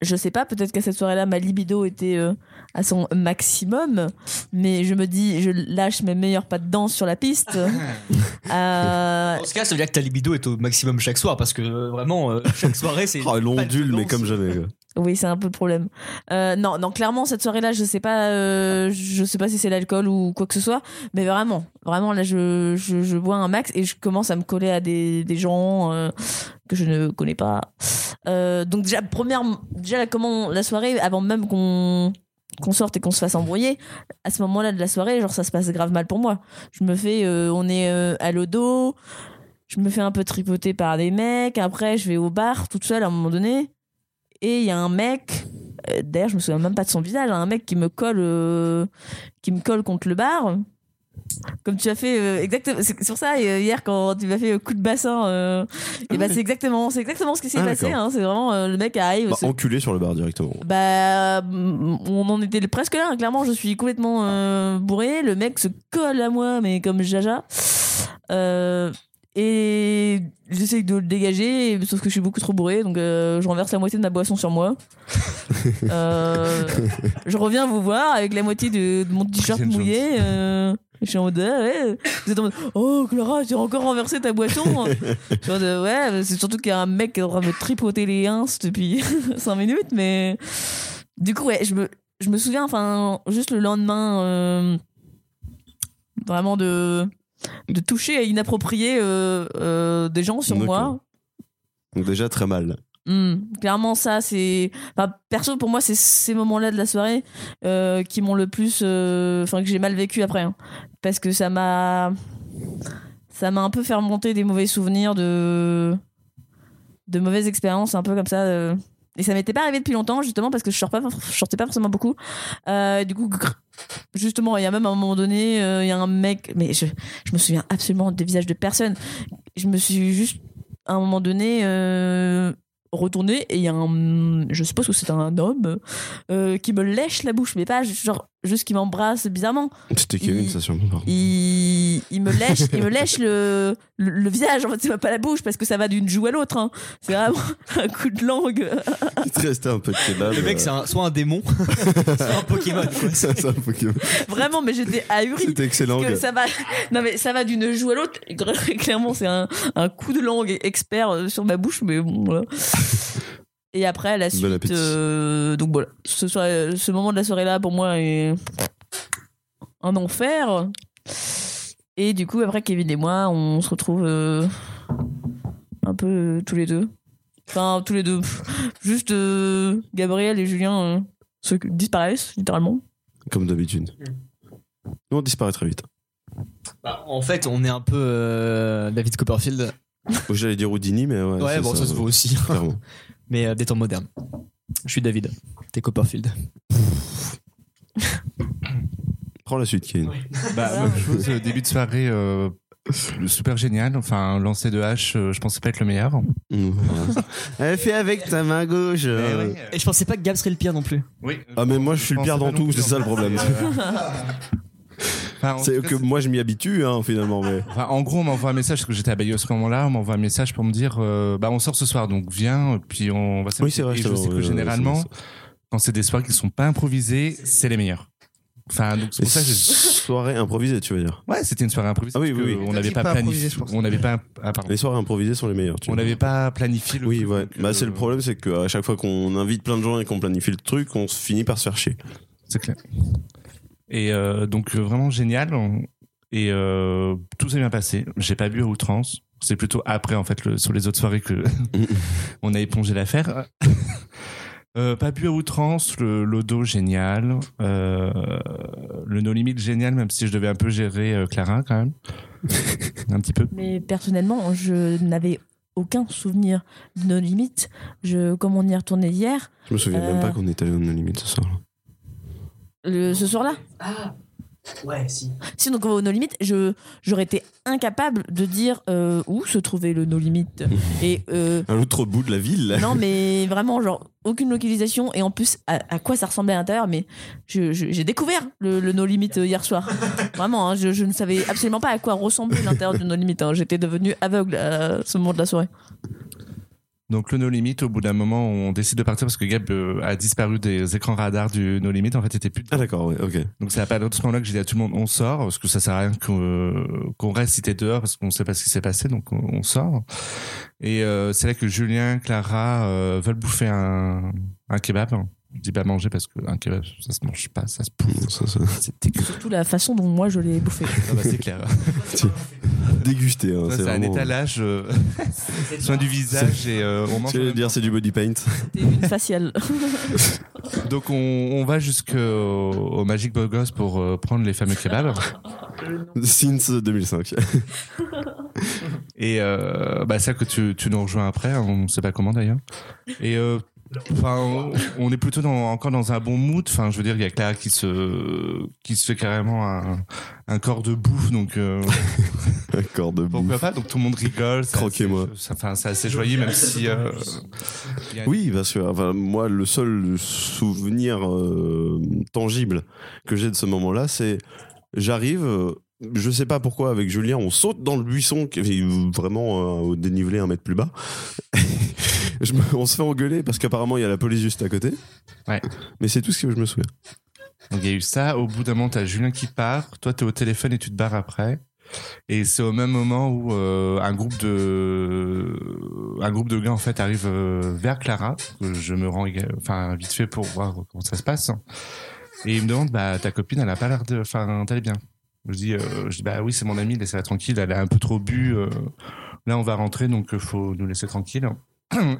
Speaker 4: je sais pas, peut-être qu'à cette soirée-là, ma libido était euh, à son maximum, mais je me dis, je lâche mes meilleurs pas de danse sur la piste. Euh,
Speaker 1: Dans ce cas, ça veut dire que ta libido est au maximum chaque soir parce que euh, vraiment, euh, chaque soirée, c'est.
Speaker 2: Oh, l'ondule,
Speaker 1: pas de
Speaker 2: mais
Speaker 1: danse.
Speaker 2: comme jamais. quoi.
Speaker 4: oui, c'est un peu le problème. Euh, non, non, clairement, cette soirée-là, je sais pas, euh, je sais pas si c'est l'alcool ou quoi que ce soit, mais vraiment, vraiment, là, je, je, je bois un max et je commence à me coller à des, des gens euh, que je ne connais pas. Euh, donc déjà première, déjà comment la soirée avant même qu'on qu'on sorte et qu'on se fasse embrouiller, à ce moment-là de la soirée, genre ça se passe grave mal pour moi. Je me fais, euh, on est euh, à l'odo, je me fais un peu tripoter par des mecs. Après, je vais au bar toute seule à un moment donné, et il y a un mec. euh, D'ailleurs, je me souviens même pas de son visage. Un mec qui me colle, euh, qui me colle contre le bar. Comme tu as fait euh, exactement, c'est sur ça euh, hier quand tu m'as fait euh, coup de bassin. euh, et bah c'est exactement, c'est exactement ce qui s'est
Speaker 2: Ah,
Speaker 4: passé.
Speaker 2: d'accord.
Speaker 4: hein. c'est vraiment euh, le mec arrive.
Speaker 2: Bah,
Speaker 4: se-
Speaker 2: enculé sur le bar directement.
Speaker 4: bah, mm, on en était presque là. hein. Clairement, je suis complètement euh, bourré. Le mec se colle à moi, mais comme Jaja. Euh, et j'essaye de le dégager, et- sauf que je suis beaucoup trop bourré, donc euh, je renverse la moitié de ma boisson sur moi. Euh, je reviens vous voir avec la moitié de, de mon t-shirt
Speaker 5: Indiana Jones.
Speaker 4: mouillé. euh, je suis en mode, ah ouais. Vous êtes en mode, oh Clara, tu as encore renversé ta boisson. Je suis en mode, ouais, mais c'est surtout qu'il y a un mec qui est en train de me tripoter les ins depuis 5 minutes, mais du coup, ouais, je me, je me souviens, enfin, juste le lendemain, euh, vraiment de, de toucher inapproprié euh, euh, des gens sur
Speaker 2: D'accord.
Speaker 4: moi.
Speaker 2: Donc déjà très mal.
Speaker 4: Hmm, clairement, ça, c'est. Enfin, perso, pour moi, c'est ces moments-là de la soirée euh, qui m'ont le plus. euh, Enfin, que j'ai mal vécu après. hein. parce que ça m'a. Ça m'a un peu fait remonter des mauvais souvenirs de. de mauvaises expériences, un peu comme ça. euh. Et ça m'était pas arrivé depuis longtemps, justement, parce que je, sors pas, je sortais pas forcément beaucoup. Euh, du coup, gr- justement, il y a même un moment donné, euh, il y a un mec. Mais je, je me souviens absolument des visages de personne. Je me suis juste. À un moment donné. euh, retourner et il y a un je suppose que c'est un homme euh, qui me lèche la bouche mais pas genre juste qui m'embrasse bizarrement
Speaker 2: C'était Kevin,
Speaker 4: Il-
Speaker 2: ça sûrement. pardon.
Speaker 4: il, il me lèche il me lèche le, le, le visage en fait c'est pas la bouche parce que ça va d'une joue à l'autre hein. c'est vraiment un coup de langue
Speaker 2: Il te restait un peu de kebab.
Speaker 1: Le mec,
Speaker 2: euh,
Speaker 1: c'est un- soit un démon, soit un Pokémon. quoi.
Speaker 2: ça, c'est un Pokémon.
Speaker 4: vraiment mais j'étais ahurie
Speaker 2: C'était excellent.
Speaker 4: que ça va non mais ça va d'une joue à l'autre clairement c'est un, un coup de langue expert euh, sur ma bouche mais bon voilà et après la suite
Speaker 2: appétit.
Speaker 4: euh, donc voilà ce soir- euh, ce moment de la soirée là pour moi est un enfer et du coup après Kevin et moi on se retrouve euh, un peu euh, tous les deux enfin tous les deux pff, juste euh, Gabriel et Julien euh, se disparaissent littéralement
Speaker 2: Comme d'habitude. Nous, on disparaît très vite.
Speaker 1: Bah, en fait, on est un peu euh, David Copperfield.
Speaker 2: Oh, J'allais dire Houdini, mais ouais.
Speaker 1: Ouais,
Speaker 2: c'est
Speaker 1: bon, ça, se voit aussi.
Speaker 2: Clairement.
Speaker 1: Mais euh, des temps modernes. Je suis David. T'es Copperfield.
Speaker 2: Prends la suite, Kevin.
Speaker 5: Bah, moi, je trouve ce début de soirée euh, super génial. Enfin, lancer de hache, euh, je pensais pas être le meilleur.
Speaker 2: Mmh. Elle fait avec ta main gauche.
Speaker 5: Eh
Speaker 2: euh.
Speaker 1: Et je pensais pas que Gab serait le pire non plus.
Speaker 5: Oui.
Speaker 2: Ah, mais moi, je suis le pire
Speaker 5: pensais
Speaker 2: dans
Speaker 5: pas
Speaker 2: tout,
Speaker 5: non
Speaker 2: c'est
Speaker 5: plus.
Speaker 2: ça, le problème.
Speaker 5: Enfin, en
Speaker 2: C'est
Speaker 5: tout cas,
Speaker 2: que moi, je m'y habitue, hein, finalement. Mais...
Speaker 5: Enfin, en gros, on m'envoie un message parce que j'étais à Bayeux à ce moment-là. On m'envoie un message pour me dire, euh, bah, on sort ce soir, donc viens, puis on va s'amuser.
Speaker 2: Oui, c'est vrai,
Speaker 5: Et
Speaker 2: je
Speaker 5: je
Speaker 2: te-
Speaker 5: sais que
Speaker 2: ouais,
Speaker 5: généralement,
Speaker 2: ouais,
Speaker 5: quand c'est des soirs qui sont pas improvisés, c'est les meilleurs. Enfin, donc c'est pour ça que je-
Speaker 2: Soirée improvisée, tu veux dire.
Speaker 5: ouais, c'était une soirée improvisée.
Speaker 2: Ah oui,
Speaker 5: parce
Speaker 2: oui,
Speaker 5: que
Speaker 2: oui.
Speaker 5: On
Speaker 3: T'as
Speaker 5: n'avait
Speaker 3: dit
Speaker 5: pas
Speaker 3: pas improvisé,
Speaker 5: planifié.
Speaker 3: je pense.
Speaker 5: On n'avait pas. Ah, pardon.
Speaker 2: Les soirées improvisées sont les meilleures. tu
Speaker 5: On
Speaker 2: vois.
Speaker 5: n'avait pas planifié. Le
Speaker 2: Oui,
Speaker 5: truc,
Speaker 2: ouais.
Speaker 5: donc,
Speaker 2: Bah,
Speaker 5: euh,
Speaker 2: c'est le problème, c'est qu'à chaque fois qu'on invite plein de gens et qu'on planifie le truc, on se finit par se faire chier.
Speaker 5: C'est clair. Et euh, donc euh, vraiment génial. On- Et euh, tout s'est bien passé. J'ai pas bu à outrance. C'est plutôt après en fait le- sur les autres soirées que on a épongé l'affaire. Euh, pas bu à outrance, le lodo génial, euh, le no limit génial, même si je devais un peu gérer euh, Clara quand même, un petit peu.
Speaker 4: Mais personnellement, je n'avais aucun souvenir de nos limites. Je, comme on y est retourné hier,
Speaker 2: Je me souviens
Speaker 4: Euh.
Speaker 2: même pas qu'on était allé dans nos limites ce soir.
Speaker 4: le- ce soir-là,
Speaker 1: Ouais, si.
Speaker 4: si donc on va aux nos limites, je, j'aurais été incapable de dire euh, où se trouvait le nos limites. Et euh,
Speaker 2: À l'autre bout de la ville.
Speaker 4: non, mais vraiment, genre, aucune localisation. Et en plus, à, à quoi ça ressemblait à l'intérieur. Mais je- je- j'ai découvert le, le No Limit euh, hier soir. Vraiment, hein, je, je ne savais absolument pas à quoi ressemblait l'intérieur de No Limit. hein. J'étais devenue aveugle à ce moment de la soirée.
Speaker 5: Donc le No Limit, au bout d'un moment, on décide de partir parce que Gab euh, a disparu des écrans radars du No Limit. En fait, il était plus dedans.
Speaker 2: Ah d'accord, ouais, ok.
Speaker 5: Donc c'est à partir de ce moment-là que j'ai dit à tout le monde on sort parce que ça sert à rien qu'on euh, qu'on reste cité dehors parce qu'on ne sait pas ce qui s'est passé donc on, on sort. Et euh, c'est là que Julien, Clara euh, veulent bouffer un, un kebab. Je dis pas manger parce que un kebab ça se mange pas, ça se bouffe.
Speaker 2: Ça, ça-
Speaker 5: C'est dégueulasse.
Speaker 4: Surtout la façon dont moi je l'ai bouffé.
Speaker 5: Ah bah, c'est clair.
Speaker 2: Dégusté, hein,
Speaker 5: Ça,
Speaker 2: c'est
Speaker 5: c'est un
Speaker 2: vraiment...
Speaker 5: étalage, euh, soin du visage et euh, on mange. en
Speaker 2: J'allais
Speaker 5: même
Speaker 2: dire, c'est du body paint.
Speaker 4: C'était une faciale.
Speaker 5: Donc on, on va jusqu'au au Magic Bogos pour euh, prendre les fameux kebabs.
Speaker 2: Since 2005.
Speaker 5: Et euh, bah ça que tu, tu nous rejoins après, on sait pas comment d'ailleurs. Et euh, enfin, on- on est plutôt dans, encore dans un bon mood. Enfin, je veux dire, il y a Clara qui se qui se fait carrément un, un corps de bouffe, donc euh,
Speaker 2: Accord de bouffe.
Speaker 5: pourquoi pas. Donc tout le monde rigole. c'est
Speaker 2: Croquez-moi.
Speaker 5: assez- ça- Enfin, c'est assez joyeux, même si euh, il y a-
Speaker 2: Oui, parce que enfin, moi, le seul souvenir euh, tangible que j'ai de ce moment-là, c'est j'arrive, euh, je sais pas pourquoi, avec Julien, on saute dans le buisson, qui est vraiment euh, au dénivelé un mètre plus bas. Je me- on se fait engueuler parce qu'apparemment il y a la police juste à côté.
Speaker 5: Ouais.
Speaker 2: Mais c'est tout ce que je me souviens.
Speaker 5: Donc il y a eu ça. Au bout d'un moment, t'as Julien qui part. Toi, t'es au téléphone et tu te barres après. Et c'est au même moment où euh, un groupe de un groupe de gars en fait arrive euh, vers Clara. que Je me rends éga- enfin vite fait pour voir comment ça se passe. Et il me demande bah ta copine elle a pas l'air de enfin t'allais bien. Je dis euh, je dis bah oui c'est mon amie laissez-la tranquille elle a un peu trop bu. euh, là on va rentrer donc euh, faut nous laisser tranquille.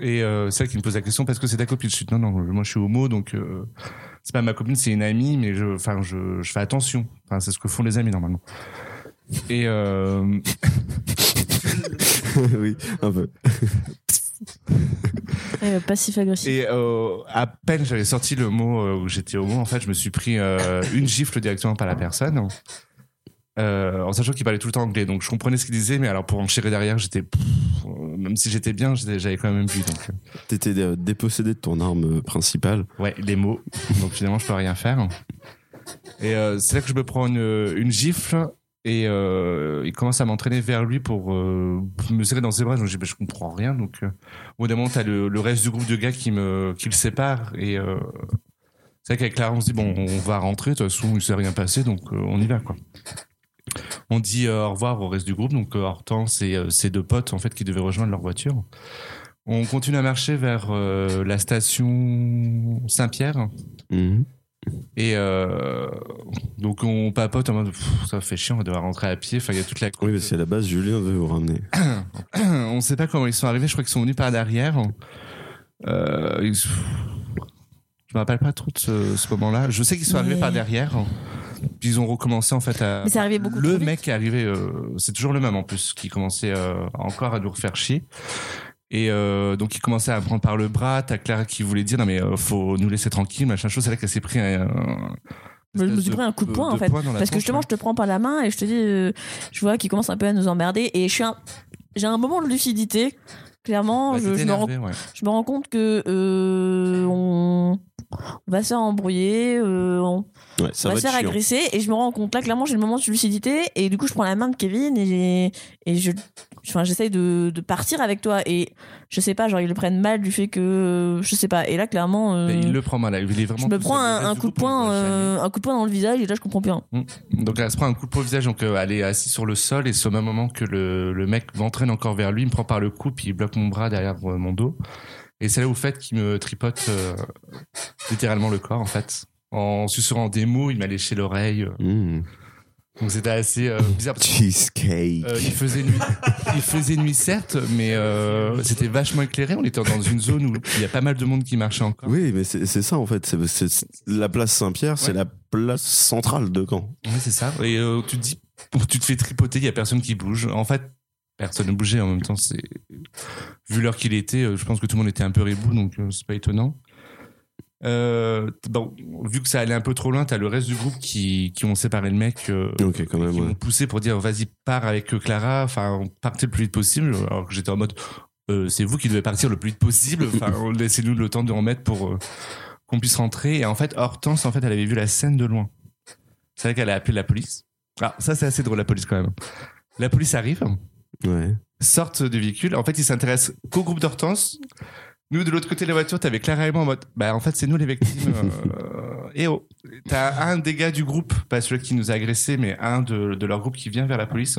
Speaker 5: Et euh, c'est elle qui me pose la question parce que c'est ta copine. Je suis non non moi je suis homo donc euh, c'est pas ma copine, c'est une amie, mais je, enfin, je, je fais attention. Enfin, c'est ce que font les amis normalement. Et euh,
Speaker 2: oui, un peu.
Speaker 4: Euh, Passif-agressif.
Speaker 5: et euh, à peine j'avais sorti le mot euh, où j'étais homo, en fait, je me suis pris euh, une gifle directement par la personne. Euh, en sachant qu'il parlait tout le temps anglais, donc je comprenais ce qu'il disait, mais alors pour enchaîner derrière, j'étais, pff, euh, même si j'étais bien, j'étais- j'avais quand même vu. Donc, euh,
Speaker 2: T'étais euh, dépossédé de ton arme euh, principale.
Speaker 5: ouais, les mots. Donc finalement, je peux rien faire. Et euh, c'est là que je me prends une, une gifle et euh, il commence à m'entraîner vers lui pour euh, me serrer dans ses bras. Donc je dis, bah, je comprends rien. Donc euh, au bout d'un moment, t'as le, le reste du groupe de gars qui me qui le sépare et euh, c'est vrai qu'avec Clara, on se dit bon, on va rentrer. De toute façon, il s'est rien passé, donc euh, on y va quoi. On dit euh, au revoir au reste du groupe. Donc euh, Hortense et euh, ses deux potes en fait qui devaient rejoindre leur voiture. On continue à marcher vers euh, la station Saint-Pierre. Mm-hmm.
Speaker 2: Mhm.
Speaker 5: Et euh, donc on papote en mode Pff, ça fait chiant, on va devoir rentrer à pied. Enfin, il y a toute la.
Speaker 2: Oui, parce qu'à la base, Julien veut vous ramener.
Speaker 5: on sait pas comment ils sont arrivés. Je crois qu'ils sont venus par derrière. Euh, ils- Je me rappelle pas trop de ce, ce moment-là. Je sais qu'ils sont
Speaker 4: Mais-
Speaker 5: arrivés par derrière. Puis ils ont recommencé en fait à.
Speaker 4: Mais c'est arrivé beaucoup
Speaker 5: le
Speaker 4: trop vite.
Speaker 5: mec est arrivé, euh, c'est toujours le même en plus, qui commençait euh, encore à nous refaire chier. Et euh, donc il commençait à me prendre par le bras. T'as Clara qui voulait dire non mais euh, faut nous laisser tranquille, machin chose. C'est là qu'elle s'est pris un. un-
Speaker 4: Je me
Speaker 5: espèce
Speaker 4: suis
Speaker 5: de-
Speaker 4: pris un coup de
Speaker 5: de-
Speaker 4: poing en
Speaker 5: de
Speaker 4: fait.
Speaker 5: dans la
Speaker 4: Parce que
Speaker 5: tronche,
Speaker 4: justement,
Speaker 5: là.
Speaker 4: je te prends par la main et je te dis, euh, je vois qu'il commence un peu à nous emmerder. Et je suis un, j'ai un moment de lucidité. Clairement,
Speaker 5: Ouais,
Speaker 4: je,
Speaker 5: t'étais
Speaker 4: je me rends,
Speaker 5: Bah, énervé, ouais.
Speaker 4: je me rends compte que euh, on, on va se faire embrouiller, euh, on,
Speaker 2: Ouais, ça
Speaker 4: on va
Speaker 2: va
Speaker 4: se
Speaker 2: être
Speaker 4: faire
Speaker 2: chiant.
Speaker 4: agresser. Et je me rends compte là, clairement, j'ai le moment de lucidité. Et du coup, je prends la main de Kevin et, j'ai- et je, enfin, j'essaye de, de partir avec toi. Et je sais pas, genre ils le prennent mal du fait que, euh, je sais pas. Et là, clairement, euh,
Speaker 5: Mais Bah, il le prend mal. Il est vraiment
Speaker 4: je me
Speaker 5: tout
Speaker 4: prends
Speaker 5: seul. Le
Speaker 4: un,
Speaker 5: reste
Speaker 4: un
Speaker 5: du
Speaker 4: coup de
Speaker 5: groupe, on
Speaker 4: poing,
Speaker 5: le voit jamais.
Speaker 4: euh, un coup de poing dans le visage. Et là, je comprends plus rien.
Speaker 5: Donc elle se prend un coup de poing au visage, donc euh, elle est assise sur le sol et c'est au même moment que le, le mec m'entraîne encore vers lui, il me prend par le cou puis il bloque mon bras derrière euh, mon dos. Et c'est là où fait qu'il me tripote euh, littéralement le corps en fait. En susurrant des mots, il m'a léché l'oreille. euh.
Speaker 2: Mhm.
Speaker 5: Donc c'était assez euh, bizarre. parce que,
Speaker 2: Cheesecake.
Speaker 5: euh, il faisait nuit, il faisait nuit certes, mais euh, c'était vachement éclairé. On était dans une zone où il y a pas mal de monde qui marchait encore.
Speaker 2: Oui, mais c'est c'est ça en fait. C'est- c'est- c'est- la place Saint-Pierre, c'est
Speaker 5: Ouais.
Speaker 2: la place centrale de Caen.
Speaker 5: Oui, c'est ça. Et euh, tu te dis, tu te fais tripoter, il y a personne qui bouge. En fait, personne ne bougeait en même temps. C'est vu l'heure qu'il était, euh, je pense que tout le monde était un peu rebou, donc euh, c'est pas étonnant. Euh, bon, vu que ça allait un peu trop loin, t'as le reste du groupe qui, qui ont séparé le mec, euh,
Speaker 2: Ok, quand même.
Speaker 5: qui m'ont
Speaker 2: ouais.
Speaker 5: poussé pour dire vas-y pars avec Clara, enfin partez le plus vite possible. Alors que j'étais en mode euh, c'est vous qui devez partir le plus vite possible. Enfin laissez-nous le temps de remettre pour euh, qu'on puisse rentrer. Et en fait Hortense en fait elle avait vu la scène de loin. C'est vrai qu'elle a appelé la police. Ah ça c'est assez drôle la police quand même. La police arrive
Speaker 2: Ouais.
Speaker 5: sortent du véhicule. En fait, ils s'intéressent qu'au groupe d'Hortense. Nous, de l'autre côté de la voiture, t'avais Clara et moi en mode Bah, en fait, c'est nous les victimes. euh, et oh T'as un des gars du groupe, pas celui qui nous a agressé, mais un de, de leur groupe qui vient vers la police.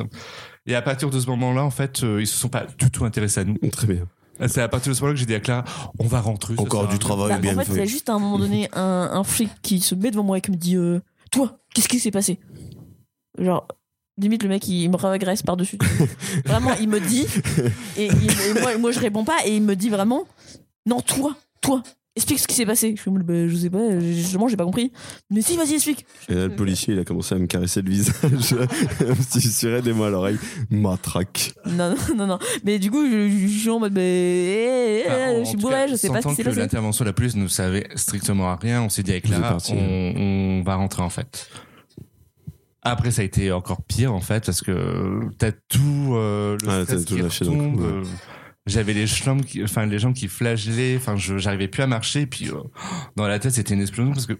Speaker 5: Et à partir de ce moment-là, en fait, euh, ils se sont pas du tout intéressés à nous.
Speaker 2: Très bien.
Speaker 5: C'est à partir de ce moment-là que j'ai dit à Clara On va rentrer. ça
Speaker 2: Encore
Speaker 5: sert à
Speaker 2: du
Speaker 5: rien.
Speaker 2: travail
Speaker 4: Bah,
Speaker 2: bien
Speaker 4: en fait, il y a
Speaker 2: fait.
Speaker 4: juste à un moment donné un, un flic qui se met devant moi et qui me dit euh, Toi, qu'est-ce qui s'est passé Genre, limite, le mec, il me régresse par-dessus. vraiment, il me dit, et, il- et moi, moi, je réponds pas, et il me dit vraiment Non, toi, toi, explique ce qui s'est passé. Je fais Bah, Je sais pas, j'ai- justement, j'ai pas compris. Mais si, vas-y, explique.
Speaker 2: Et là, le policier, il a commencé à me caresser le visage. un petit suret des mots à l'oreille. Matraque.
Speaker 4: Non, non, non, non. Mais du coup, je, je suis en mode Bah, eh, eh,
Speaker 5: Enfin, en-
Speaker 4: je suis
Speaker 5: en tout
Speaker 4: bourré,
Speaker 5: cas,
Speaker 4: je sais pas ce
Speaker 5: sentant
Speaker 4: qui s'est
Speaker 5: que
Speaker 4: passé.
Speaker 5: L'intervention de la police ne savait strictement à rien. On s'est dit avec
Speaker 2: Vous êtes
Speaker 5: Clara,
Speaker 2: parti.
Speaker 5: on,
Speaker 4: hein.
Speaker 5: on va rentrer en fait. Après, ça a été encore pire en fait parce que t'as tout euh, le
Speaker 2: Ah, t'as
Speaker 5: stress
Speaker 2: tout
Speaker 5: qui
Speaker 2: lâché d'un coup,
Speaker 5: retombe,
Speaker 2: ouais.
Speaker 5: euh, J'avais les jambes, qui, enfin les jambes qui flagellaient. Enfin, je j'arrivais plus à marcher. Puis euh, dans la tête, c'était une explosion parce que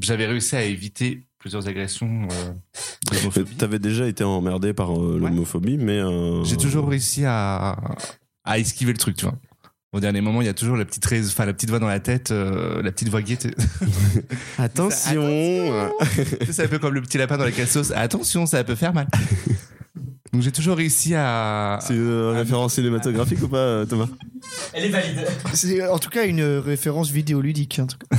Speaker 5: j'avais réussi à éviter plusieurs agressions. euh, d'homophobie.
Speaker 2: Euh, T'avais déjà été emmerdé par euh,
Speaker 5: Ouais.
Speaker 2: l'homophobie, mais. euh,
Speaker 5: J'ai toujours réussi à, à esquiver le truc, tu vois. Au dernier moment, il y a toujours la petite, rais- enfin, la petite voix dans la tête, euh, la petite voix guette.
Speaker 2: Attention hein.
Speaker 5: C'est un peu comme le petit lapin dans la cassos. Attention, ça peut faire mal. Donc j'ai toujours réussi à.
Speaker 2: Ah, C'est une référence cinématographique ou pas, Thomas
Speaker 1: Elle est valide.
Speaker 3: C'est euh, en tout cas une euh, référence vidéoludique. hein, En tout cas.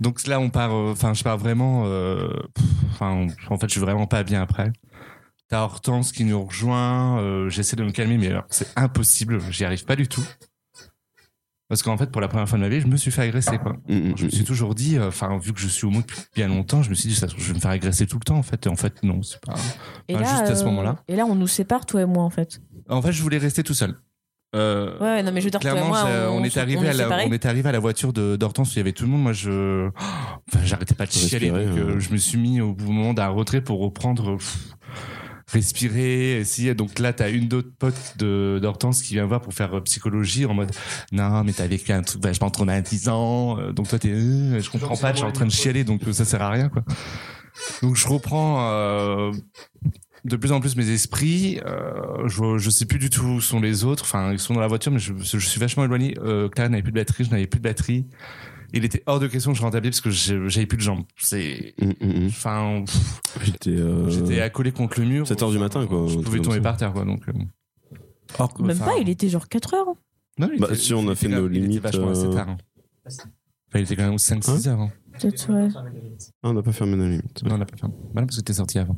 Speaker 5: Donc là, on part. euh, Enfin, je pars vraiment. euh, pff, Enfin, en fait, je suis vraiment pas bien après. T'as Hortense qui nous rejoint. euh, J'essaie de me calmer, mais alors, c'est impossible. J'y arrive pas du tout. Parce qu'en fait, pour la première fois de ma vie, je me suis fait agresser, quoi.
Speaker 2: Mmh, Mm,
Speaker 5: Je me suis toujours dit, euh, enfin, vu que je suis au monde depuis bien longtemps, je me suis dit, ça, se trouve, je vais me faire agresser tout le temps, en fait. Et en fait, non, c'est pas.
Speaker 4: Et
Speaker 5: Enfin, juste à ce moment-là.
Speaker 4: Et là, on nous sépare, toi et moi, en fait.
Speaker 5: En fait, je voulais rester tout seul. Euh,
Speaker 4: Ouais, ouais, non, mais je veux dire, toi et
Speaker 5: Clairement,
Speaker 4: moi,
Speaker 5: j'ai- on, est
Speaker 4: se-
Speaker 5: arrivé à la,
Speaker 4: séparés.
Speaker 5: on est arrivé à la voiture de d'Hortense où il y avait tout le monde. Moi, je, enfin, j'arrêtais pas de
Speaker 2: Respirer,
Speaker 5: chialer. donc, euh,
Speaker 2: ouais.
Speaker 5: Je me suis mis au bout moment d'un retrait pour reprendre, euh, pff, respirer, essayer. Donc là, t'as une d'autres potes de d'Hortense qui vient me voir pour faire euh, psychologie en mode, non, mais t'as vécu un truc vachement traumatisant. euh, Donc toi, t'es, euh, je comprends pas, je suis en train de chialer, donc euh, ça sert à rien, quoi. Donc je reprends. euh, de plus en plus mes esprits. euh, je, je sais plus du tout où sont les autres. Enfin, ils sont dans la voiture, mais je, je suis vachement éloigné. Euh, Clara n'avait plus de batterie, je n'avais plus de batterie. Il était hors de question que je rentre à pied parce que j'ai- j'avais plus de jambes. C'est,
Speaker 2: Mmh,
Speaker 5: enfin, pff,
Speaker 2: J'étais. euh,
Speaker 5: j'étais accolé contre le mur.
Speaker 2: 7 heures du matin, quoi,
Speaker 5: Je
Speaker 2: un truc
Speaker 5: pouvais
Speaker 2: comme
Speaker 5: tomber
Speaker 2: ça.
Speaker 5: par terre, quoi. Donc, euh, or que-
Speaker 4: Même
Speaker 5: enfin,
Speaker 4: pas, il était genre 4 heures. hein.
Speaker 5: non, il
Speaker 2: Bah,
Speaker 5: était-
Speaker 2: si, on a
Speaker 5: il
Speaker 2: fait
Speaker 5: était
Speaker 2: nos
Speaker 5: quand- il était
Speaker 2: limites,
Speaker 5: vachement assez
Speaker 2: euh,
Speaker 5: tard, hein. Enfin, il était quand même 5-6 heures. hein.
Speaker 4: Peut-être, ouais.
Speaker 2: Ah, on n'a pas fermé la limite.
Speaker 4: Bah,
Speaker 5: Non, on l'a pas fait. Voilà, parce que t'es sorti avant.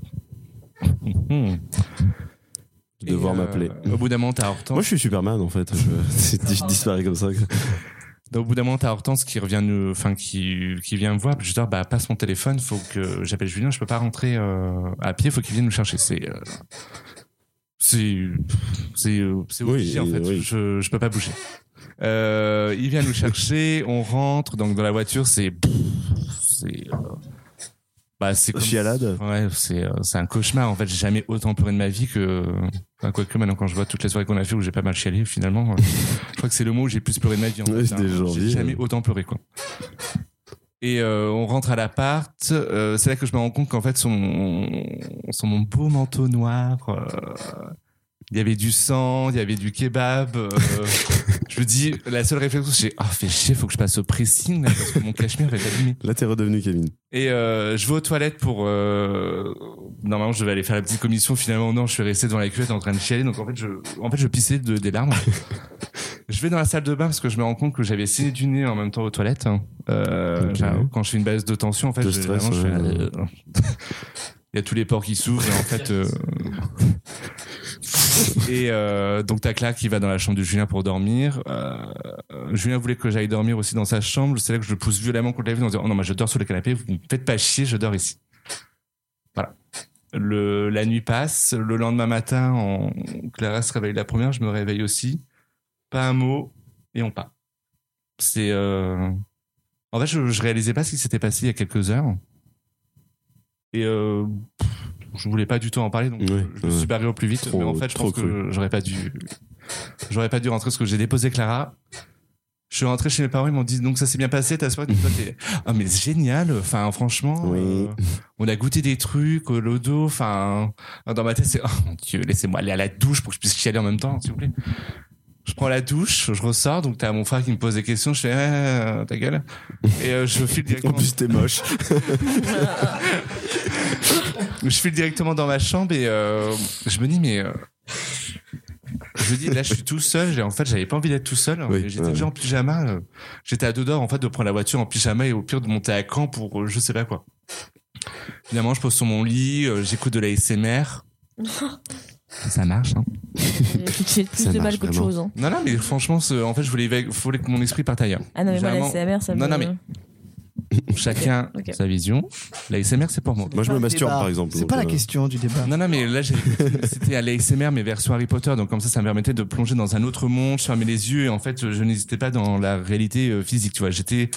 Speaker 2: De devoir
Speaker 5: Et, euh,
Speaker 2: m'appeler.
Speaker 5: Au bout d'un moment, t'as Hortense.
Speaker 2: Moi, je suis Superman, en fait. Je,
Speaker 4: Ah,
Speaker 2: je disparais comme ça.
Speaker 5: Donc, au bout d'un moment, t'as Hortense qui revient nous, enfin, qui, qui vient me voir. Puis je dis, ah, bah, passe mon téléphone, faut que j'appelle Julien, je peux pas rentrer euh, à pied, faut qu'il vienne nous chercher. C'est, euh, c'est, c'est, euh, c'est
Speaker 2: Oui,
Speaker 5: obligé, en fait.
Speaker 2: oui.
Speaker 5: Je, je peux pas bouger. Euh, il vient nous chercher, on rentre, donc dans la voiture, c'est, c'est, euh, bah, c'est comme-
Speaker 2: Chialade.
Speaker 5: Ouais, c'est, euh, c'est un cauchemar. En fait, j'ai jamais autant pleuré de ma vie que. Enfin, quoique maintenant, quand je vois toutes les soirées qu'on a fait où j'ai pas mal chialé, finalement, euh, je crois que c'est le mot où j'ai plus pleuré de ma vie. en
Speaker 2: Ouais,
Speaker 5: fait, hein.
Speaker 2: c'est des gens
Speaker 5: J'ai
Speaker 2: vides.
Speaker 5: jamais autant pleuré, quoi. Et euh, on rentre à l'appart. euh, c'est là que je me rends compte qu'en fait, son, son mon beau manteau noir. euh, il y avait du sang, il y avait du kebab. euh, je me dis, la seule réflexion, c'est ah, fait chier, faut que je passe au pressing là, parce que mon cachemire va être abîmé.
Speaker 2: Là, t'es redevenu Kevin.
Speaker 5: Et euh, je vais aux toilettes pour. Euh... Normalement, je devais aller faire la petite commission. Finalement, non, je suis resté devant la cuvette en train de chialer. Donc, en fait, je, en fait, je pissais de, des larmes. je vais dans la salle de bain parce que je me rends compte que j'avais saigné du nez en même temps aux toilettes. hein. Euh,
Speaker 2: Ok.
Speaker 5: genre, Quand je fais une baisse de tension, en fait,
Speaker 2: De
Speaker 5: je-
Speaker 2: stress,
Speaker 5: vraiment, je
Speaker 2: ouais.
Speaker 5: fais, euh, Il y a tous les ports qui s'ouvrent. Et en fait. euh, et euh, donc t'as Clara qui va dans la chambre de Julien pour dormir. Euh, euh, Julien voulait que j'aille dormir aussi dans sa chambre. C'est là que je le pousse violemment contre la vitre en disant oh non mais je dors sur le canapé. Vous me faites pas chier, je dors ici. Voilà. Le, la nuit passe. Le lendemain matin, on- Clara se réveille la première. Je me réveille aussi. Pas un mot et on part. C'est euh, en fait je, je réalisais pas ce qui s'était passé il y a quelques heures. Et euh, pff, je voulais pas du tout en parler, donc
Speaker 2: Ouais,
Speaker 5: je me
Speaker 2: ouais.
Speaker 5: suis barré au plus vite.
Speaker 2: Trop-
Speaker 5: mais en fait, je
Speaker 2: trop
Speaker 5: pense que j'aurais pas dû, j'aurais pas dû rentrer parce que j'ai déposé Clara. Je suis rentré chez mes parents, ils m'ont dit donc ça s'est bien passé ta soirée. Donc, toi, t'es- ah mais c'est génial. Enfin franchement, euh,
Speaker 2: Oui.
Speaker 5: on a goûté des trucs, euh, l'odo. Enfin dans ma tête c'est oh mon dieu laissez-moi aller à la douche pour que je puisse chialer en même temps s'il vous plaît. Je prends la douche, je ressors, donc t'as mon frère qui me pose des questions, je fais Ah, ta gueule, et euh, je file
Speaker 2: En
Speaker 5: directement.
Speaker 2: plus, t'es moche.
Speaker 5: Je file directement dans ma chambre et euh, je me dis mais euh, je me dis là je suis tout seul j'ai- en fait j'avais pas envie d'être tout seul
Speaker 2: Oui,
Speaker 5: j'étais
Speaker 2: ouais.
Speaker 5: déjà en pyjama euh, j'étais à deux d'or en fait de prendre la voiture en pyjama et au pire de monter à Caen pour euh, je sais pas quoi finalement je pose sur mon lit euh, j'écoute de la SMR ça marche hein.
Speaker 4: Qui te fait plus
Speaker 2: Ça
Speaker 4: de mal
Speaker 2: marche
Speaker 4: qu'autre
Speaker 2: vraiment.
Speaker 4: chose. hein.
Speaker 5: non non mais franchement ce- en fait je voulais éva- voulais que mon esprit parte ailleurs
Speaker 4: Ah non, mais moi, la
Speaker 5: Généralement,
Speaker 4: CMR, ça me.
Speaker 5: Non, non, mais- chacun
Speaker 4: Ok, ok.
Speaker 5: sa vision la SMR c'est pour moi
Speaker 2: Moi, je me masturbe,
Speaker 3: Débat.
Speaker 2: par exemple.
Speaker 3: C'est
Speaker 2: donc,
Speaker 3: pas la
Speaker 2: euh,
Speaker 3: question du débat.
Speaker 5: Non, non, mais là, j'ai- c'était à l'ASMR, mais version Harry Potter. Donc, comme ça, ça me permettait de plonger dans un autre monde. Je fermais les yeux et en fait, je n'hésitais pas dans la réalité euh, physique. Tu vois, j'étais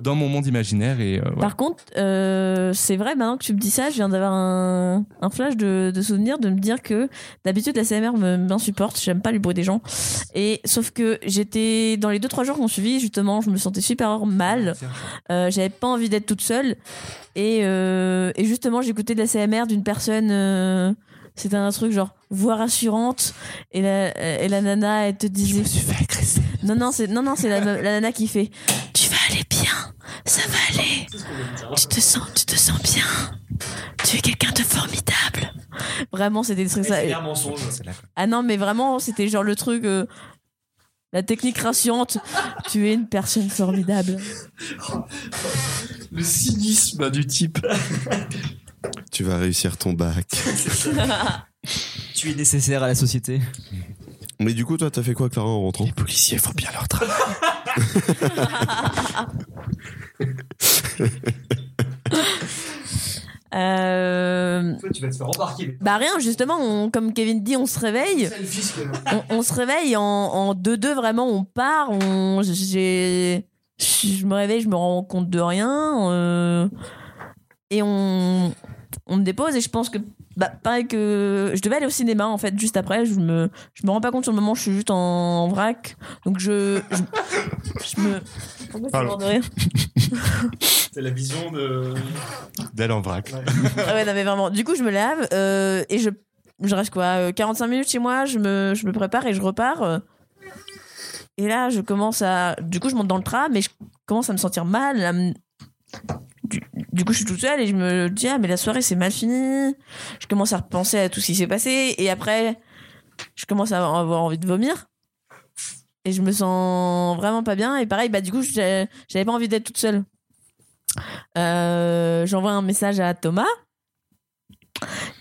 Speaker 5: dans mon monde imaginaire et euh, voilà.
Speaker 4: Par contre, euh, c'est vrai, maintenant que tu me dis ça, je viens d'avoir un, un flash de, de souvenir de me dire que d'habitude la CMR me- m'insupporte, j'aime pas le bruit des gens. Et sauf que j'étais dans les deux trois jours qu'on suivit, justement, je me sentais super mal. Euh, J'avais pas envie d'être toute seule. Et, euh, et justement, j'écoutais de la CMR d'une personne. euh, c'était un truc genre voix rassurante et la, et la nana elle te disait non non c'est non non c'est la, la nana qui fait tu vas aller bien ça va aller tu te sens tu te sens bien tu es quelqu'un de formidable vraiment c'était des trucs ça
Speaker 1: mensonge.
Speaker 4: ah non, mais vraiment, c'était genre le truc. euh, la technique rassurante. tu es une personne formidable.
Speaker 1: Le cynisme bah, du type.
Speaker 2: Tu vas réussir ton bac.
Speaker 1: Tu es nécessaire à la société.
Speaker 2: Mais du coup, toi, t'as fait quoi, Clara, en rentrant
Speaker 1: policiers font bien leur travail.
Speaker 4: Euh,
Speaker 1: Toi, tu vas te faire embarquer.
Speaker 4: bah rien, justement, on- comme Kevin dit, on se réveille.
Speaker 1: euh.
Speaker 4: On, on se réveille en- en 2-2, vraiment, on part. On, j'ai, je me réveille, je me rends compte de rien. euh, et on, on me dépose. Et je pense que, bah, pareil que. Je devais aller au cinéma, en fait, juste après. Je me, je me rends pas compte sur le moment, je suis juste en, vrac. Donc je. Je, je me. Pourquoi tu
Speaker 5: Pardon.
Speaker 4: mords de rire
Speaker 1: C'est la vision de.
Speaker 5: D'aller en vrac.
Speaker 4: Ah ouais, non, mais vraiment. Du coup, je me lave euh, et je, je reste quoi euh, 45 minutes chez moi, je me, je me prépare et je repars. euh. Et là, je commence à. Du coup, je monte dans le tram et je commence à me sentir mal. à me- Du, du coup, je suis toute seule et je me dis, ah, mais la soirée, c'est mal fini. Je commence à repenser à tout ce qui s'est passé et après, je commence à avoir- avoir envie de vomir. Et je me sens vraiment pas bien. Et pareil, bah, du coup, j'ai- j'avais pas envie d'être toute seule. Euh, J'envoie un message à Thomas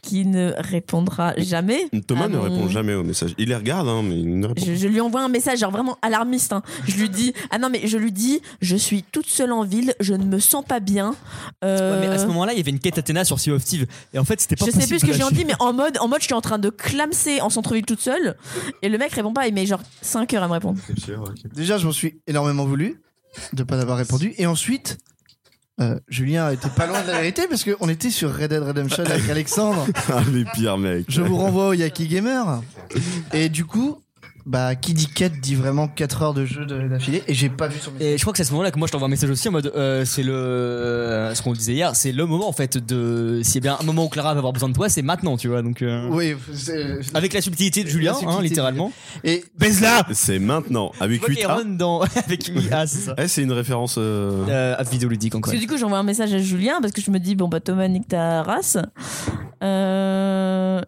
Speaker 4: qui ne répondra jamais.
Speaker 2: Thomas
Speaker 4: à
Speaker 2: ne
Speaker 4: mon-
Speaker 2: répond jamais aux messages. Il les regarde, hein, mais il ne répond
Speaker 4: je, je lui envoie un message genre vraiment alarmiste. hein. Je lui dis ah non mais je lui dis je suis toute seule en ville, je ne me sens pas bien. Euh,
Speaker 1: Ouais, mais à ce moment-là, il y avait une quête Athéna sur Sea of Thieves. Et en fait, c'était pas
Speaker 4: je sais
Speaker 1: possible
Speaker 4: plus ce que
Speaker 1: de
Speaker 4: j'ai
Speaker 1: lâcher.
Speaker 4: dit mais en mode en mode je suis en train de clamser en centre-ville toute seule et le mec répond pas il met genre 5 heures à me répondre.
Speaker 2: Ah,
Speaker 3: Déjà, je m'en suis énormément voulu de pas d'avoir répondu. Et ensuite, euh, Julien était pas loin de la vérité parce qu'on était sur Red Dead Redemption avec Alexandre.
Speaker 2: Ah, les pires mecs.
Speaker 3: Je vous renvoie au Yaki Gamer. Et du coup, bah, qui dit quête dit vraiment 4 heures de jeu de- d'affilée. Et j'ai pas vu son
Speaker 1: Et je crois que c'est à ce moment-là que moi je t'envoie un message aussi en mode euh, c'est le euh, ce qu'on disait hier c'est le moment en fait de s'il y a bien un moment où Clara va avoir besoin de toi c'est maintenant tu vois donc euh,
Speaker 3: Oui, c'est-
Speaker 1: avec la subtilité de
Speaker 3: La
Speaker 1: Julien hein.
Speaker 3: subtilité
Speaker 1: hein,
Speaker 3: de
Speaker 1: littéralement
Speaker 3: et
Speaker 1: baise là
Speaker 2: C'est maintenant, Ah, avec 8A.
Speaker 1: Aaron dans avec Mia c'est ça
Speaker 2: Eh, c'est une référence. euh,
Speaker 1: euh, à vidéoludique encore
Speaker 4: Parce que du coup, j'envoie un message à Julien parce que je me dis, bon, bah, Thomas, nique ta race. Euh,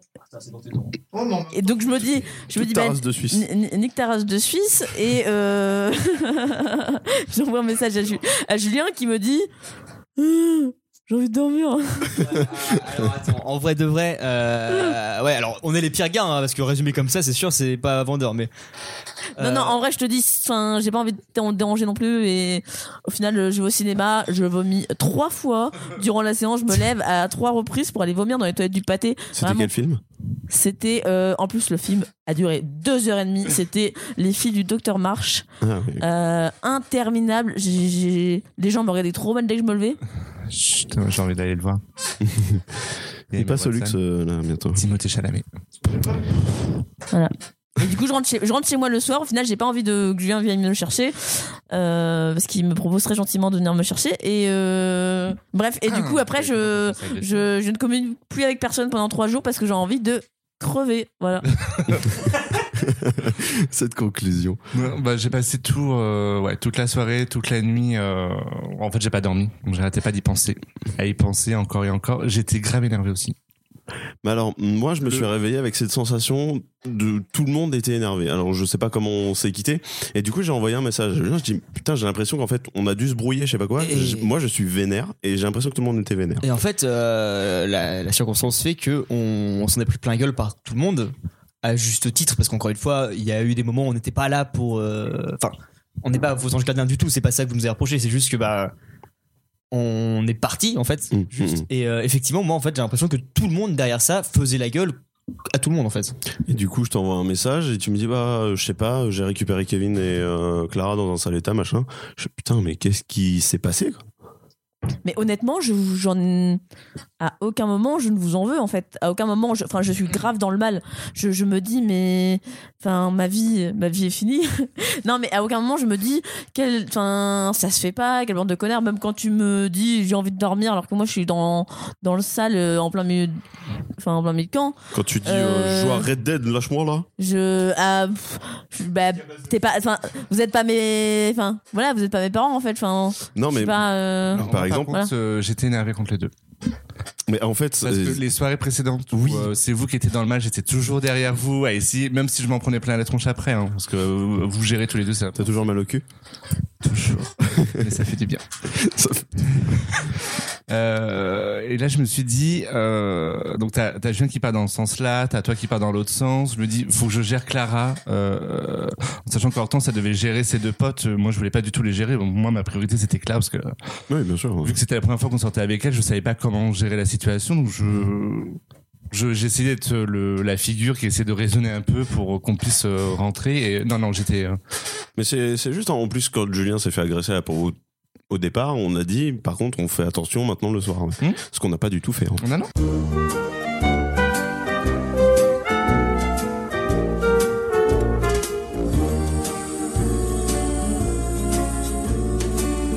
Speaker 4: Et donc, je me dis, je me dis,
Speaker 2: toute ta
Speaker 4: bah,
Speaker 2: race de Suisse.
Speaker 4: Ni- ni- Nique ta race de Suisse et euh, j'envoie un message à, Ju- à Julien qui me dit Euh, j'ai envie de dormir.
Speaker 2: Euh.
Speaker 1: Alors, attends, en vrai de vrai, euh, ouais, alors on est les pires gars, hein, parce que résumé comme ça, c'est sûr, c'est pas vendeur, mais.
Speaker 4: Non non en vrai je te dis enfin j'ai pas envie de te déranger non plus et au final euh, je vais au cinéma je vomis trois fois durant la séance je me lève à trois reprises pour aller vomir dans les toilettes du pâté
Speaker 2: C'était
Speaker 4: vraiment.
Speaker 2: quel film
Speaker 4: c'était euh, en plus le film a duré deux heures et demie c'était les filles du docteur Marsh
Speaker 2: Ah, oui.
Speaker 4: Euh, interminable. J'ai- j'ai- Les gens me regardaient trop mal dès que je me levais.
Speaker 5: Chut, j'ai envie d'aller le voir.
Speaker 2: Il passe au luxe euh, là bientôt.
Speaker 5: Timothée Chalamet.
Speaker 4: Et du coup, je rentre chez, je rentre chez moi le soir. Au final, j'ai pas envie de, que Julien vienne me chercher. euh, parce qu'il me propose très gentiment de venir me chercher. Et euh, bref, et du coup, après, je, je, je ne communique plus avec personne pendant trois jours parce que j'ai envie de crever. Voilà.
Speaker 2: Cette conclusion.
Speaker 5: Ouais, Bah, j'ai passé tout, euh, ouais, toute la soirée, toute la nuit. euh, en fait, j'ai pas dormi. Donc, J'arrêtais pas d'y penser. À y penser encore et encore. J'étais grave énervé aussi.
Speaker 2: Mais alors, moi, je me suis réveillé avec cette sensation de tout le monde était énervé. Alors, je sais pas comment on s'est quitté. Et du coup, j'ai envoyé un message. Je dis, putain, j'ai l'impression qu'en fait, on a dû se brouiller, je sais pas quoi.
Speaker 1: Et-
Speaker 2: Je- moi, je suis vénère et j'ai l'impression que tout le monde était vénère.
Speaker 1: Et en fait, euh, la, la circonstance fait que on, on s'en est pris plein gueule par tout le monde, à juste titre, parce qu'encore une fois, il y a eu des moments où on n'était pas là pour. euh, Enfin, on n'est pas vos anges gardiens du tout, c'est pas ça que vous nous avez reproché, c'est juste que bah. On est parti, en fait.
Speaker 2: Mm,
Speaker 1: juste.
Speaker 2: mm, mm.
Speaker 1: Et euh, effectivement, moi, en fait, j'ai l'impression que tout le monde derrière ça faisait la gueule à tout le monde, en fait.
Speaker 2: Et du coup, je t'envoie un message et tu me dis, bah, euh, je sais pas, j'ai récupéré Kevin et euh, Clara dans un sale état, machin. Je fais, putain, mais qu'est-ce qui s'est passé quoi
Speaker 4: Mais honnêtement, je vous- j'en à aucun moment je ne vous en veux en fait. À aucun moment, je, enfin, je suis grave dans le mal. Je, je me dis mais enfin ma vie ma vie est finie. non mais à aucun moment je me dis quel enfin ça se fait pas quelle bande de connards. Même quand tu me dis j'ai envie de dormir alors que moi je suis dans dans le salle euh, en plein milieu de- enfin en plein milieu de camp.
Speaker 2: Quand tu dis, euh,
Speaker 4: Euh,
Speaker 2: je joue à Red Dead, lâche-moi là.
Speaker 4: Je ah, pff, je- bah, t'es pas enfin vous êtes pas mes enfin voilà vous êtes pas mes parents en fait enfin
Speaker 2: Non,
Speaker 4: je
Speaker 2: mais,
Speaker 4: suis pas euh,
Speaker 2: Par exemple-
Speaker 5: contre, euh, j'étais énervé contre les deux.
Speaker 2: mais en fait,
Speaker 5: Parce
Speaker 2: euh,
Speaker 5: que les soirées précédentes, où, euh, c'est vous qui étiez dans le mal, j'étais toujours derrière vous à essayer, même si je m'en prenais plein la tronche après, hein, parce que euh, vous gérez tous les deux ça.
Speaker 2: t'as toujours mal au cul.
Speaker 5: Toujours. Mais ça fait du bien. Euh, et là, je me suis dit, euh, donc t'as as Julien qui part dans ce sens-là, t'as toi qui part dans l'autre sens. Je me dis, faut que je gère Clara, euh, en sachant qu'en temps, ça devait gérer ses deux potes. Moi, je voulais pas du tout les gérer. Bon, moi, ma priorité, c'était Clara, parce que
Speaker 2: Oui, bien sûr. ouais.
Speaker 5: vu que c'était la première fois qu'on sortait avec elle, je savais pas comment gérer la situation, donc je je- j'essayais d'être le, la figure qui essaie de raisonner un peu pour qu'on puisse euh, rentrer. Et non, non, j'étais. euh,
Speaker 2: Mais c'est c'est juste, hein. en plus, quand Julien s'est fait agresser là pour vous. Au départ, on a dit, par contre, on fait attention maintenant le soir. hein.
Speaker 5: Hmm.
Speaker 2: Ce qu'on n'a pas du tout fait. hein.
Speaker 5: Non, non.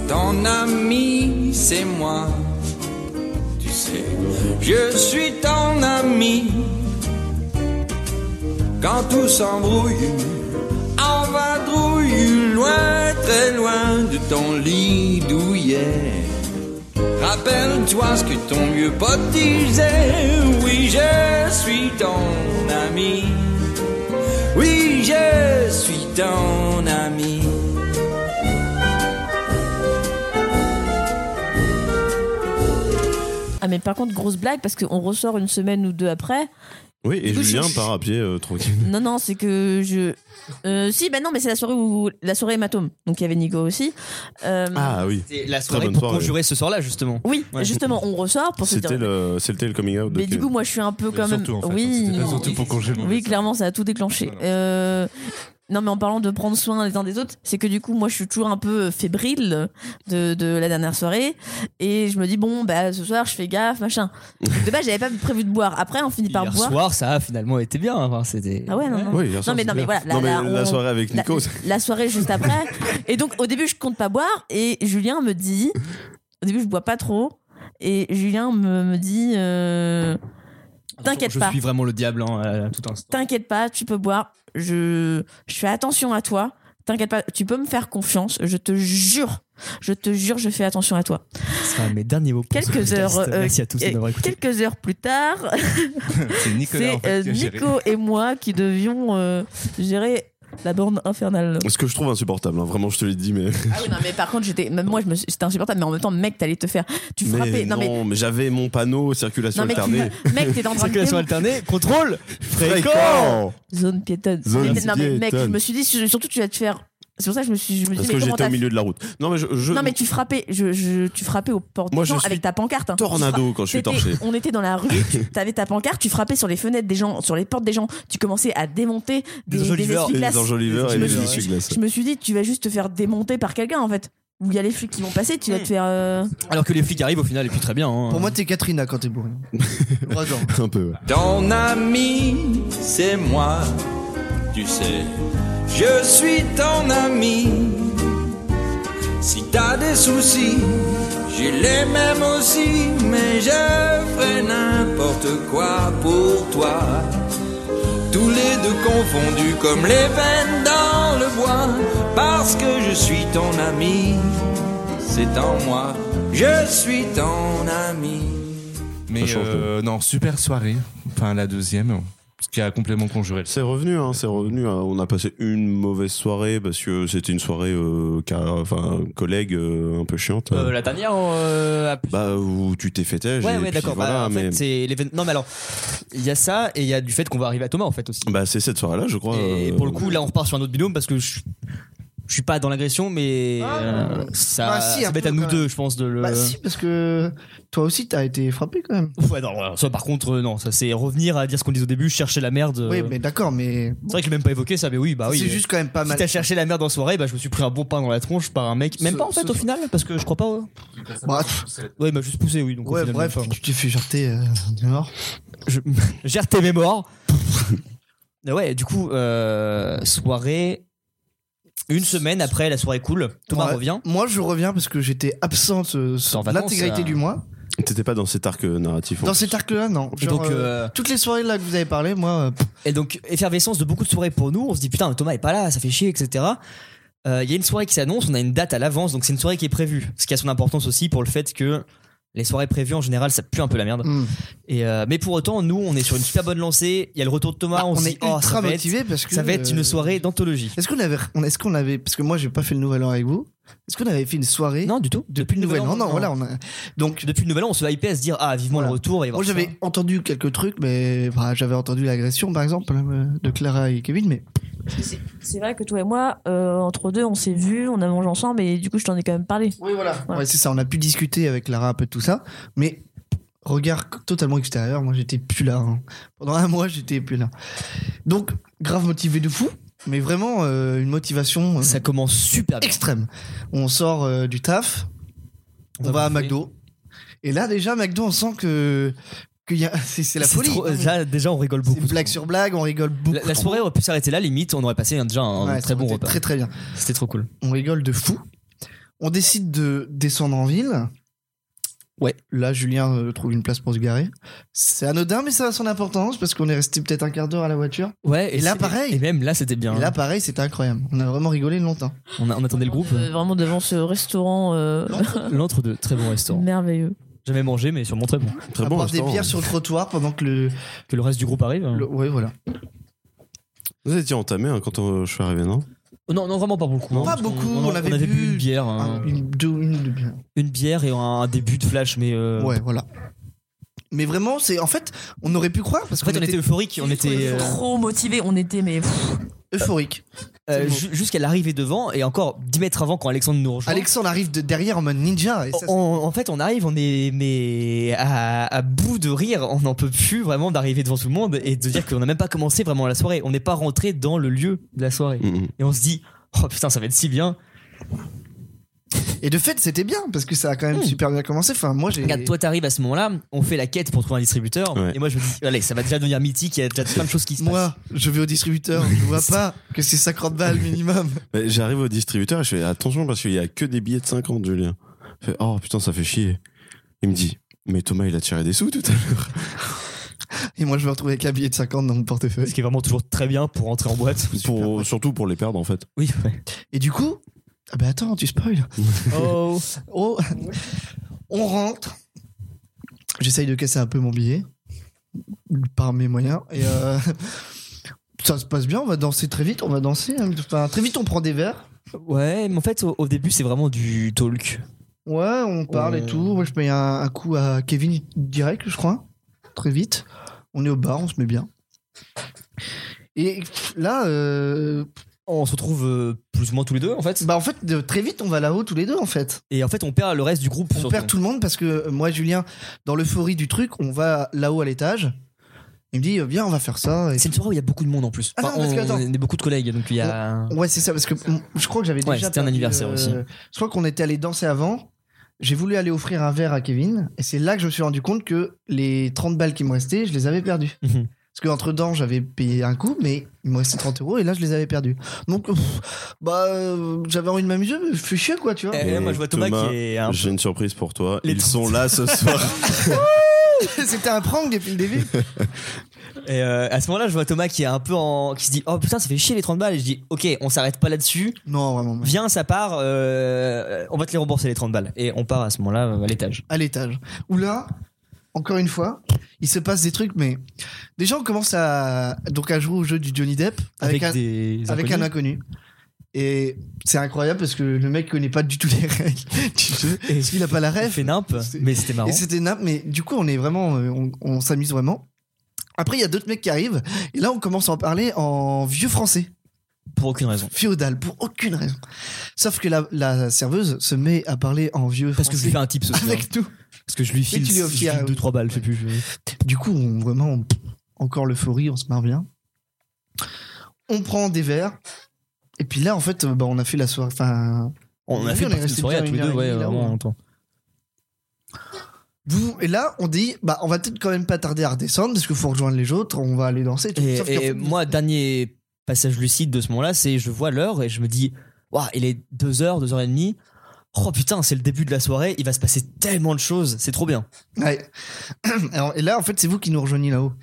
Speaker 10: Ton ami, c'est moi. Tu sais, je suis ton ami. Quand tout s'embrouille, en vadrouille, loin, très loin de ton lit douillet. Rappelle-toi ce que ton vieux pote disait. Oui, je suis ton ami. Oui, je suis ton ami.
Speaker 4: Ah mais par contre grosse blague parce qu'on ressort une semaine ou deux après.
Speaker 2: Oui, et
Speaker 4: Du coup,
Speaker 2: Julien
Speaker 4: je-
Speaker 2: part à pied euh, tranquille.
Speaker 4: Non non c'est que je Euh, si ben non mais c'est la soirée où la soirée hématome donc il y avait Nico aussi. Euh,
Speaker 2: Ah oui.
Speaker 1: C'est la
Speaker 2: soirée
Speaker 1: soirée pour
Speaker 2: bonne pour soirée. conjurer
Speaker 1: conjurer ce sort-là, justement.
Speaker 4: Oui
Speaker 1: Ouais.
Speaker 4: justement on ressort pour se dire.
Speaker 2: C'était le, c'était le coming out. de
Speaker 4: Mais du
Speaker 2: Kevin.
Speaker 4: coup moi je suis un peu quand même
Speaker 5: Surtout, en fait, hein,
Speaker 4: oui
Speaker 5: c'était pas surtout pour congé le
Speaker 4: oui
Speaker 5: mauvais
Speaker 4: clairement ça a tout déclenché.
Speaker 5: Voilà.
Speaker 4: Euh, Non mais en parlant de prendre soin les uns des autres, c'est que du coup moi je suis toujours un peu euh, fébrile de, de la dernière soirée et je me dis bon bah ce soir je fais gaffe machin. De base j'avais pas prévu de boire. Après on finit par
Speaker 1: Hier
Speaker 4: boire.
Speaker 1: soir, ça a finalement été bien. Enfin, c'était.
Speaker 4: Ah ouais non non.
Speaker 2: Oui, hier soir,
Speaker 4: Non mais,
Speaker 2: c'est
Speaker 4: non, mais
Speaker 2: clair.
Speaker 4: voilà, là-
Speaker 2: Non, mais
Speaker 4: là,
Speaker 2: la
Speaker 4: on-
Speaker 2: soirée avec
Speaker 4: la,
Speaker 2: Nico.
Speaker 4: la soirée juste après. Et donc au début je compte pas boire et Julien me dit, au début je bois pas trop et Julien me, me dit, euh, T'inquiète
Speaker 1: Je
Speaker 4: pas.
Speaker 1: suis vraiment le diable hein, à tout instant.
Speaker 4: t'inquiète pas, tu peux boire, je, je fais attention à toi, t'inquiète pas, tu peux me faire confiance, je te jure, je te jure, je fais attention à toi.
Speaker 1: Ce sera mes derniers mots. pour ce
Speaker 4: Quelques
Speaker 1: podcast.
Speaker 4: heures, euh,
Speaker 1: Merci à tous
Speaker 4: et-
Speaker 1: de m'avoir écouté.
Speaker 4: Quelques heures plus tard,
Speaker 5: C'est Nicolas. en
Speaker 4: c'est
Speaker 5: fait,
Speaker 4: euh,
Speaker 5: qui a géré.
Speaker 4: Nico et moi qui devions euh, gérer la borne infernale.
Speaker 2: Ce que je trouve insupportable, hein, vraiment, je te l'ai dit, mais.
Speaker 4: Ah oui, non, mais par contre, j'étais, même moi, je me suis- c'était insupportable, mais en même temps, mec, t'allais te faire. Tu
Speaker 2: mais
Speaker 4: frappais.
Speaker 2: non, mais, j'avais mon panneau circulation
Speaker 4: non, mais, tu-
Speaker 2: alternée.
Speaker 4: mec, t'es dans le
Speaker 1: Circulation alternée, contrôle, fréquent.
Speaker 2: Fréquent
Speaker 4: Zone piétonne.
Speaker 2: Zone
Speaker 4: Mais- non, mais mec, je
Speaker 2: piétonne.
Speaker 4: me suis dit, surtout, tu vas te faire. C'est pour ça que je me suis, je me
Speaker 2: Parce
Speaker 4: dis,
Speaker 2: que
Speaker 4: mais comment
Speaker 2: j'étais au
Speaker 4: t'as.
Speaker 2: milieu de la route. Non, mais je. je-
Speaker 4: Non, mais tu frappais, je, je- tu frappais aux portes
Speaker 2: Moi,
Speaker 4: des
Speaker 2: je
Speaker 4: gens
Speaker 2: suis
Speaker 4: avec ta pancarte. hein. Tu
Speaker 2: Tornado quand je suis
Speaker 4: T'étais-
Speaker 2: torché.
Speaker 4: On était dans la rue, tu- t'avais ta pancarte, tu frappais sur les fenêtres des gens, sur les portes des gens, tu commençais à démonter des,
Speaker 1: Des
Speaker 4: des
Speaker 1: enjoliveurs.
Speaker 2: Et
Speaker 4: essuie-glaces.
Speaker 2: les enjoliveurs et les
Speaker 1: Je me-
Speaker 2: essuie-glaces.
Speaker 4: Je me suis dit, tu vas juste te faire démonter par quelqu'un en fait. Où il y a les flics qui vont passer, tu vas te faire. euh,
Speaker 1: Alors que les flics arrivent au final et puis très bien. hein.
Speaker 3: Pour moi, t'es Katrina quand t'es bourré. Trois ans.
Speaker 2: Un peu, ouais.
Speaker 10: Ton ami, c'est moi. tu sais, je suis ton ami. Si t'as des soucis, j'ai les mêmes aussi, mais je ferai n'importe quoi pour toi. Tous les deux confondus comme les veines dans le bois, parce que je suis ton ami, c'est en moi, je suis ton ami.
Speaker 5: Mais euh, non, super soirée. Enfin, la deuxième, ce qui a complément conjuré.
Speaker 2: C'est revenu, hein, c'est revenu. hein. On a passé une mauvaise soirée parce que c'était une soirée euh, car, enfin, collègue euh, un peu chiante.
Speaker 1: Euh, la dernière, euh, à
Speaker 2: Bah, où tu t'es fait têche.
Speaker 1: Ouais,
Speaker 2: et
Speaker 1: ouais,
Speaker 2: puis
Speaker 1: d'accord.
Speaker 2: Voilà,
Speaker 1: bah, en
Speaker 2: mais...
Speaker 1: fait, c'est l'événement. Non, mais alors, il y a ça et il y a du fait qu'on va arriver à Thomas en fait aussi.
Speaker 2: Bah, c'est cette soirée-là, je crois.
Speaker 1: Et
Speaker 2: euh,
Speaker 1: pour le coup, là, on repart sur un autre binôme parce que je, je suis pas dans l'agression, mais euh, ça,
Speaker 3: Ah, Bah, si,
Speaker 1: ça
Speaker 3: un
Speaker 1: va être
Speaker 3: peu,
Speaker 1: à nous
Speaker 3: quand même.
Speaker 1: deux, je pense, de le.
Speaker 3: Bah si, parce que toi aussi t'as été frappé quand même.
Speaker 1: Ouais, non, voilà. ça par contre, euh, non, ça c'est revenir à dire ce qu'on disait au début, chercher la merde. euh,
Speaker 3: Oui, mais d'accord, mais
Speaker 1: C'est vrai que j'ai même pas évoqué ça, mais oui, bah oui.
Speaker 3: c'est juste quand même pas
Speaker 1: Si
Speaker 3: mal.
Speaker 1: t'as cherché la merde en soirée, bah je me suis pris un bon pain dans la tronche par un mec. Même
Speaker 3: Ce-
Speaker 1: pas en fait
Speaker 3: ce-
Speaker 1: au final, parce que je crois pas. euh,
Speaker 3: Bah, pff,
Speaker 1: Ouais, il m'a juste poussé, oui. Donc, au
Speaker 3: ouais,
Speaker 1: final,
Speaker 3: bref,
Speaker 1: même pas.
Speaker 3: tu t'es fait jarter euh, de mort.
Speaker 1: je gère tes mémoires. Mais ouais, du coup, euh, soirée. Une semaine après la soirée cool, Thomas
Speaker 3: Ouais.
Speaker 1: revient.
Speaker 3: Moi, je reviens parce que j'étais absente euh,
Speaker 1: en vacances,
Speaker 3: l'intégralité
Speaker 1: euh.
Speaker 3: du mois.
Speaker 2: T'étais pas dans cet arc euh, narratif. en
Speaker 3: Dans
Speaker 2: fait.
Speaker 3: cet arc-là, non.
Speaker 1: Et
Speaker 3: Genre,
Speaker 1: donc,
Speaker 3: euh,
Speaker 1: euh,
Speaker 3: toutes les soirées là que vous avez parlé, moi, euh, pff,
Speaker 1: et donc, effervescence de beaucoup de soirées pour nous. On se dit putain, Thomas est pas là, ça fait chier, etc. Euh, Il y a une soirée qui s'annonce, on a une date à l'avance, donc c'est une soirée qui est prévue. Ce qui a son importance aussi pour le fait que les soirées prévues en général, ça pue un peu la merde.
Speaker 3: hmm.
Speaker 1: Et euh, mais pour autant, nous, on est sur une super bonne lancée. Il y a le retour de Thomas,
Speaker 3: Bah,
Speaker 1: on,
Speaker 3: on
Speaker 1: se dit
Speaker 3: est
Speaker 1: oh, ça
Speaker 3: ultra
Speaker 1: va être-
Speaker 3: motivé parce que
Speaker 1: ça va être une
Speaker 3: euh,
Speaker 1: soirée d'anthologie.
Speaker 3: Est-ce qu'on avait, on- est-ce qu'on avait, parce que moi, j'ai pas fait le Nouvel An avec vous. Est-ce qu'on avait fait une soirée
Speaker 1: Non, du tout.
Speaker 3: depuis le Nouvel An Non,
Speaker 1: on-
Speaker 3: voilà, on a. Donc,
Speaker 1: Depuis le nouvel an, on se hypait à se dire ah vivement
Speaker 3: Voilà.
Speaker 1: le retour. il va y avoir
Speaker 3: Moi,
Speaker 1: ça.
Speaker 3: j'avais entendu quelques trucs, mais bah, j'avais entendu l'agression, par exemple, euh, de Clara et Kevin, mais
Speaker 4: C'est vrai que toi et moi, euh, entre deux, on s'est vus, on a mangé ensemble et du coup, je t'en ai quand même parlé.
Speaker 3: oui, voilà. Ouais,
Speaker 4: Ouais.
Speaker 3: c'est ça. On a pu discuter avec Clara un peu de tout ça, mais regard totalement extérieur. Moi, j'étais plus là. hein. Pendant un mois, j'étais plus là. Donc, grave motivé de fou, mais vraiment euh, une motivation euh,
Speaker 1: Ça commence super bien.
Speaker 3: extrême. On sort euh, du taf, on, va à
Speaker 1: bouffer.
Speaker 3: McDo, et là déjà McDo, on sent que que y a- c'est c'est la
Speaker 1: C'est
Speaker 3: folie.
Speaker 1: trop- euh,
Speaker 3: hein.
Speaker 1: là, déjà, on rigole beaucoup.
Speaker 3: c'est blague sur blague, on rigole beaucoup.
Speaker 1: La, la soirée aurait pu s'arrêter là, limite, on aurait passé un- déjà un
Speaker 3: Ouais, ça
Speaker 1: très bon
Speaker 3: aurait été
Speaker 1: repas.
Speaker 3: Très très bien.
Speaker 1: C'était trop cool.
Speaker 3: on rigole de fou. On décide de descendre en ville.
Speaker 1: Ouais.
Speaker 3: Là, Julien euh, trouve une place pour se garer. C'est anodin, mais ça a son importance parce qu'on est resté peut-être un quart d'heure à la voiture.
Speaker 1: Ouais,
Speaker 3: Et là,
Speaker 1: c'est-
Speaker 3: pareil.
Speaker 1: Et même là, c'était bien.
Speaker 3: Et là, pareil, c'était incroyable. On a vraiment rigolé longtemps.
Speaker 1: on, a- on attendait le groupe.
Speaker 4: Euh, vraiment devant ce restaurant euh,
Speaker 1: L'entre-deux, très bon restaurant.
Speaker 4: merveilleux.
Speaker 1: Jamais mangé, mais sûrement très bon. hein.
Speaker 2: Très
Speaker 3: à
Speaker 2: bon. hein.
Speaker 3: boire des
Speaker 2: restaurant.
Speaker 3: bières sur le trottoir pendant que le.
Speaker 1: Que le reste du groupe arrive. hein.
Speaker 3: le- ouais, voilà.
Speaker 2: Vous étiez entamé hein, quand euh, je suis arrivé, non
Speaker 1: Oh, Non, non, vraiment pas beaucoup.
Speaker 3: Pas
Speaker 1: parce qu'on-
Speaker 3: beaucoup,
Speaker 1: On, a-
Speaker 3: on Ah. avait
Speaker 1: bu,
Speaker 3: bu-
Speaker 1: une bière, hein.
Speaker 3: Un- une, deux, une, deux bières.
Speaker 1: une bière et un, un début de flash, mais euh,
Speaker 3: Ouais, voilà. Mais vraiment, c'est en fait, on aurait pu croire parce
Speaker 1: en fait,
Speaker 3: qu'on
Speaker 1: on était,
Speaker 3: était
Speaker 1: euphorique. On était euh,
Speaker 4: Trop motivé, on était, mais pff,
Speaker 3: euphorique.
Speaker 1: euh,
Speaker 3: bon.
Speaker 1: ju- jusqu'à l'arrivée devant et encore 10 mètres avant quand Alexandre nous rejoint.
Speaker 3: Alexandre arrive de derrière en mode ninja. Et ça,
Speaker 1: On- on- en fait, on arrive, on est mais à, à bout de rire. On n'en peut plus vraiment d'arriver devant tout le monde et de dire qu'on n'a même pas commencé vraiment la soirée. On n'est pas rentré dans le lieu de la soirée.
Speaker 2: Mm, mm.
Speaker 1: Et on se dit, oh putain, ça va être si bien.
Speaker 3: Et de fait, c'était bien parce que ça a quand même
Speaker 1: Mmh.
Speaker 3: super bien commencé. Enfin, moi, j'ai.
Speaker 1: Regarde, toi, t'arrives à ce moment-là, on fait la quête pour trouver un distributeur.
Speaker 2: Ouais.
Speaker 1: Et moi, je me dis, allez, ça va déjà devenir mythique. Il y a déjà plein de choses qui se passent.
Speaker 3: Moi, je vais au distributeur, je vois pas que c'est 50 balles minimum.
Speaker 2: Mais J'arrive au distributeur et je fais attention parce qu'il y a que des billets de 50, Julien. Je fais, oh putain, ça fait chier. Il me dit, mais Thomas, il a tiré des sous tout à l'heure.
Speaker 3: Et moi, je me retrouve avec un billet de 50 dans mon portefeuille.
Speaker 1: Ce qui est vraiment toujours très bien pour entrer en boîte.
Speaker 2: Pour, surtout pour les perdre, en fait.
Speaker 1: Oui,
Speaker 3: Et du coup, ah bah attends, tu spoil.
Speaker 1: Oh.
Speaker 3: Oh, on rentre. J'essaye de casser un peu mon billet par mes moyens. Et euh, ça se passe bien, on va danser très vite, on va danser. hein. Enfin, très vite, on prend des verres.
Speaker 1: Ouais, mais en fait, au, au début, c'est vraiment du talk.
Speaker 3: Ouais, on parle
Speaker 1: On-
Speaker 3: et tout. Moi, je paye un, un coup à Kevin direct, je crois. Très vite. On est au bar, on se met bien. Et là, euh,
Speaker 1: On se retrouve euh, plus ou moins tous les deux, en fait.
Speaker 3: Bah en fait de- très vite on va là-haut tous les deux en fait.
Speaker 1: Et en fait, on perd le reste du groupe.
Speaker 3: On
Speaker 1: surtout.
Speaker 3: perd tout le monde parce que euh, moi Julien dans l'euphorie du truc on va là-haut à l'étage. Il me dit euh, viens on va faire ça. Et-
Speaker 1: C'est une soirée où il y a beaucoup de monde en plus.
Speaker 3: Ah non, parce
Speaker 1: on,
Speaker 3: que, attends.
Speaker 1: on est beaucoup de collègues, donc il y a.
Speaker 3: Ouais c'est ça parce que mm, je crois que j'avais
Speaker 1: Ouais,
Speaker 3: déjà.
Speaker 1: c'était un
Speaker 3: perdu, euh,
Speaker 1: anniversaire aussi.
Speaker 3: Je crois qu'on était allé danser avant. J'ai voulu aller offrir un verre à Kevin et c'est là que je me suis rendu compte que les 30 balles qui me restaient je les avais perdues.
Speaker 1: Mhm.
Speaker 3: Parce Parce qu'entre temps, j'avais payé un coup, mais il me restait 30 euros et là, je les avais perdus. Donc, pff, bah, euh, j'avais envie de m'amuser, mais je suis chier, quoi, tu vois.
Speaker 1: Eh, moi, je vois Thomas, qui est Ah, un-
Speaker 2: J'ai une surprise pour toi.
Speaker 1: Les
Speaker 2: Ils
Speaker 1: trente-
Speaker 2: sont là ce soir.
Speaker 3: C'était un prank depuis le début.
Speaker 1: Et euh, à ce moment-là, je vois Thomas qui est un peu en. qui se dit Oh putain, ça fait chier les 30 balles. Et je dis Ok, on s'arrête pas là-dessus.
Speaker 3: Non, vraiment.
Speaker 1: Viens, ça part. euh, on va te les rembourser les 30 balles. Et on part à ce moment-là euh, à l'étage.
Speaker 3: à l'étage. Où là, encore une fois, il se passe des trucs, mais déjà on commence à donc à jouer au jeu du Johnny Depp
Speaker 1: Avec
Speaker 3: un,
Speaker 1: des
Speaker 3: avec
Speaker 1: inconnus.
Speaker 3: un inconnu. Et c'est incroyable parce que le mec connaît pas du tout les règles du jeu.
Speaker 1: Et
Speaker 3: Il a pas la
Speaker 1: il
Speaker 3: rêve.
Speaker 1: fait nimp, mais c'était marrant.
Speaker 3: Et c'était nappe, mais du coup, on est vraiment, euh, on, on s'amuse vraiment. Après, il y a d'autres mecs qui arrivent, et là, on commence à en parler en vieux français,
Speaker 1: Pour aucune raison.
Speaker 3: féodal, pour aucune raison. Sauf que la, la serveuse se met à parler en vieux
Speaker 1: Parce que je lui
Speaker 3: français
Speaker 1: fais un tip ce soir.
Speaker 3: avec nous.
Speaker 1: Parce que je lui file
Speaker 3: tu lui offres-
Speaker 1: 2-3 balles, je sais plus. je-
Speaker 3: Du coup, on, vraiment, on- encore l'euphorie, on se marre bien. On prend des verres. Et puis là, en fait, euh, bah, on a fait la soirée. Enfin,
Speaker 1: On a
Speaker 3: Oui,
Speaker 1: fait
Speaker 3: on est
Speaker 1: une partie de
Speaker 3: resté
Speaker 1: soirée à
Speaker 3: bien
Speaker 1: tous les
Speaker 3: une
Speaker 1: deux,
Speaker 3: heure et
Speaker 1: ouais,
Speaker 3: demie, là,
Speaker 1: vraiment
Speaker 3: ouais.
Speaker 1: longtemps.
Speaker 3: vous- et là, on dit, bah, on va peut-être quand même pas tarder à redescendre parce qu'il faut rejoindre les autres. On va aller danser. et tout.
Speaker 1: Et,
Speaker 3: Sauf qu'en
Speaker 1: et
Speaker 3: fait,
Speaker 1: moi, dernier passage lucide de ce moment-là, c'est je vois l'heure et je me dis, waouh, il est 2h, 2h30. Oh putain, c'est le début de la soirée, il va se passer tellement de choses, c'est trop bien.
Speaker 3: ouais. Alors, et là, en fait, c'est vous qui nous rejoignez là-haut.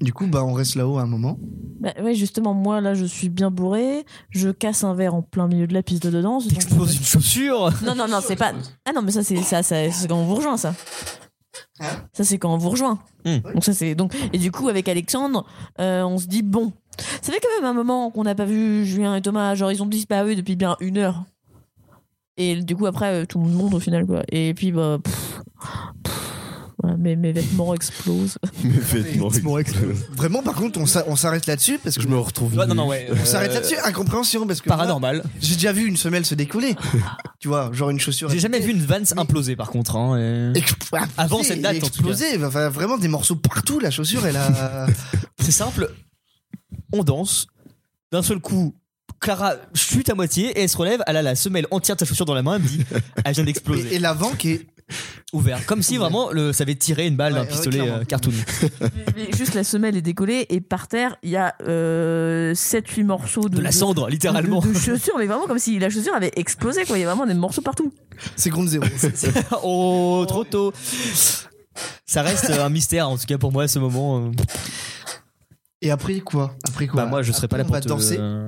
Speaker 3: Du coup, bah, on reste là-haut un moment.
Speaker 4: Bah ouais, justement, moi là, je suis bien bourré, je casse un verre en plein milieu de la piste de danse. donc-
Speaker 1: T'exploses une chaussure
Speaker 4: Non, non, non, c'est pas. Ah non, mais ça, c'est ça, ça, c'est quand on vous rejoint, ça. Ça, c'est quand on vous rejoint.
Speaker 1: Hmm.
Speaker 4: Donc, ça, c'est donc. Et du coup, avec Alexandre, euh, on se dit bon. Ça fait quand même un moment qu'on n'a pas vu Julien et Thomas. Genre, ils ont disparu depuis bien une heure. Et du coup, après, euh, tout le monde au final, quoi. Et puis, bah. pff, pff, voilà, mes, mes vêtements explosent.
Speaker 2: Mais faites
Speaker 3: Vraiment, par contre, on s'a- on s'arrête là-dessus parce que
Speaker 2: Je me retrouve.
Speaker 1: Ouais, non, euh,
Speaker 2: nu.
Speaker 1: non, ouais.
Speaker 3: on s'arrête là-dessus. Incompréhension parce que moi,
Speaker 1: Paranormal.
Speaker 3: j'ai déjà vu une semelle se décoller. tu vois, genre une chaussure.
Speaker 1: J'ai jamais vu une Vance imploser par contre. hein, et-
Speaker 3: Expl-
Speaker 1: Avant cette date, en tout
Speaker 3: explosé, enfin, vraiment des morceaux partout, la chaussure, elle a.
Speaker 1: C'est simple, on danse. D'un seul coup, Clara chute à moitié et elle se relève. Elle a la semelle entière de sa chaussure dans la main. Elle me dit, elle vient
Speaker 3: et,
Speaker 1: d'exploser.
Speaker 3: et l'avant qui est.
Speaker 1: Ouvert. Comme si vraiment le, ça avait tiré une balle d'un
Speaker 3: Ouais, ouais,
Speaker 1: pistolet
Speaker 3: clairement.
Speaker 1: euh, cartoon.
Speaker 4: Mais juste la semelle est décollée et par terre, il y a 7-8 morceaux de,
Speaker 1: De la cendre, littéralement.
Speaker 4: de, de chaussures, mais vraiment comme si la chaussure avait explosé, quoi. Il y a vraiment des morceaux partout.
Speaker 3: C'est Ground Zero.
Speaker 1: oh, trop tôt. Ça reste euh, un mystère, en tout cas pour moi, à ce moment. euh,
Speaker 3: Et après quoi Après quoi
Speaker 1: bah, moi, je serais pas là
Speaker 3: Après,
Speaker 1: pour
Speaker 3: on va
Speaker 1: te-
Speaker 3: danser.
Speaker 1: euh,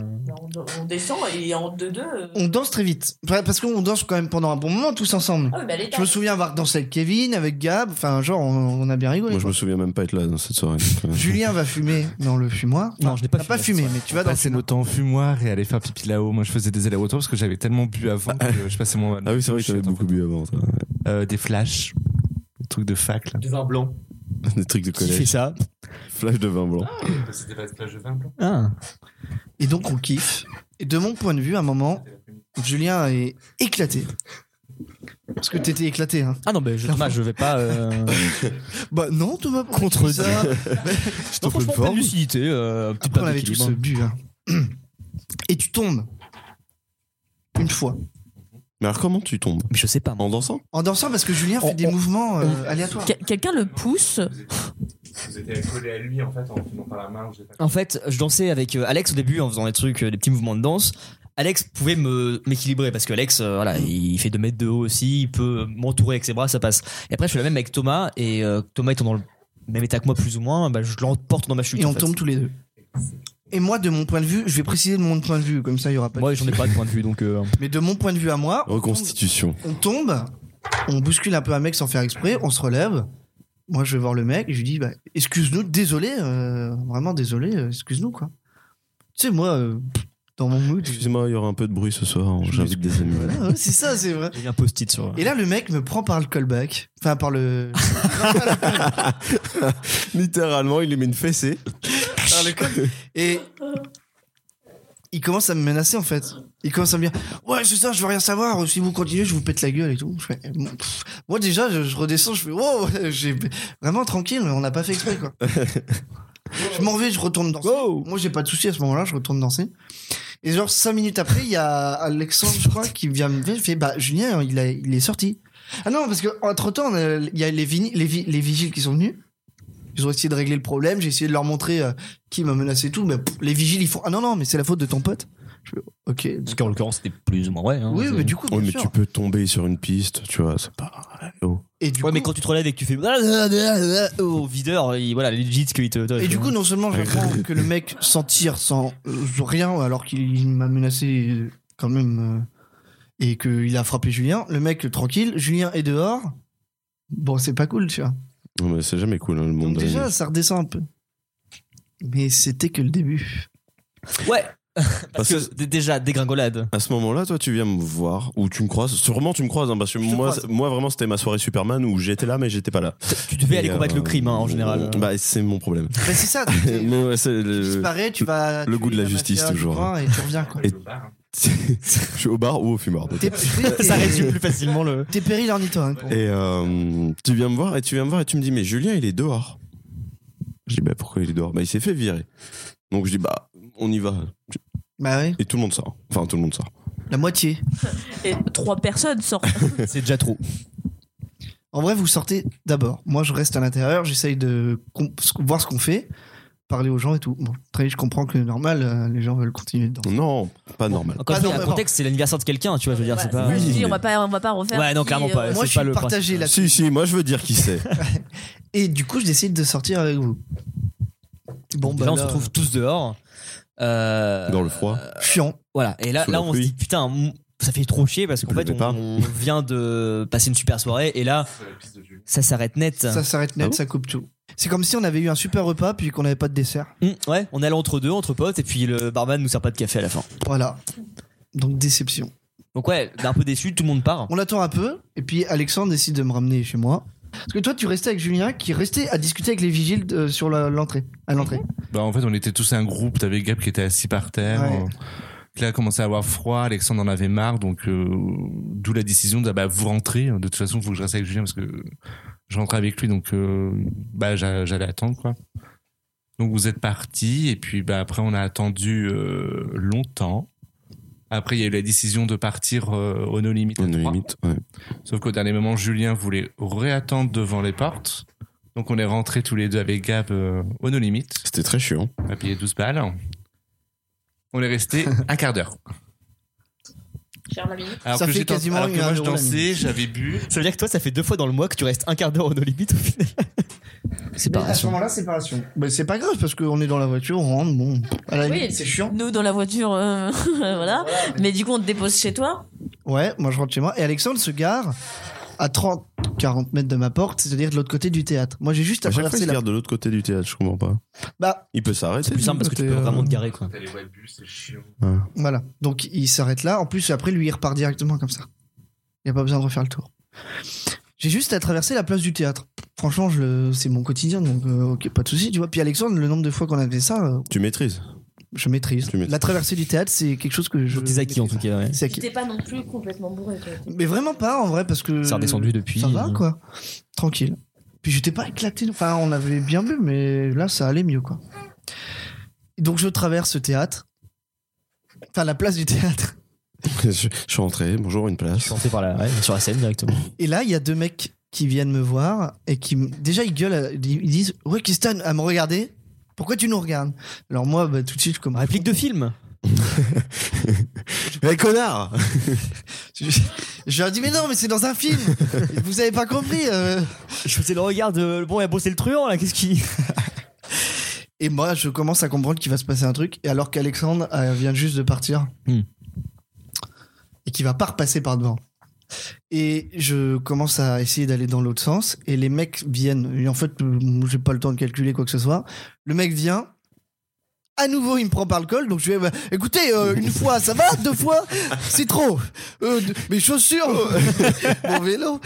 Speaker 4: On, descend et en 2-2.
Speaker 3: On danse très vite. Enfin, Parce qu'on danse quand même pendant un bon moment tous ensemble.
Speaker 4: Ah bah,
Speaker 3: Je me souviens avoir dansé avec Kevin, avec Gab. Enfin, genre, on, on a bien rigolé.
Speaker 2: Moi, je
Speaker 3: quoi.
Speaker 2: me souviens même pas être là dans cette soirée.
Speaker 3: Julien va fumer dans le fumoir.
Speaker 1: Non, je n'ai pas
Speaker 3: T'as
Speaker 1: fumé
Speaker 3: pas
Speaker 1: cette
Speaker 3: fumé,
Speaker 1: soirée.
Speaker 3: mais tu vas dans
Speaker 5: Passer
Speaker 3: le
Speaker 5: nos temps au fumoir et aller faire pipi là-haut. Moi, je faisais des allers-retours parce que j'avais tellement bu avant que je passais mon.
Speaker 2: Ah oui, c'est vrai que j'avais beaucoup bu avant. toi.
Speaker 5: Euh, des flashs, des trucs de fac là.
Speaker 1: De vin blanc.
Speaker 2: Des trucs de
Speaker 1: Qui fait
Speaker 2: collège.
Speaker 1: ça
Speaker 2: Flash de vin blanc.
Speaker 5: C'était pas des flashs de vin blanc.
Speaker 1: Ah.
Speaker 3: Et donc, on kiffe. Et de mon point de vue, à un moment, Julien est éclaté. Parce que t'étais éclaté, hein.
Speaker 1: Ah non, mais je, Thomas, je vais pas. euh,
Speaker 3: Bah non, Thomas, contre ça.
Speaker 2: Je
Speaker 1: Non,
Speaker 2: t'en
Speaker 1: franchement,
Speaker 2: prie,
Speaker 1: pleine
Speaker 2: forme.
Speaker 1: lucidité, euh, petite
Speaker 3: Après, on
Speaker 1: perte
Speaker 3: avait
Speaker 1: d'équilibre.
Speaker 3: tous bu. hein. Et tu tombes. Une fois.
Speaker 2: Mais alors, comment tu tombes
Speaker 1: Mais je sais pas. moi.
Speaker 2: En dansant
Speaker 3: En dansant parce que Julien fait
Speaker 1: On-
Speaker 3: des
Speaker 1: on-
Speaker 3: mouvements euh, aléatoires.
Speaker 4: Quelqu'un le pousse.
Speaker 5: Vous étiez collé à lui en fait en tenant par la main.
Speaker 1: En fait, je dansais avec euh, Alex au début en faisant des trucs, euh, des petits mouvements de danse. Alex pouvait me m'équilibrer parce que Alex, euh, voilà,
Speaker 3: Mm.
Speaker 1: il fait 2 mètres de haut aussi, il peut m'entourer avec ses bras, ça passe. Et après, je fais la même avec Thomas et euh, Thomas étant dans le même état que moi plus ou moins, bah, je l'emporte dans ma chute.
Speaker 3: Et
Speaker 1: en
Speaker 3: on
Speaker 1: fait.
Speaker 3: tombe tous les deux. Et moi, de mon point de vue, je vais préciser de mon point de vue, comme ça il y aura pas. de-
Speaker 1: Moi, j'en ai pas de point de vue, donc euh,
Speaker 3: Mais de mon point de vue à moi, on tombe,
Speaker 2: Reconstitution.
Speaker 3: on tombe, on bouscule un peu un mec sans faire exprès, on se relève. Moi, je vais voir le mec et je lui dis bah, excuse-nous, désolé, euh, vraiment désolé, euh, excuse-nous quoi. Tu sais, moi, euh, dans mon mood, je-
Speaker 2: Excusez-moi, il y aura un peu de bruit ce soir. hein. J'invite des amis.
Speaker 3: voilà, ouais, c'est ça, c'est vrai.
Speaker 1: j'ai mis un post-it sur.
Speaker 3: Et là, le mec me prend par le callback, enfin par le.
Speaker 2: Littéralement, il lui met une fessée.
Speaker 3: Et il commence à me menacer en fait. Il commence à me dire Ouais, c'est ça, je veux rien savoir. Si vous continuez, je vous pète la gueule et tout. Je fais, Pff. moi, déjà, je, je redescends, je fais Wow, j'ai vraiment tranquille, on n'a pas fait exprès quoi. je m'en vais, je retourne danser. Moi, j'ai pas de souci à ce moment-là, je retourne danser. Et genre, cinq minutes après, il y a Alexandre, je crois, qui vient me dire Il fait Bah, Julien, il, a- il est sorti. Ah non, parce que entre temps, il y a les, vini- les, vi- les vigiles qui sont venus. Ils ont essayé de régler le problème. J'ai essayé de leur montrer euh, qui m'a menacé et tout. Mais pff, les vigiles, ils font Ah non, non, mais c'est la faute de ton pote. Je fais, Ok.
Speaker 1: Parce qu'en l'occurrence, c'était plus ou moins vrai. hein.
Speaker 3: Oui,
Speaker 1: C'est-
Speaker 3: mais du coup,
Speaker 2: Ouais,
Speaker 3: bien
Speaker 2: mais
Speaker 3: sûr.
Speaker 2: tu peux tomber sur une piste, tu vois, c'est pas. oh.
Speaker 3: Et du
Speaker 1: Ouais,
Speaker 3: coup-
Speaker 1: mais quand tu te relèves et que tu fais. Au videur, il- voilà, legit ce qu'il te.
Speaker 3: Et du coup, non seulement j'apprends que le mec s'en tire sans euh, rien, alors qu'il m'a menacé euh, quand même, euh, et qu'il a frappé Julien, le mec euh, tranquille, Julien est dehors. Bon, c'est pas cool, tu vois.
Speaker 2: Non, mais c'est jamais cool, hein, le monde.
Speaker 3: Donc
Speaker 2: de la
Speaker 3: déjà,
Speaker 2: nuit.
Speaker 3: ça redescend un peu. Mais c'était que le début.
Speaker 1: Ouais!
Speaker 2: Parce
Speaker 1: Parce
Speaker 2: que-
Speaker 1: que d- déjà, dégringolade.
Speaker 2: À ce moment-là, toi, tu viens me voir ou tu me croises. Sûrement, tu me croises, hein, parce que
Speaker 3: Je te
Speaker 2: moi,
Speaker 3: croise.
Speaker 2: moi, vraiment, c'était ma soirée Superman où j'étais là, mais j'étais pas là.
Speaker 1: Tu devais aller
Speaker 2: Et,
Speaker 1: combattre
Speaker 2: euh,
Speaker 1: le crime hein, en général.
Speaker 2: Bah, c'est mon problème.
Speaker 3: Bah, c'est ça, tu t'es-
Speaker 2: Mais ouais, c'est
Speaker 3: tu
Speaker 2: le-
Speaker 3: disparais, tu
Speaker 2: le
Speaker 3: vas. tuer
Speaker 2: goût de la
Speaker 3: mafia
Speaker 2: justice,
Speaker 3: du
Speaker 2: toujours.
Speaker 3: coin Et tu reviens, quoi.
Speaker 2: Et- je suis au bar ou au fumeur. peut-être.
Speaker 3: T'es- t'es-
Speaker 1: ça résume plus facilement le.
Speaker 3: T'es péril ornithorynque. pour moi.
Speaker 2: Et euh, tu viens me voir et tu viens me voir et tu me dis mais Julien il est dehors. Je dis bah pourquoi il est dehors Bah il s'est fait virer. Donc je dis bah on y va
Speaker 3: Bah ouais,
Speaker 2: et tout le monde sort. Enfin tout le monde sort.
Speaker 3: la moitié.
Speaker 4: Et trois personnes sortent.
Speaker 1: C'est déjà trop.
Speaker 3: En vrai, vous sortez d'abord. Moi, je reste à l'intérieur, j'essaye de com- ce- voir ce qu'on fait, parler aux gens et tout. Bon, très vite, je comprends que normal, euh, les gens veulent continuer dedans.
Speaker 2: Non pas normal.
Speaker 1: Encore
Speaker 3: Ah
Speaker 1: une fois, il
Speaker 3: non,
Speaker 1: y a un
Speaker 3: mais bon.
Speaker 1: contexte, c'est l'anniversaire de quelqu'un, tu vois, je veux dire, c'est pas.
Speaker 4: Voilà, je
Speaker 2: Oui,
Speaker 4: dis,
Speaker 2: mais-
Speaker 4: on, va pas, on va pas refaire.
Speaker 1: Ouais, non,
Speaker 4: qui, euh,
Speaker 1: clairement pas.
Speaker 3: Moi,
Speaker 1: c'est
Speaker 3: je suis
Speaker 1: le
Speaker 3: partagé là.
Speaker 2: Si si moi je veux dire qui c'est.
Speaker 3: Et du coup, je décide de sortir avec vous. Bon, bah,
Speaker 1: là, on
Speaker 3: là,
Speaker 1: se retrouve tous dehors. Euh,
Speaker 2: Dans le froid.
Speaker 3: chiant.
Speaker 1: Voilà. Et là,
Speaker 2: Sous
Speaker 1: là,
Speaker 2: la
Speaker 1: on se
Speaker 2: pluie.
Speaker 1: dit, putain, m- ça fait trop chier parce
Speaker 2: Il
Speaker 1: qu'en fait,
Speaker 2: pleuvait
Speaker 1: on,
Speaker 2: pas.
Speaker 1: on vient de passer une super soirée et là, ça s'arrête net.
Speaker 3: Ça s'arrête net,
Speaker 2: Ah bon
Speaker 3: ça coupe tout. C'est comme si on avait eu un super repas puis qu'on n'avait pas de dessert.
Speaker 1: Mm, ouais, on est allé entre deux, entre potes, et puis le barman nous sert pas de café à la fin.
Speaker 3: Voilà. Donc déception.
Speaker 1: Donc ouais, un peu déçu, tout le monde part.
Speaker 3: On l'attend un peu et puis Alexandre décide de me ramener chez moi. Parce que toi, tu restais avec Julien qui restait à discuter avec les vigiles euh, sur la- l'entrée, à l'entrée.
Speaker 5: Bah, en fait, on était tous un groupe. T'avais Gab qui était assis par terre.
Speaker 3: Ouais.
Speaker 5: Euh, Claire commençait à avoir froid. Alexandre en avait marre. Donc, euh, d'où la décision de, bah, vous rentrez. De toute façon, il faut que je reste avec Julien parce que je rentrais avec lui. Donc, euh, bah, j'a- j'allais attendre, quoi. Donc, vous êtes partis. Et puis, bah, après, on a attendu euh, longtemps. Après, il y a eu la décision de partir euh, au No Limit. à
Speaker 2: On est
Speaker 5: trois.
Speaker 2: limite. ouais.
Speaker 5: Sauf qu'au dernier moment, Julien voulait réattendre devant les portes. Donc on est rentrés tous les deux avec Gab euh, au No Limit.
Speaker 2: C'était très chiant.
Speaker 5: On a payé 12 balles. On est resté un quart d'heure. Alors
Speaker 3: Ça
Speaker 5: que
Speaker 3: fait
Speaker 5: j'étais en-
Speaker 3: quasiment
Speaker 5: alors que
Speaker 3: un
Speaker 5: moi je
Speaker 3: euro la
Speaker 5: dansais,
Speaker 3: minute.
Speaker 5: j'avais bu.
Speaker 1: Ça veut dire que toi, ça fait deux fois dans le mois que tu restes un quart d'heure au no limit au final. C'est pas
Speaker 3: À ce moment-là, séparation. Bah, c'est pas grave parce qu'on est dans la voiture, on rentre, bon. À la
Speaker 4: Oui.
Speaker 3: limite, c'est chiant.
Speaker 4: Nous, dans la voiture, euh, voilà. Mais du coup, on te dépose chez toi.
Speaker 3: Ouais, moi je rentre chez moi. Et Alexandre se gare à 30, 40 mètres de ma porte, c'est-à-dire de l'autre côté du théâtre. Moi j'ai juste à
Speaker 2: À chaque fois il
Speaker 3: traverser
Speaker 2: se
Speaker 3: la.
Speaker 2: garde de l'autre côté du théâtre. Je comprends pas.
Speaker 3: Bah,
Speaker 2: Il peut s'arrêter.
Speaker 1: plus simple parce que tu peux
Speaker 3: Euh,
Speaker 1: vraiment te garer quoi.
Speaker 3: voilà. Donc il s'arrête là. En plus, après lui, il repart directement comme ça. Il n'y a pas besoin de refaire le tour. J'ai juste à traverser la place du théâtre. Franchement, je le- c'est mon quotidien, donc euh, ok, pas de souci, tu vois. Puis Alexandre, le nombre de fois qu'on a fait ça, euh,
Speaker 2: Tu maîtrises.
Speaker 3: je maîtrise.
Speaker 2: Tu maîtrises.
Speaker 3: La traversée du théâtre, c'est quelque chose que je.
Speaker 1: Je t'es acquis en tout cas. Ouais.
Speaker 3: C'est acquis.
Speaker 4: T'es pas non plus complètement bourré. quoi.
Speaker 3: Mais vraiment pas en vrai parce que.
Speaker 1: Ça a redescendu depuis,
Speaker 3: Ça va
Speaker 1: euh.
Speaker 3: quoi. Tranquille. Puis j'étais pas éclaté. Enfin, on avait bien bu, mais là ça allait mieux quoi. Donc je traverse ce théâtre. Enfin, la place du théâtre.
Speaker 2: je, je suis rentré. Bonjour une place.
Speaker 1: Sorti euh, par la, ouais, sur la scène directement.
Speaker 3: Et là, il y a deux mecs qui viennent me voir et qui. m- Déjà, ils gueulent. à- Ils disent Ouais, Kistan, à me regarder Pourquoi tu nous regardes Alors moi, bah, tout de suite, je commence.
Speaker 1: Réplique de film.
Speaker 2: Eh connard
Speaker 3: Je- Je leur dis Mais non, mais c'est dans un film Vous avez pas compris euh.
Speaker 1: Je faisais le regard de bon, il a bossé le truand là, qu'est-ce qui.
Speaker 3: Et moi, je commence à comprendre qu'il va se passer un truc, et alors qu'Alexandre euh, vient juste de partir.
Speaker 1: Hmm.
Speaker 3: Et qu'il va pas repasser par devant. Et je commence à essayer d'aller dans l'autre sens, et les mecs viennent. Et en fait, euh, j'ai pas le temps de calculer quoi que ce soit. Le mec vient. À nouveau, il me prend par le col, donc je vais. bah, écoutez, euh, une fois, ça va, deux fois, c'est trop. Euh, de- mes chaussures, euh, mon vélo.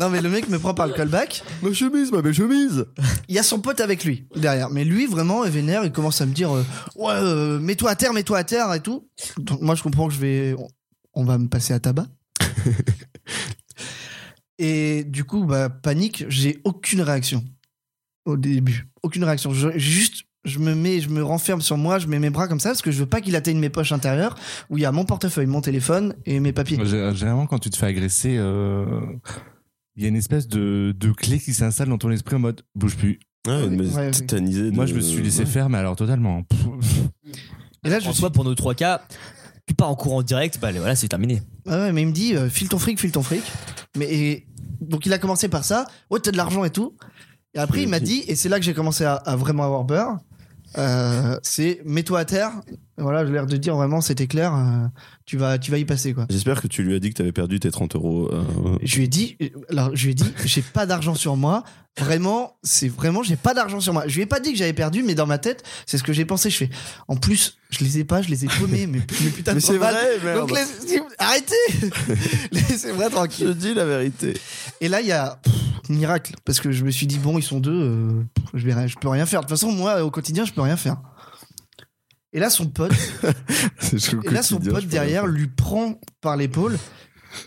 Speaker 3: Non, mais le mec me prend par le callback.
Speaker 2: Ma chemise, ma belle chemise
Speaker 3: Il y a son pote avec lui derrière, mais lui vraiment est vénère. Il commence à me dire euh, ouais, euh, mets-toi à terre, mets-toi à terre et tout. Donc moi je comprends que je vais, on, on va me passer à tabac. et du coup bah panique, j'ai aucune réaction au début, aucune réaction. Je, juste je me mets, je me renferme sur moi, je mets mes bras comme ça parce que je veux pas qu'il atteigne mes poches intérieures où il y a mon portefeuille, mon téléphone et mes papiers.
Speaker 5: Gé- Généralement, quand tu te fais agresser, euh, il y a une espèce de, de clé qui s'installe dans ton esprit en mode bouge plus.
Speaker 2: Ouais, mais
Speaker 3: Ouais, ouais.
Speaker 2: tétanisé. de-
Speaker 5: Moi, je me suis laissé
Speaker 2: Ouais.
Speaker 5: faire, mais alors totalement. Pff,
Speaker 3: Et là, je
Speaker 1: En
Speaker 3: suis...
Speaker 1: soi, pour nos trois cas, tu pars en courant direct, bah voilà, c'est terminé.
Speaker 3: Ah ouais, mais il me dit, euh, file ton fric, file ton fric. Mais et- donc il a commencé par ça. Ouais, t'as de l'argent et tout. Et après, il m'a dit, et c'est là que j'ai commencé à, à vraiment avoir peur. euh, c'est mets-toi à terre. Voilà, j'ai l'air de dire vraiment, c'était clair. euh, tu vas, tu vas y passer quoi.
Speaker 2: J'espère que tu lui as dit que t'avais perdu tes 30 euros. euh,
Speaker 3: Je lui ai dit, euh, alors je lui ai dit, j'ai pas d'argent sur moi. Vraiment, c'est vraiment, j'ai pas d'argent sur moi. Je lui ai pas dit que j'avais perdu, mais dans ma tête, c'est ce que j'ai pensé. Je fais, en plus, je les ai pas, je les ai paumés, mais, mais putain,
Speaker 2: Mais c'est
Speaker 3: 30 balles.
Speaker 2: vrai, merde.
Speaker 3: Donc laisse- arrêtez, laissez-moi
Speaker 2: Je
Speaker 3: tranquille.
Speaker 2: dis la vérité.
Speaker 3: Et là, il y a pff, miracle parce que je me suis dit bon, ils sont deux, euh, pff, je vais, rien- je peux rien faire. De toute façon, moi, au quotidien, je peux rien faire. Et là, son pote,
Speaker 2: C'est chaud
Speaker 3: et là, son
Speaker 2: quotidien,
Speaker 3: pote
Speaker 2: je
Speaker 3: derrière
Speaker 2: parle.
Speaker 3: lui prend par l'épaule.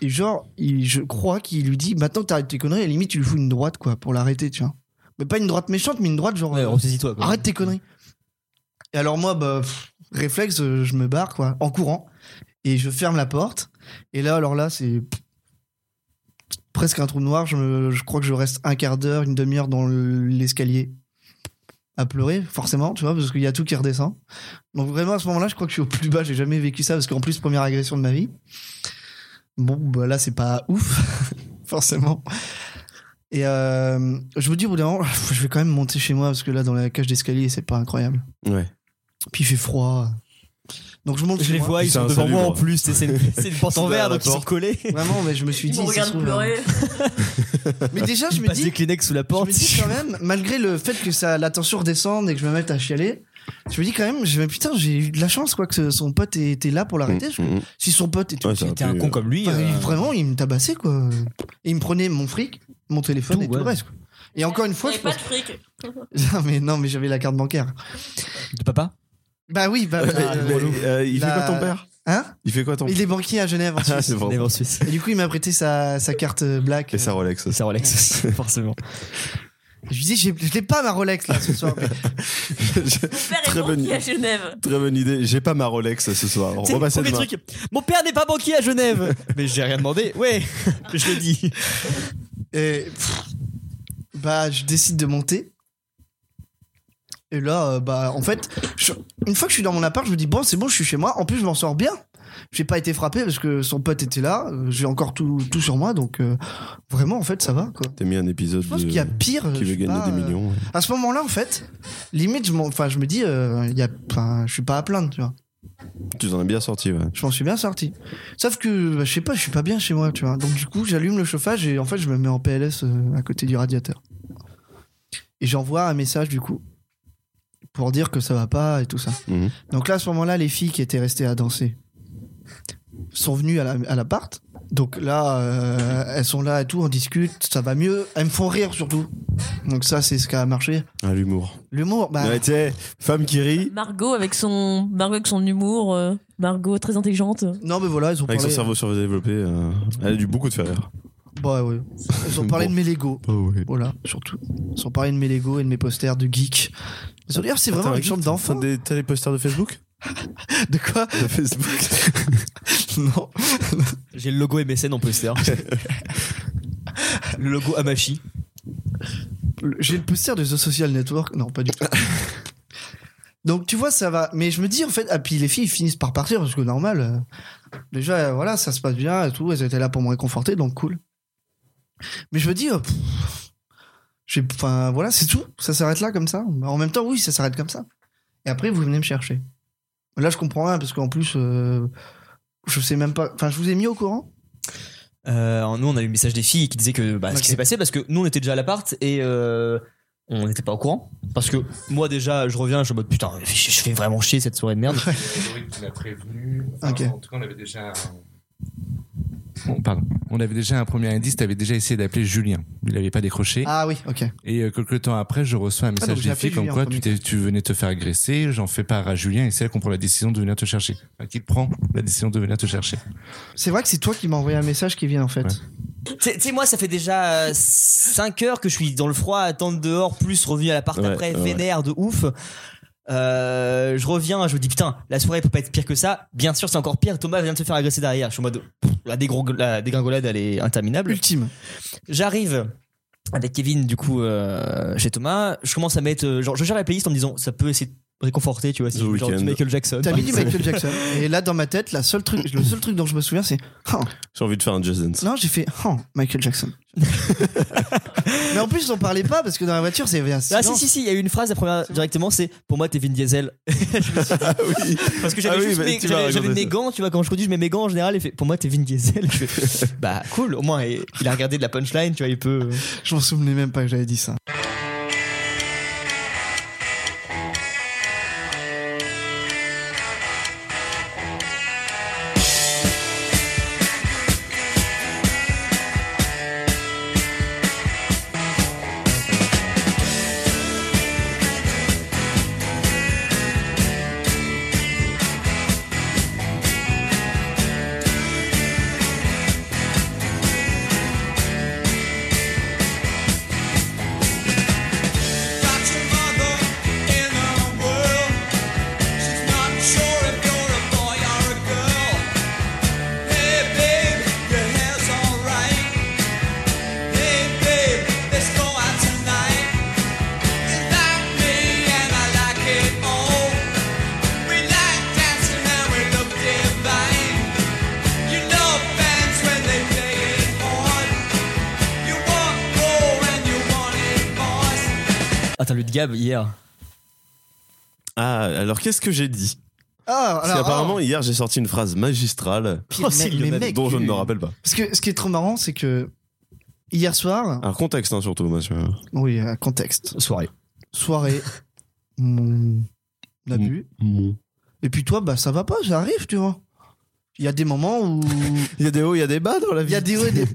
Speaker 3: Et genre, il- je crois qu'il lui dit maintenant que t'arrêtes tes conneries, à la limite, tu lui fous une droite quoi pour l'arrêter, tu vois. Mais pas une droite méchante, mais une droite genre.
Speaker 1: Ouais,
Speaker 3: euh,
Speaker 1: ressaisis-toi. quoi.
Speaker 3: Arrête tes conneries. Et alors moi, bah, pff, réflexe, euh, je me barre, quoi, en courant. Et je ferme la porte. Et là, alors là, c'est pff, presque un trou noir. Je, me- je crois que je reste un quart d'heure, une demi-heure dans l'escalier à pleurer, forcément, tu vois, parce qu'il y a tout qui redescend. Donc vraiment, à ce moment-là, je crois que je suis au plus bas. J'ai jamais vécu ça, parce qu'en plus, première agression de ma vie. Bon, bah là, c'est pas ouf, forcément. Et euh, je me dis au bout d'un moment, je vais quand même monter chez moi parce que là, dans la cage d'escalier, c'est pas incroyable.
Speaker 2: Ouais.
Speaker 3: Puis il fait froid. Donc je monte
Speaker 1: Je
Speaker 3: chez
Speaker 1: les
Speaker 3: moi.
Speaker 1: vois, ils
Speaker 2: C'est
Speaker 1: sont
Speaker 2: un
Speaker 1: devant moi en
Speaker 2: salubre.
Speaker 1: plus. C'est c'est une c'est une porte en verre,
Speaker 2: Derrière la
Speaker 1: donc ils sont
Speaker 2: porte.
Speaker 1: collés.
Speaker 3: Vraiment, mais je me suis dit.
Speaker 4: Il me
Speaker 3: ça se
Speaker 4: regarde
Speaker 3: trouve,
Speaker 4: pleurer.
Speaker 3: euh, Mais déjà, je
Speaker 1: Ils
Speaker 3: me
Speaker 1: passent
Speaker 3: dis.
Speaker 1: des Kleenex sous la
Speaker 3: Je
Speaker 1: porte.
Speaker 3: me dis quand même, malgré le fait que ça, la tension redescende et que je me mette à chialer, je me dis quand même, je me dis, putain, j'ai eu de la chance, quoi, que son pote était là pour l'arrêter. Je-
Speaker 2: Mm, mm, mm.
Speaker 3: Si son pote était.
Speaker 2: Ouais, ça aurait
Speaker 1: T'es
Speaker 2: pu,
Speaker 1: un
Speaker 2: euh,
Speaker 1: con comme lui.
Speaker 3: Enfin,
Speaker 1: euh,
Speaker 3: il- Vraiment, il me tabassait, quoi. Et il me prenait mon fric, mon téléphone
Speaker 1: Tout,
Speaker 3: et tout
Speaker 1: ouais.
Speaker 3: le reste, quoi. Et encore une fois, je pense.
Speaker 4: de fric.
Speaker 3: Non, mais, non, mais j'avais la carte bancaire.
Speaker 1: De papa.
Speaker 3: Bah oui, bah. bah,
Speaker 2: Mais- euh, il fait
Speaker 3: La-
Speaker 2: quoi ton père
Speaker 3: Hein
Speaker 2: Il fait quoi ton
Speaker 3: Il est banquier à Genève. en
Speaker 2: Ah,
Speaker 3: Suisse.
Speaker 2: c'est bon.
Speaker 1: On est en Suisse.
Speaker 3: Et du coup, il m'a prêté sa, sa carte euh, black.
Speaker 2: Et ça Rolex.
Speaker 1: Et Ça relaxe, forcément.
Speaker 3: Je lui dis, j'ai- je l'ai pas ma Rolex là ce soir.
Speaker 4: Mon père
Speaker 2: Très
Speaker 4: est
Speaker 2: bonne
Speaker 4: banquier
Speaker 2: idée.
Speaker 4: à Genève.
Speaker 2: Très bonne idée. J'ai pas ma Rolex ce soir. On
Speaker 1: C'est le
Speaker 2: va passer
Speaker 1: premier
Speaker 2: demain.
Speaker 1: truc. Mon père n'est pas banquier à Genève. Mais j'ai rien demandé. Ouais, je le dis.
Speaker 3: Et pff, bah, je décide de monter. Et là, euh, bah, en fait, je- une fois que je suis dans mon appart, je me dis bon, c'est bon, je suis chez moi. En plus, je m'en sors bien. J'ai pas été frappé parce que son pote était là. Euh, J'ai encore tout, tout sur moi, donc euh, vraiment, en fait, ça va. Quoi.
Speaker 2: T'as mis un épisode
Speaker 3: Je pense
Speaker 2: de-
Speaker 3: qu'il y a pire.
Speaker 2: qui veut gagner des
Speaker 3: millions
Speaker 2: millions. ouais.
Speaker 3: À ce moment-là, en fait, limite, je, m'en- enfin, je me dis, euh, il y a, enfin, je suis pas à plaindre, tu vois.
Speaker 2: Tu en as bien sorti, ouais.
Speaker 3: Je m'en suis bien sorti. Sauf que, bah, je sais pas, je suis pas bien chez moi, tu vois. Donc, du coup, j'allume le chauffage et en fait, je me mets en PLS euh, à côté du radiateur. Et j'envoie un message, du coup, pour dire que ça va pas et tout ça.
Speaker 2: Mhm.
Speaker 3: Donc là, à ce moment-là, les filles qui étaient restées à danser sont venues à la- à l'appart. Donc là, euh, elles sont là et tout, on discute, ça va mieux. Elles me font rire surtout. Donc ça, c'est ce qui a marché.
Speaker 2: Ah, l'humour.
Speaker 3: L'humour, bah,
Speaker 2: Ouais, tiens, femme qui rit.
Speaker 4: Margot avec son, Margot avec son humour. euh, Margot très intelligente.
Speaker 3: non, mais voilà, ils ont
Speaker 2: Avec son
Speaker 3: parlé.
Speaker 2: cerveau surdéveloppé, euh, elle a dû beaucoup de faire rire.
Speaker 3: Bah, ouais. Ils ont parlé
Speaker 2: Bon.
Speaker 3: de mes Legos.
Speaker 2: Oh,
Speaker 3: Voilà, surtout. Sans parler de mes Lego et de mes posters de geek. D'ailleurs, c'est vraiment une chambre d'enfant.
Speaker 2: T'as les posters de Facebook
Speaker 3: De quoi
Speaker 2: De Facebook
Speaker 3: Non.
Speaker 1: J'ai le logo MSN en poster. le logo Amashi.
Speaker 3: Le- J'ai le poster de The Social Network. Non, pas du tout. Donc, tu vois, ça va. Mais je me dis, en fait, ah, puis les filles finissent par partir parce que normal. euh, déjà, euh, voilà, ça se passe bien et tout. Elles étaient là pour me réconforter, donc cool. Mais je me dis, euh, pff, j'ai- enfin, voilà, c'est tout. Ça s'arrête là comme ça. En même temps, oui, ça s'arrête comme ça. Et après, vous venez me chercher. Là, je comprends rien parce qu'en plus, euh, je sais même pas. Enfin, je vous ai mis au courant.
Speaker 1: Euh, alors nous, on a eu le message des filles qui disaient que bah, ce
Speaker 3: Ok.
Speaker 1: qui s'est passé parce que nous, on était déjà à l'appart et euh, on n'était pas au courant. Parce que moi, déjà, je reviens, je suis en mode putain, je je fais vraiment chier cette soirée de merde.
Speaker 5: Laurie qui m'a prévenu. Enfin,
Speaker 3: Ok.
Speaker 5: En tout cas, on avait déjà. un- Bon, pardon. On avait déjà un premier indice. T'avais déjà essayé d'appeler Julien. Il n'avait pas décroché.
Speaker 3: Ah oui, ok.
Speaker 5: Et euh, quelques temps après, je reçois un
Speaker 3: donc
Speaker 5: message
Speaker 3: j'ai
Speaker 5: des
Speaker 3: appelé
Speaker 5: filles comme
Speaker 3: Julien en
Speaker 5: quoi tu,
Speaker 3: premier.
Speaker 5: t'es- tu venais te faire agresser. J'en fais part à Julien et c'est elle qu'on prend la décision de venir te chercher. Enfin, qui prend la décision de venir te chercher.
Speaker 3: C'est vrai que c'est toi qui m'as envoyé un message qui vient en fait.
Speaker 5: Ouais.
Speaker 1: Tu sais- tu sais, moi, ça fait déjà euh, 5 heures que je suis dans le froid, à attendre dehors, plus revenu à l'appart
Speaker 2: Ouais,
Speaker 1: après,
Speaker 2: ouais, ouais.
Speaker 1: vénère de ouf. Euh, je reviens, je me dis putain, la soirée peut pas être pire que ça. Bien sûr, c'est encore pire. Thomas vient de se faire agresser derrière. Je suis en mode pff, la, dégro- la dégringolade, elle est interminable.
Speaker 3: Ultime.
Speaker 1: J'arrive avec Kevin du coup euh, chez Thomas. Je commence à mettre euh, genre je gère la playlist en me disant ça peut essayer de réconforter, tu vois, si
Speaker 2: The
Speaker 1: je mets genre du
Speaker 2: Weeknd.
Speaker 1: Michael Jackson.
Speaker 3: T'as
Speaker 1: par
Speaker 3: mis du
Speaker 1: exemple.
Speaker 3: Michael Jackson. Et là, dans ma tête, la seule truc, le seul truc dont je me souviens, c'est. Ah,
Speaker 2: J'ai envie de faire un Just Dance.
Speaker 3: Non, j'ai fait oh, Michael Jackson. Mais en plus, j'en parlais pas parce que dans la voiture, c'est un
Speaker 1: Ah
Speaker 3: silence.
Speaker 1: si si si, il y a eu une phrase la première directement, c'est pour moi t'es Vin Diesel. Je me suis dit- Parce que j'avais
Speaker 2: Ah oui,
Speaker 1: juste
Speaker 2: mais
Speaker 1: mes,
Speaker 2: tu
Speaker 1: j'avais-
Speaker 2: m'as
Speaker 1: j'avais
Speaker 2: raconté
Speaker 1: mes
Speaker 2: ça.
Speaker 1: gants, tu vois, quand je conduis, je mets mes gants en général. Et fait, pour moi t'es Vin Diesel. Je fais, bah cool, au moins il il a regardé de la punchline, tu vois, il peut. euh.
Speaker 3: Je m'en souvenais même pas que j'avais dit ça.
Speaker 10: You love bands when they play it on. You want more and you want it more.
Speaker 1: Attends, le Gab hier.
Speaker 2: Ah, alors qu'est-ce que j'ai dit
Speaker 3: Ah,
Speaker 2: Parce
Speaker 3: alors,
Speaker 2: qu'apparemment, hier, j'ai sorti une phrase magistrale Oh,
Speaker 3: Pire mec,
Speaker 1: si,
Speaker 3: mais
Speaker 1: Lionel,
Speaker 3: mec,
Speaker 2: dont je ne
Speaker 3: tu-
Speaker 2: me rappelle pas.
Speaker 3: Parce que ce qui est trop marrant, c'est que hier soir,
Speaker 2: Alors, contexte, hein, surtout, monsieur.
Speaker 3: oui, euh, contexte,
Speaker 1: Soirée.
Speaker 3: soirée, mon on a
Speaker 2: Mm.
Speaker 3: bu. Et puis toi, bah ça va pas, j'arrive, tu vois. Il y a des moments où
Speaker 2: Il y a des hauts, il y a des bas dans la vie.
Speaker 3: il y a des hauts et des.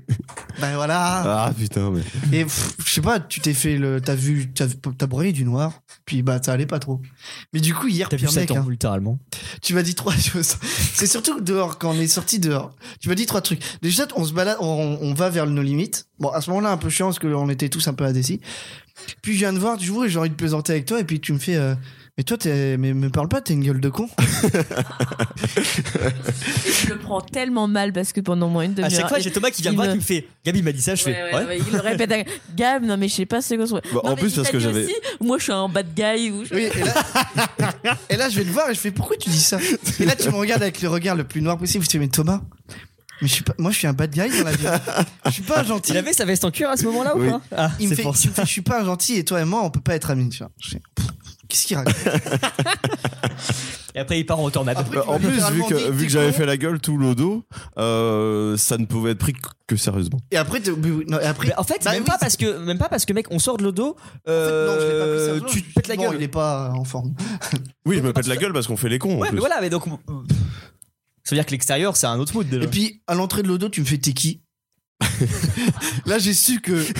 Speaker 3: Ben voilà.
Speaker 2: Ah putain, mais.
Speaker 3: Et pff, je sais pas, tu t'es fait le. T'as vu. T'as t'as broyé du noir. Puis bah ça allait pas trop. Mais du coup, hier,
Speaker 1: T'as vu
Speaker 3: pire mec,
Speaker 1: Satan
Speaker 3: hein.
Speaker 1: littéralement.
Speaker 3: tu m'as dit trois choses. C'est surtout dehors, quand on est sorti dehors. Tu m'as dit trois trucs. Déjà, on se balade, on, on va vers nos limites. Bon, à ce moment-là, un peu chiant parce qu'on était tous un peu indécis. Puis je viens de voir, du jour et j'ai envie de plaisanter avec toi. Et puis tu me fais, euh, mais toi, t'es, mais me parle pas, t'es une gueule de con.
Speaker 4: Je le prends tellement mal parce que pendant moins une
Speaker 1: À
Speaker 4: demi-heure.
Speaker 1: chaque fois,
Speaker 4: et-
Speaker 1: j'ai Thomas qui vient
Speaker 4: il
Speaker 1: me voir
Speaker 4: me-
Speaker 1: qui me fait Gabi m'a dit ça, je
Speaker 4: Ouais,
Speaker 1: fais
Speaker 4: ouais,
Speaker 1: ouais.
Speaker 4: ouais, il le répète. à- Gab, non mais je sais pas c'est quoi son.
Speaker 2: Bah,
Speaker 4: Non,
Speaker 2: en
Speaker 4: mais
Speaker 2: plus,
Speaker 4: il
Speaker 2: parce
Speaker 4: t'a
Speaker 2: que
Speaker 4: dit
Speaker 2: j'avais.
Speaker 4: aussi, Moi je suis un bad guy ou. je-
Speaker 3: Oui, et là, et là, je vais te voir et je fais, pourquoi tu dis ça Et là, tu me regardes avec le regard le plus noir possible. Je te dis, mais Thomas, mais je suis pas, moi, je suis un bad guy dans la vie. Je suis pas un gentil.
Speaker 1: Il avait sa veste en cuir à ce moment-là
Speaker 2: Oui.
Speaker 1: ou pas Ah,
Speaker 3: Il me,
Speaker 1: c'est
Speaker 3: fait,
Speaker 1: pour
Speaker 3: il
Speaker 1: ça.
Speaker 3: me fait, je suis pas un gentil et toi et moi, on peut pas être amis. tu vois. Je fais, Pff, Qu'est-ce qu'il raconte
Speaker 1: Et après, il part en tornade.
Speaker 3: Après,
Speaker 2: Bah,
Speaker 3: tu m'as
Speaker 2: en plus, vu
Speaker 3: littéralement dit,
Speaker 2: que, vu
Speaker 3: t'es
Speaker 2: que j'avais
Speaker 3: con.
Speaker 2: fait la gueule tout le dos, euh, ça ne pouvait être pris que- que sérieusement.
Speaker 3: Et après, t'es- mais oui, non, et après
Speaker 1: Mais en fait,
Speaker 3: Bah
Speaker 1: même
Speaker 3: oui,
Speaker 1: pas
Speaker 3: c'est-
Speaker 1: parce que même pas parce que mec, on sort de l'odo.
Speaker 3: en fait, non, je l'ai pas pris
Speaker 1: Euh,
Speaker 3: sérieusement,
Speaker 1: tu
Speaker 3: je me
Speaker 1: te pètes la
Speaker 3: suis dit, bon,
Speaker 1: gueule.
Speaker 3: il est pas en forme.
Speaker 2: Oui, je me pète la gueule parce qu'on fait les cons. en
Speaker 1: Ouais,
Speaker 2: plus.
Speaker 1: mais voilà, mais donc. Ça veut dire que l'extérieur, c'est un autre mood déjà.
Speaker 3: Et puis, à l'entrée de l'odo, tu me fais t'es qui Là, j'ai su que je,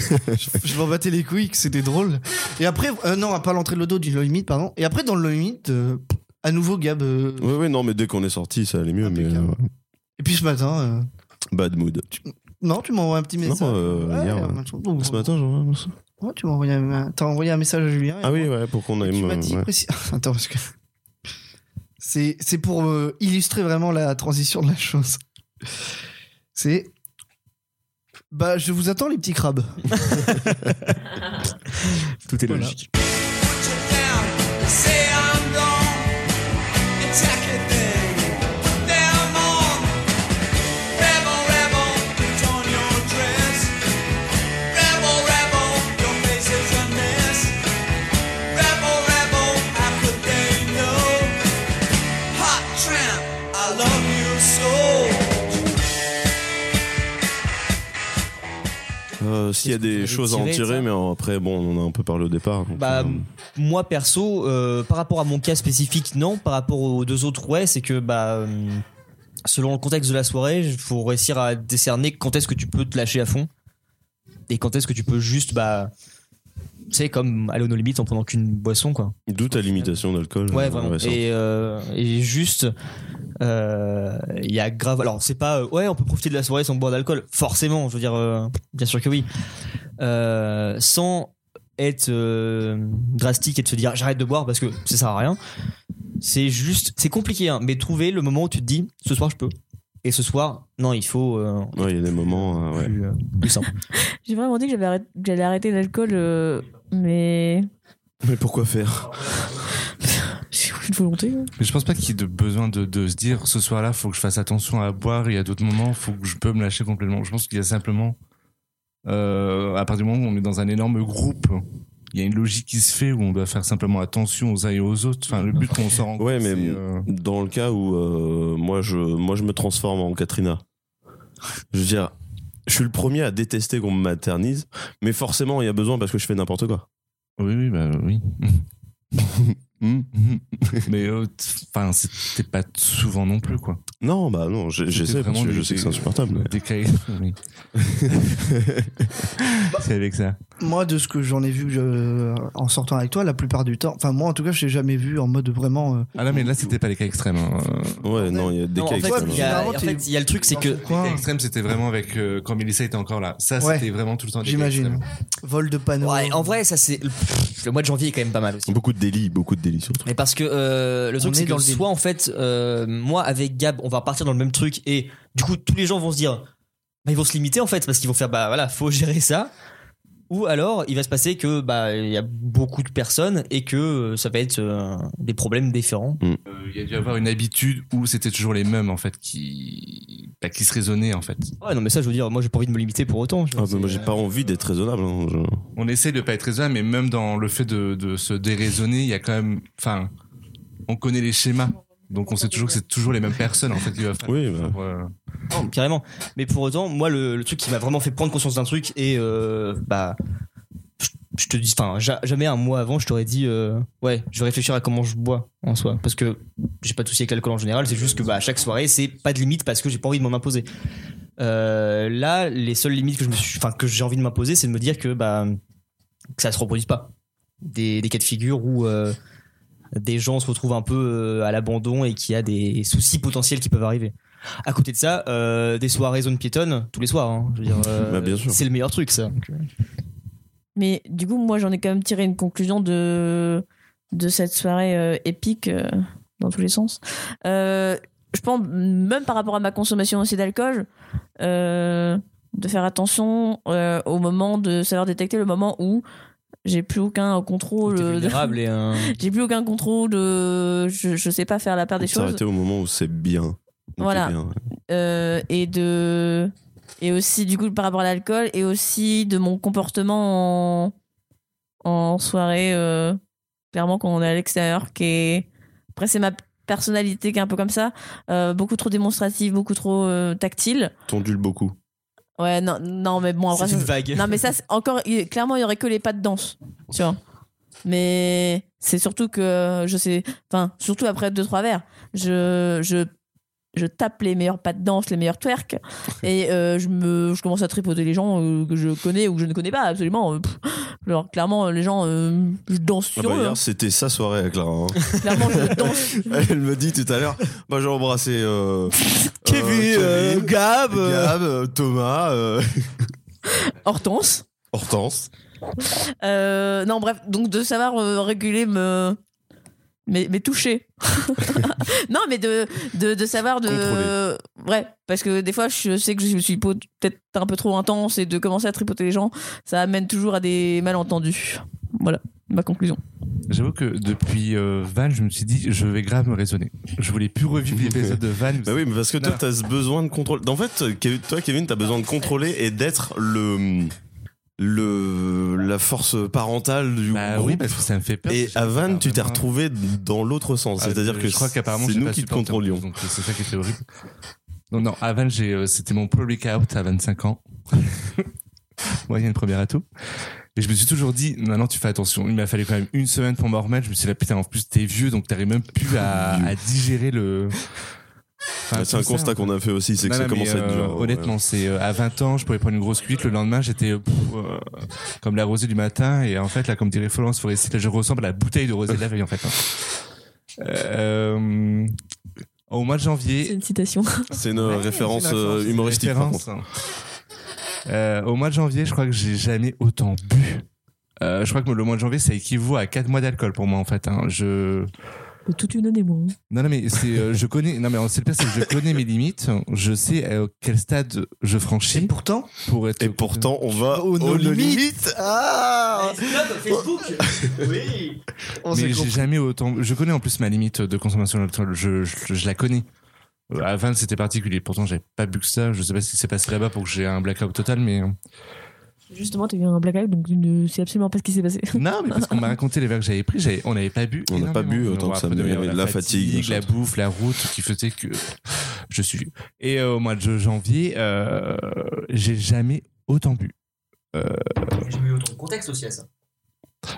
Speaker 3: je m'en battais les couilles, que c'était drôle. Et après, euh, non, pas à l'entrée de l'odo, du low limit, pardon. Et après, dans le low limit, euh, à nouveau, Gab. euh,
Speaker 2: Ouais, ouais, non, mais dès qu'on est sorti, ça allait mieux. Mais,
Speaker 3: Impeccable.
Speaker 2: euh,
Speaker 3: Et puis ce matin, euh,
Speaker 2: bad mood.
Speaker 3: non, tu m'as envoyé un petit
Speaker 2: Non,
Speaker 3: message.
Speaker 2: euh,
Speaker 3: Ouais,
Speaker 2: hier,
Speaker 3: un
Speaker 2: ouais.
Speaker 3: machin. Bon,
Speaker 2: Ce matin, j'en ai
Speaker 3: ouais, tu m'as envoyé, un... t'as envoyé un message à Julien. et
Speaker 2: Ah oui,
Speaker 3: moi,
Speaker 2: ouais, pour qu'on aille.
Speaker 3: Tu m'as dit
Speaker 2: ouais.
Speaker 3: précis- Attends, parce que. C'est, c'est pour euh, illustrer vraiment la transition de la chose. C'est. Bah, je vous attends, les petits crabes.
Speaker 1: Tout est
Speaker 3: Voilà.
Speaker 1: logique.
Speaker 10: I love you so
Speaker 2: Euh, S'il y
Speaker 1: Qu'est-ce
Speaker 2: a
Speaker 1: que vous
Speaker 2: des
Speaker 1: avez
Speaker 2: choses à en
Speaker 1: tiré de
Speaker 2: tirer,
Speaker 1: ça
Speaker 2: mais euh, après, bon, on en a un peu parlé au départ. donc,
Speaker 1: Bah,
Speaker 2: euh,
Speaker 1: moi perso, euh, par rapport à mon cas spécifique, non. Par rapport aux deux autres, ouais, c'est que bah, euh, selon le contexte de la soirée, il faut réussir à décerner quand est-ce que tu peux te lâcher à fond et quand est-ce que tu peux juste, bah, tu sais, comme aller aux no limites en prenant qu'une boisson, quoi.
Speaker 2: d'où ta limitation d'alcool.
Speaker 1: Ouais,
Speaker 2: euh,
Speaker 1: vraiment.
Speaker 2: récente.
Speaker 1: Et, euh, et juste, euh, il y a grave. Alors, c'est pas. euh, ouais, on peut profiter de la soirée sans boire d'alcool. Forcément, je veux dire, euh, bien sûr que oui. Euh, sans être euh, drastique et de se dire j'arrête de boire parce que ça sert à rien. C'est juste, c'est compliqué, hein, mais trouver le moment où tu te dis ce soir je peux. Et ce soir, non, il faut. euh,
Speaker 2: Ouais, il y a des moments. euh, ouais.
Speaker 1: plus, euh, plus simple.
Speaker 4: J'ai vraiment dit que j'avais arrêt- que j'allais arrêter l'alcool, euh, mais
Speaker 2: Mais pourquoi faire
Speaker 4: j'ai aucune volonté. hein.
Speaker 5: Mais je pense pas qu'il y ait de besoin de, de se dire ce soir-là, faut que je fasse attention à boire. Il y a d'autres moments, faut que je peux me lâcher complètement. Je pense qu'il y a simplement, euh, à partir du moment où on est dans un énorme groupe, il y a une logique qui se fait où on doit faire simplement attention aux uns et aux autres. Enfin, le but qu'on s'en rend
Speaker 2: Ouais,
Speaker 5: compte,
Speaker 2: mais
Speaker 5: c'est, euh,
Speaker 2: dans le cas où euh, moi, je, moi je me transforme en Katrina, je veux dire, je suis le premier à détester qu'on me maternise, mais forcément il y a besoin parce que je fais n'importe quoi.
Speaker 5: Oui, oui, bah oui.
Speaker 2: Hmm.
Speaker 5: Mm, mm. mais enfin, c'était pas souvent non plus quoi.
Speaker 2: Non, bah non, j'ai-
Speaker 5: C'était
Speaker 2: j'essaie parce
Speaker 5: vraiment
Speaker 2: que je
Speaker 5: des-
Speaker 2: sais que c'est insupportable.
Speaker 5: Des cahiers. oui. c'est avec ça.
Speaker 3: Moi, de ce que j'en ai vu euh, en sortant avec toi, la plupart du temps, enfin moi en tout cas, je t'ai jamais vu en mode vraiment. euh,
Speaker 5: Ah là, mais là, c'était pas les cas extrêmes. hein.
Speaker 2: Ouais, non, il y a des
Speaker 1: Non,
Speaker 2: cas
Speaker 1: en fait,
Speaker 2: extrêmes.
Speaker 1: il y a-
Speaker 3: Généralement,
Speaker 1: en fait,
Speaker 3: t'es-
Speaker 1: il y a le truc, c'est que.
Speaker 5: Les cas extrêmes, c'était vraiment avec euh, quand Melissa était encore là. Ça,
Speaker 3: Ouais.
Speaker 5: c'était vraiment tout le temps. des cas
Speaker 3: J'imagine.
Speaker 5: extrêmes.
Speaker 3: Vol de panneau.
Speaker 1: Ouais, en vrai, ça c'est. Le mois de janvier est quand même pas mal aussi.
Speaker 2: Beaucoup de délits, beaucoup de délits surtout.
Speaker 1: Mais parce que euh, le truc
Speaker 3: On est
Speaker 1: c'est que
Speaker 3: dans le
Speaker 1: soit en fait euh, moi avec Gab on va partir dans le même truc et du coup tous les gens vont se dire bah ils vont se limiter en fait parce qu'ils vont faire bah voilà faut gérer ça ou alors il va se passer que bah il y a beaucoup de personnes et que euh, ça va être euh, des problèmes différents.
Speaker 5: Euh, Il y a dû avoir une habitude où c'était toujours les mêmes en fait qui, bah, qui se raisonnaient en fait.
Speaker 1: Ouais non mais ça je veux dire moi j'ai pas envie de me limiter pour autant.
Speaker 2: Ah, mais moi j'ai pas envie d'être raisonnable. hein, je-
Speaker 5: on essaie de pas être raisonnable, mais même dans le fait de, de se déraisonner, il y a quand même, enfin, on connaît les schémas, donc on sait toujours que c'est toujours les mêmes personnes en fait qui va faire.
Speaker 2: Oui, bah.
Speaker 5: pour, euh,
Speaker 1: Non, carrément. Mais pour autant, moi, le, le truc qui m'a vraiment fait prendre conscience d'un truc, et euh, bah, je, je te dis, enfin, ja- jamais un mois avant, je t'aurais dit, euh, ouais, je vais réfléchir à comment je bois en soi, parce que j'ai pas de souci avec l'alcool en général, c'est juste que bah, à chaque soirée, c'est pas de limite parce que j'ai pas envie de m'en imposer. Euh, là, les seules limites que je me suis, enfin, que j'ai envie de m'imposer, c'est de me dire que bah, que ça se reproduise pas. Des, des cas de figure où euh, des gens se retrouvent un peu euh, à l'abandon et qu'il y a des soucis potentiels qui peuvent arriver. À côté de ça, euh, des soirées zone piétonne tous les soirs. hein. Je veux dire, euh,
Speaker 2: Bah, bien sûr.
Speaker 1: c'est le meilleur truc ça. Donc, euh,
Speaker 4: Mais du coup, moi, j'en ai quand même tiré une conclusion de, de cette soirée euh, épique euh, dans tous les sens. Euh, je pense, même par rapport à ma consommation aussi d'alcool, euh, de faire attention euh, au moment de savoir détecter le moment où j'ai plus aucun contrôle.
Speaker 1: t'es
Speaker 4: euh, de-
Speaker 1: vulnérable et un-
Speaker 4: J'ai plus aucun contrôle de. Je, je sais pas faire la part des choses.
Speaker 2: S'arrêter au moment où c'est bien. Où
Speaker 4: Voilà.
Speaker 2: t'es bien, ouais.
Speaker 4: Euh, et de et aussi du coup par rapport à l'alcool et aussi de mon comportement en, en soirée euh, clairement quand on est à l'extérieur qui est après c'est ma personnalité qui est un peu comme ça euh, beaucoup trop démonstrative beaucoup trop euh, tactile
Speaker 2: T'ondules beaucoup.
Speaker 4: ouais non non mais bon après
Speaker 1: c'est une
Speaker 4: je-
Speaker 1: vague.
Speaker 4: non mais ça c'est encore il- clairement il y aurait que les pas de danse tu vois mais c'est surtout que je sais enfin surtout après deux trois verres je je je tape les meilleurs pas de danse les meilleurs twerk et euh, je me je commence à tripoter les gens euh, que je connais ou que je ne connais pas absolument Euh, pff, alors clairement les gens euh, je danse
Speaker 2: Ah
Speaker 4: sur
Speaker 2: bah,
Speaker 4: eux
Speaker 2: hier, c'était sa soirée avec Clara. hein.
Speaker 4: hein. clairement je danse
Speaker 2: Elle me dit tout à l'heure, bah j'ai embrassé euh,
Speaker 1: Kevin, euh,
Speaker 2: Gab, Gab, euh, Thomas, euh,
Speaker 4: Hortense
Speaker 2: Hortense.
Speaker 4: Euh, non, bref, donc de savoir euh, réguler me. Mais, mais toucher. non, mais de, de, de savoir de. Ouais, parce que des fois, je sais que je suis peut- peut-être un peu trop intense et de commencer à tripoter les gens, ça amène toujours à des malentendus. Voilà, ma conclusion.
Speaker 5: J'avoue que depuis euh, Van, je me suis dit, je vais grave me raisonner. Je voulais plus revivre l'épisode de Van.
Speaker 2: Bah oui, mais parce que toi
Speaker 5: Non.
Speaker 2: t'as ce besoin de contrôle. En fait, Kev- toi Kevin, t'as besoin de contrôler et d'être le le la force parentale du
Speaker 5: Bah
Speaker 2: groupe.
Speaker 5: oui, parce que ça me fait peur.
Speaker 2: et
Speaker 5: Je-
Speaker 2: à Van,
Speaker 5: bah,
Speaker 2: tu t'es
Speaker 5: vraiment.
Speaker 2: retrouvé dans l'autre sens,
Speaker 5: Ah,
Speaker 2: c'est-à-dire que
Speaker 5: je crois qu'apparemment
Speaker 2: c'est
Speaker 5: j'ai
Speaker 2: nous
Speaker 5: pas
Speaker 2: qui te
Speaker 5: supporté en
Speaker 2: contrôlions.
Speaker 5: plus, donc euh, c'est ça qui était horrible. Non non, à Van, j'ai euh, c'était mon pre out à 25 ans. Moi, il y a une première à tout. Et je me suis toujours dit, maintenant tu fais attention. Il m'a fallu quand même une semaine pour m'en remettre. Je me suis dit, là, putain, en plus, t'es vieux, donc t'arrives même plus à, à digérer le. Enfin,
Speaker 2: Bah, c'est un
Speaker 5: tout Ah, ça.
Speaker 2: constat qu'on a fait aussi, c'est que
Speaker 5: Non,
Speaker 2: ça
Speaker 5: non,
Speaker 2: commence à
Speaker 5: mais,
Speaker 2: être
Speaker 5: euh,
Speaker 2: dur. ouais.
Speaker 5: Honnêtement, c'est euh, à 20 ans, je pouvais prendre une grosse cuite. Le lendemain, j'étais euh, pff, euh, comme la rosée du matin. Et en fait, là, comme dirait Florence Foresti, là, je ressemble à la bouteille de rosée de la veille, en fait. hein. Euh, au mois de
Speaker 4: C'est
Speaker 5: janvier,
Speaker 4: une citation.
Speaker 2: C'est une
Speaker 5: Ouais,
Speaker 2: référence
Speaker 5: c'est une
Speaker 2: euh,
Speaker 5: référence,
Speaker 2: humoristique.
Speaker 5: référence, hein. Euh, au mois de janvier, je crois que j'ai jamais autant bu Euh, je crois que le mois de janvier, ça équivaut à 4 mois d'alcool pour moi, en fait. hein. Je...
Speaker 7: De toute une année, moi. hein.
Speaker 5: Non, non, mais c'est, euh, je connais, non, mais c'est le pire, c'est que je connais mes limites. Je sais à quel stade je franchis.
Speaker 3: Pourtant,
Speaker 5: pour être
Speaker 2: Et pourtant, on va
Speaker 3: aux
Speaker 2: aux
Speaker 3: nos limites.
Speaker 2: limites.
Speaker 3: Ah
Speaker 1: Facebook Oui
Speaker 3: On s'est
Speaker 5: mais j'ai
Speaker 3: compris.
Speaker 5: jamais autant. Je connais en plus ma limite de consommation d'alcool. Je, je, je la connais. Euh, À 20, c'était particulier. Pourtant, j'avais pas bu que ça. Je sais pas ce qui s'est passé là-bas pour que j'ai un blackout total, mais. euh,
Speaker 7: Justement, t'as eu un blackout, donc tu ne sais absolument pas ce qui s'est passé.
Speaker 5: Non, mais parce qu'on m'a raconté les verres que j'avais pris, j'avais- on n'avait pas bu.
Speaker 2: On n'a pas
Speaker 5: énormément.
Speaker 2: bu autant que ça, mais
Speaker 5: après,
Speaker 2: il y
Speaker 5: d'ailleurs,
Speaker 2: avait de la fatigue,
Speaker 5: la
Speaker 2: machin.
Speaker 5: bouffe, la route qui faisait que je suis. Et euh, au mois de janvier, euh, j'ai jamais autant bu. Euh,
Speaker 1: J'ai mis autant de contexte aussi à ça.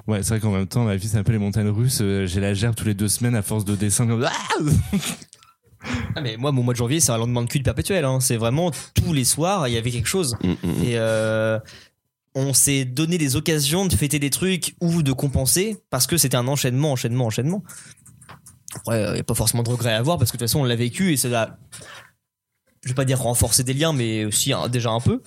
Speaker 5: ouais, c'est vrai qu'en même temps, ma vie, c'est un peu les montagnes russes. euh, J'ai la gerbe tous les deux semaines à force de descendre. comme- Ah
Speaker 1: Ah, mais moi, mon mois de janvier, c'est un lendemain de culte perpétuel. hein. C'est vraiment tous les soirs, il y avait quelque chose.
Speaker 2: Mm, mm, mm.
Speaker 1: Et euh, on s'est donné des occasions de fêter des trucs ou de compenser parce que c'était un enchaînement, enchaînement, enchaînement. Après, il n'y a pas forcément de regret à avoir parce que de toute façon, on l'a vécu et ça a, je vais pas dire renforcer des liens, mais aussi hein, déjà un peu.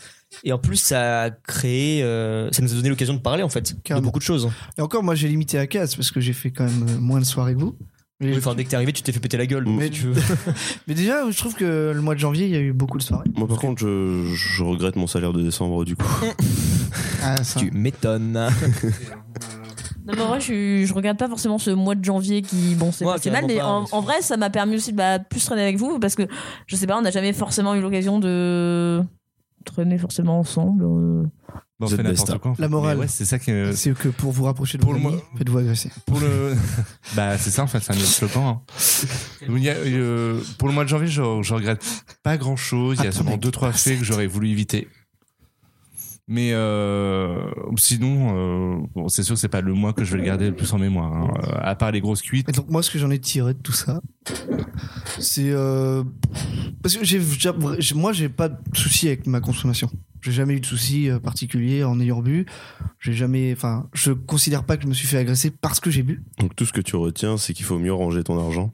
Speaker 1: Et en plus, ça a créé, euh, ça nous a donné l'occasion de parler en fait, de
Speaker 3: Carrément.
Speaker 1: beaucoup de choses.
Speaker 3: Et encore, moi, j'ai limité à 4 parce que j'ai fait quand même euh, moins de soirées que vous. Mais,
Speaker 1: Oui, Enfin, dès que t'es arrivé, tu t'es fait péter la gueule.
Speaker 3: Mais-
Speaker 1: donc, si tu veux.
Speaker 3: mais déjà, je trouve que le mois de janvier, il y a eu beaucoup de soirées.
Speaker 2: Moi, par contre, je, je regrette mon salaire de décembre, du coup.
Speaker 3: Ah, ça.
Speaker 1: tu m'étonnes.
Speaker 4: Non, mais en vrai, je, suis- je regarde pas forcément ce mois de janvier qui, bon, c'est
Speaker 1: Ouais,
Speaker 4: c'est mal,
Speaker 1: carrément
Speaker 4: mais
Speaker 1: pas,
Speaker 4: en,
Speaker 1: bien sûr.
Speaker 4: en vrai, ça m'a permis aussi de bah, plus traîner avec vous parce que je sais pas, on n'a jamais forcément eu l'occasion de traîner forcément ensemble. euh.
Speaker 5: Bon, on
Speaker 2: The
Speaker 5: fait n'importe
Speaker 2: best.
Speaker 5: quoi. en fait.
Speaker 3: La morale.
Speaker 5: Mais Ouais, c'est ça qui est-
Speaker 3: C'est que pour vous rapprocher de
Speaker 5: Euh, Pour
Speaker 3: vos
Speaker 5: le
Speaker 3: amis,
Speaker 5: mois-
Speaker 3: faites-vous agresser.
Speaker 5: pour le bah c'est ça en fait c'est un autre slogan hein. Il y a, euh, pour le mois de janvier je, je regrette pas grand chose il y a
Speaker 3: Attends,
Speaker 5: seulement
Speaker 3: mais
Speaker 5: deux trois faits que j'aurais voulu éviter mais euh, sinon euh, bon, c'est sûr que c'est pas le mois que je vais le garder le plus en mémoire hein. Euh, à part les grosses cuites
Speaker 3: Et donc moi, ce que j'en ai tiré de tout ça, c'est euh, parce que j'ai j'ai- j'ai- moi j'ai pas de souci avec ma consommation. J'ai jamais eu de souci euh, particulier en ayant bu. J'ai jamais, enfin, je considère pas que je me suis fait agresser parce que j'ai bu.
Speaker 2: Donc, tout ce que tu retiens, c'est qu'il faut mieux ranger ton argent.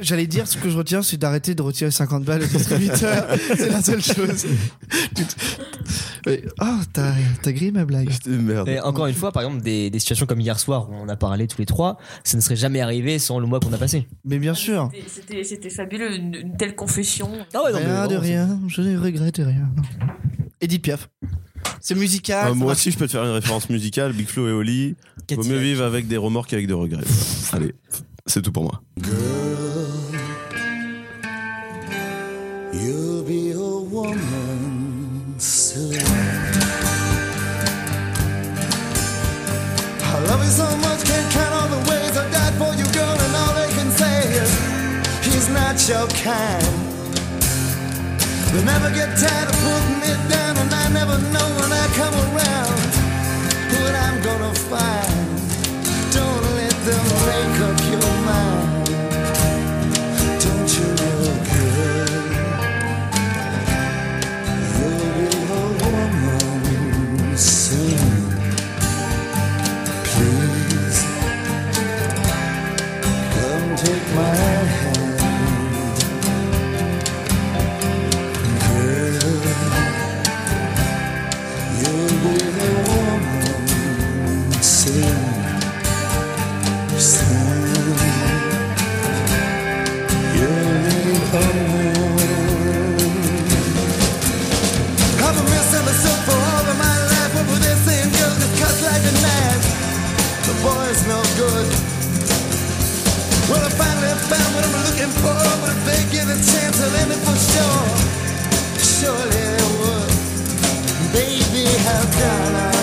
Speaker 3: J'allais dire ce que je retiens, c'est d'arrêter de retirer 50 balles au distributeur. c'est la seule chose. Ah, t'as t'as grillé ma blague.
Speaker 2: Merde.
Speaker 1: Et encore une fois, par exemple, des, des situations comme hier soir où on a parlé tous les trois, ça ne serait jamais arrivé sans le mois qu'on a passé.
Speaker 3: Mais bien sûr.
Speaker 4: C'était c'était fabuleux, une, une telle confession.
Speaker 1: Ah ouais,
Speaker 3: Rien de rien, je ne regrette rien. Edith Piaf. C'est musical.
Speaker 2: Ah,
Speaker 3: ça
Speaker 2: moi
Speaker 3: marche
Speaker 2: aussi, je peux te faire une référence musicale. Big Flo et Oli. Vaut mieux vivre avec des remords qu'avec des regrets. Allez, c'est tout pour moi.
Speaker 10: You'll be a woman soon. I love you so much, can't count all the ways I died for you, girl, and all they can say is he's not your kind. They never get tired of putting it down, and I never know when I come around what I'm gonna find. Don't let them make up your mind. Don't you look good? You'll be a woman soon. Please come take my hand. Girl, you'll be a woman soon. Soon. I've been missing the soup for all of my life, but with this same girl that cuts like a knife, the boy's no good. Well, I finally found what I'm looking for, but if they give a chance, I'll end it for sure. Surely they would. Baby, how gone I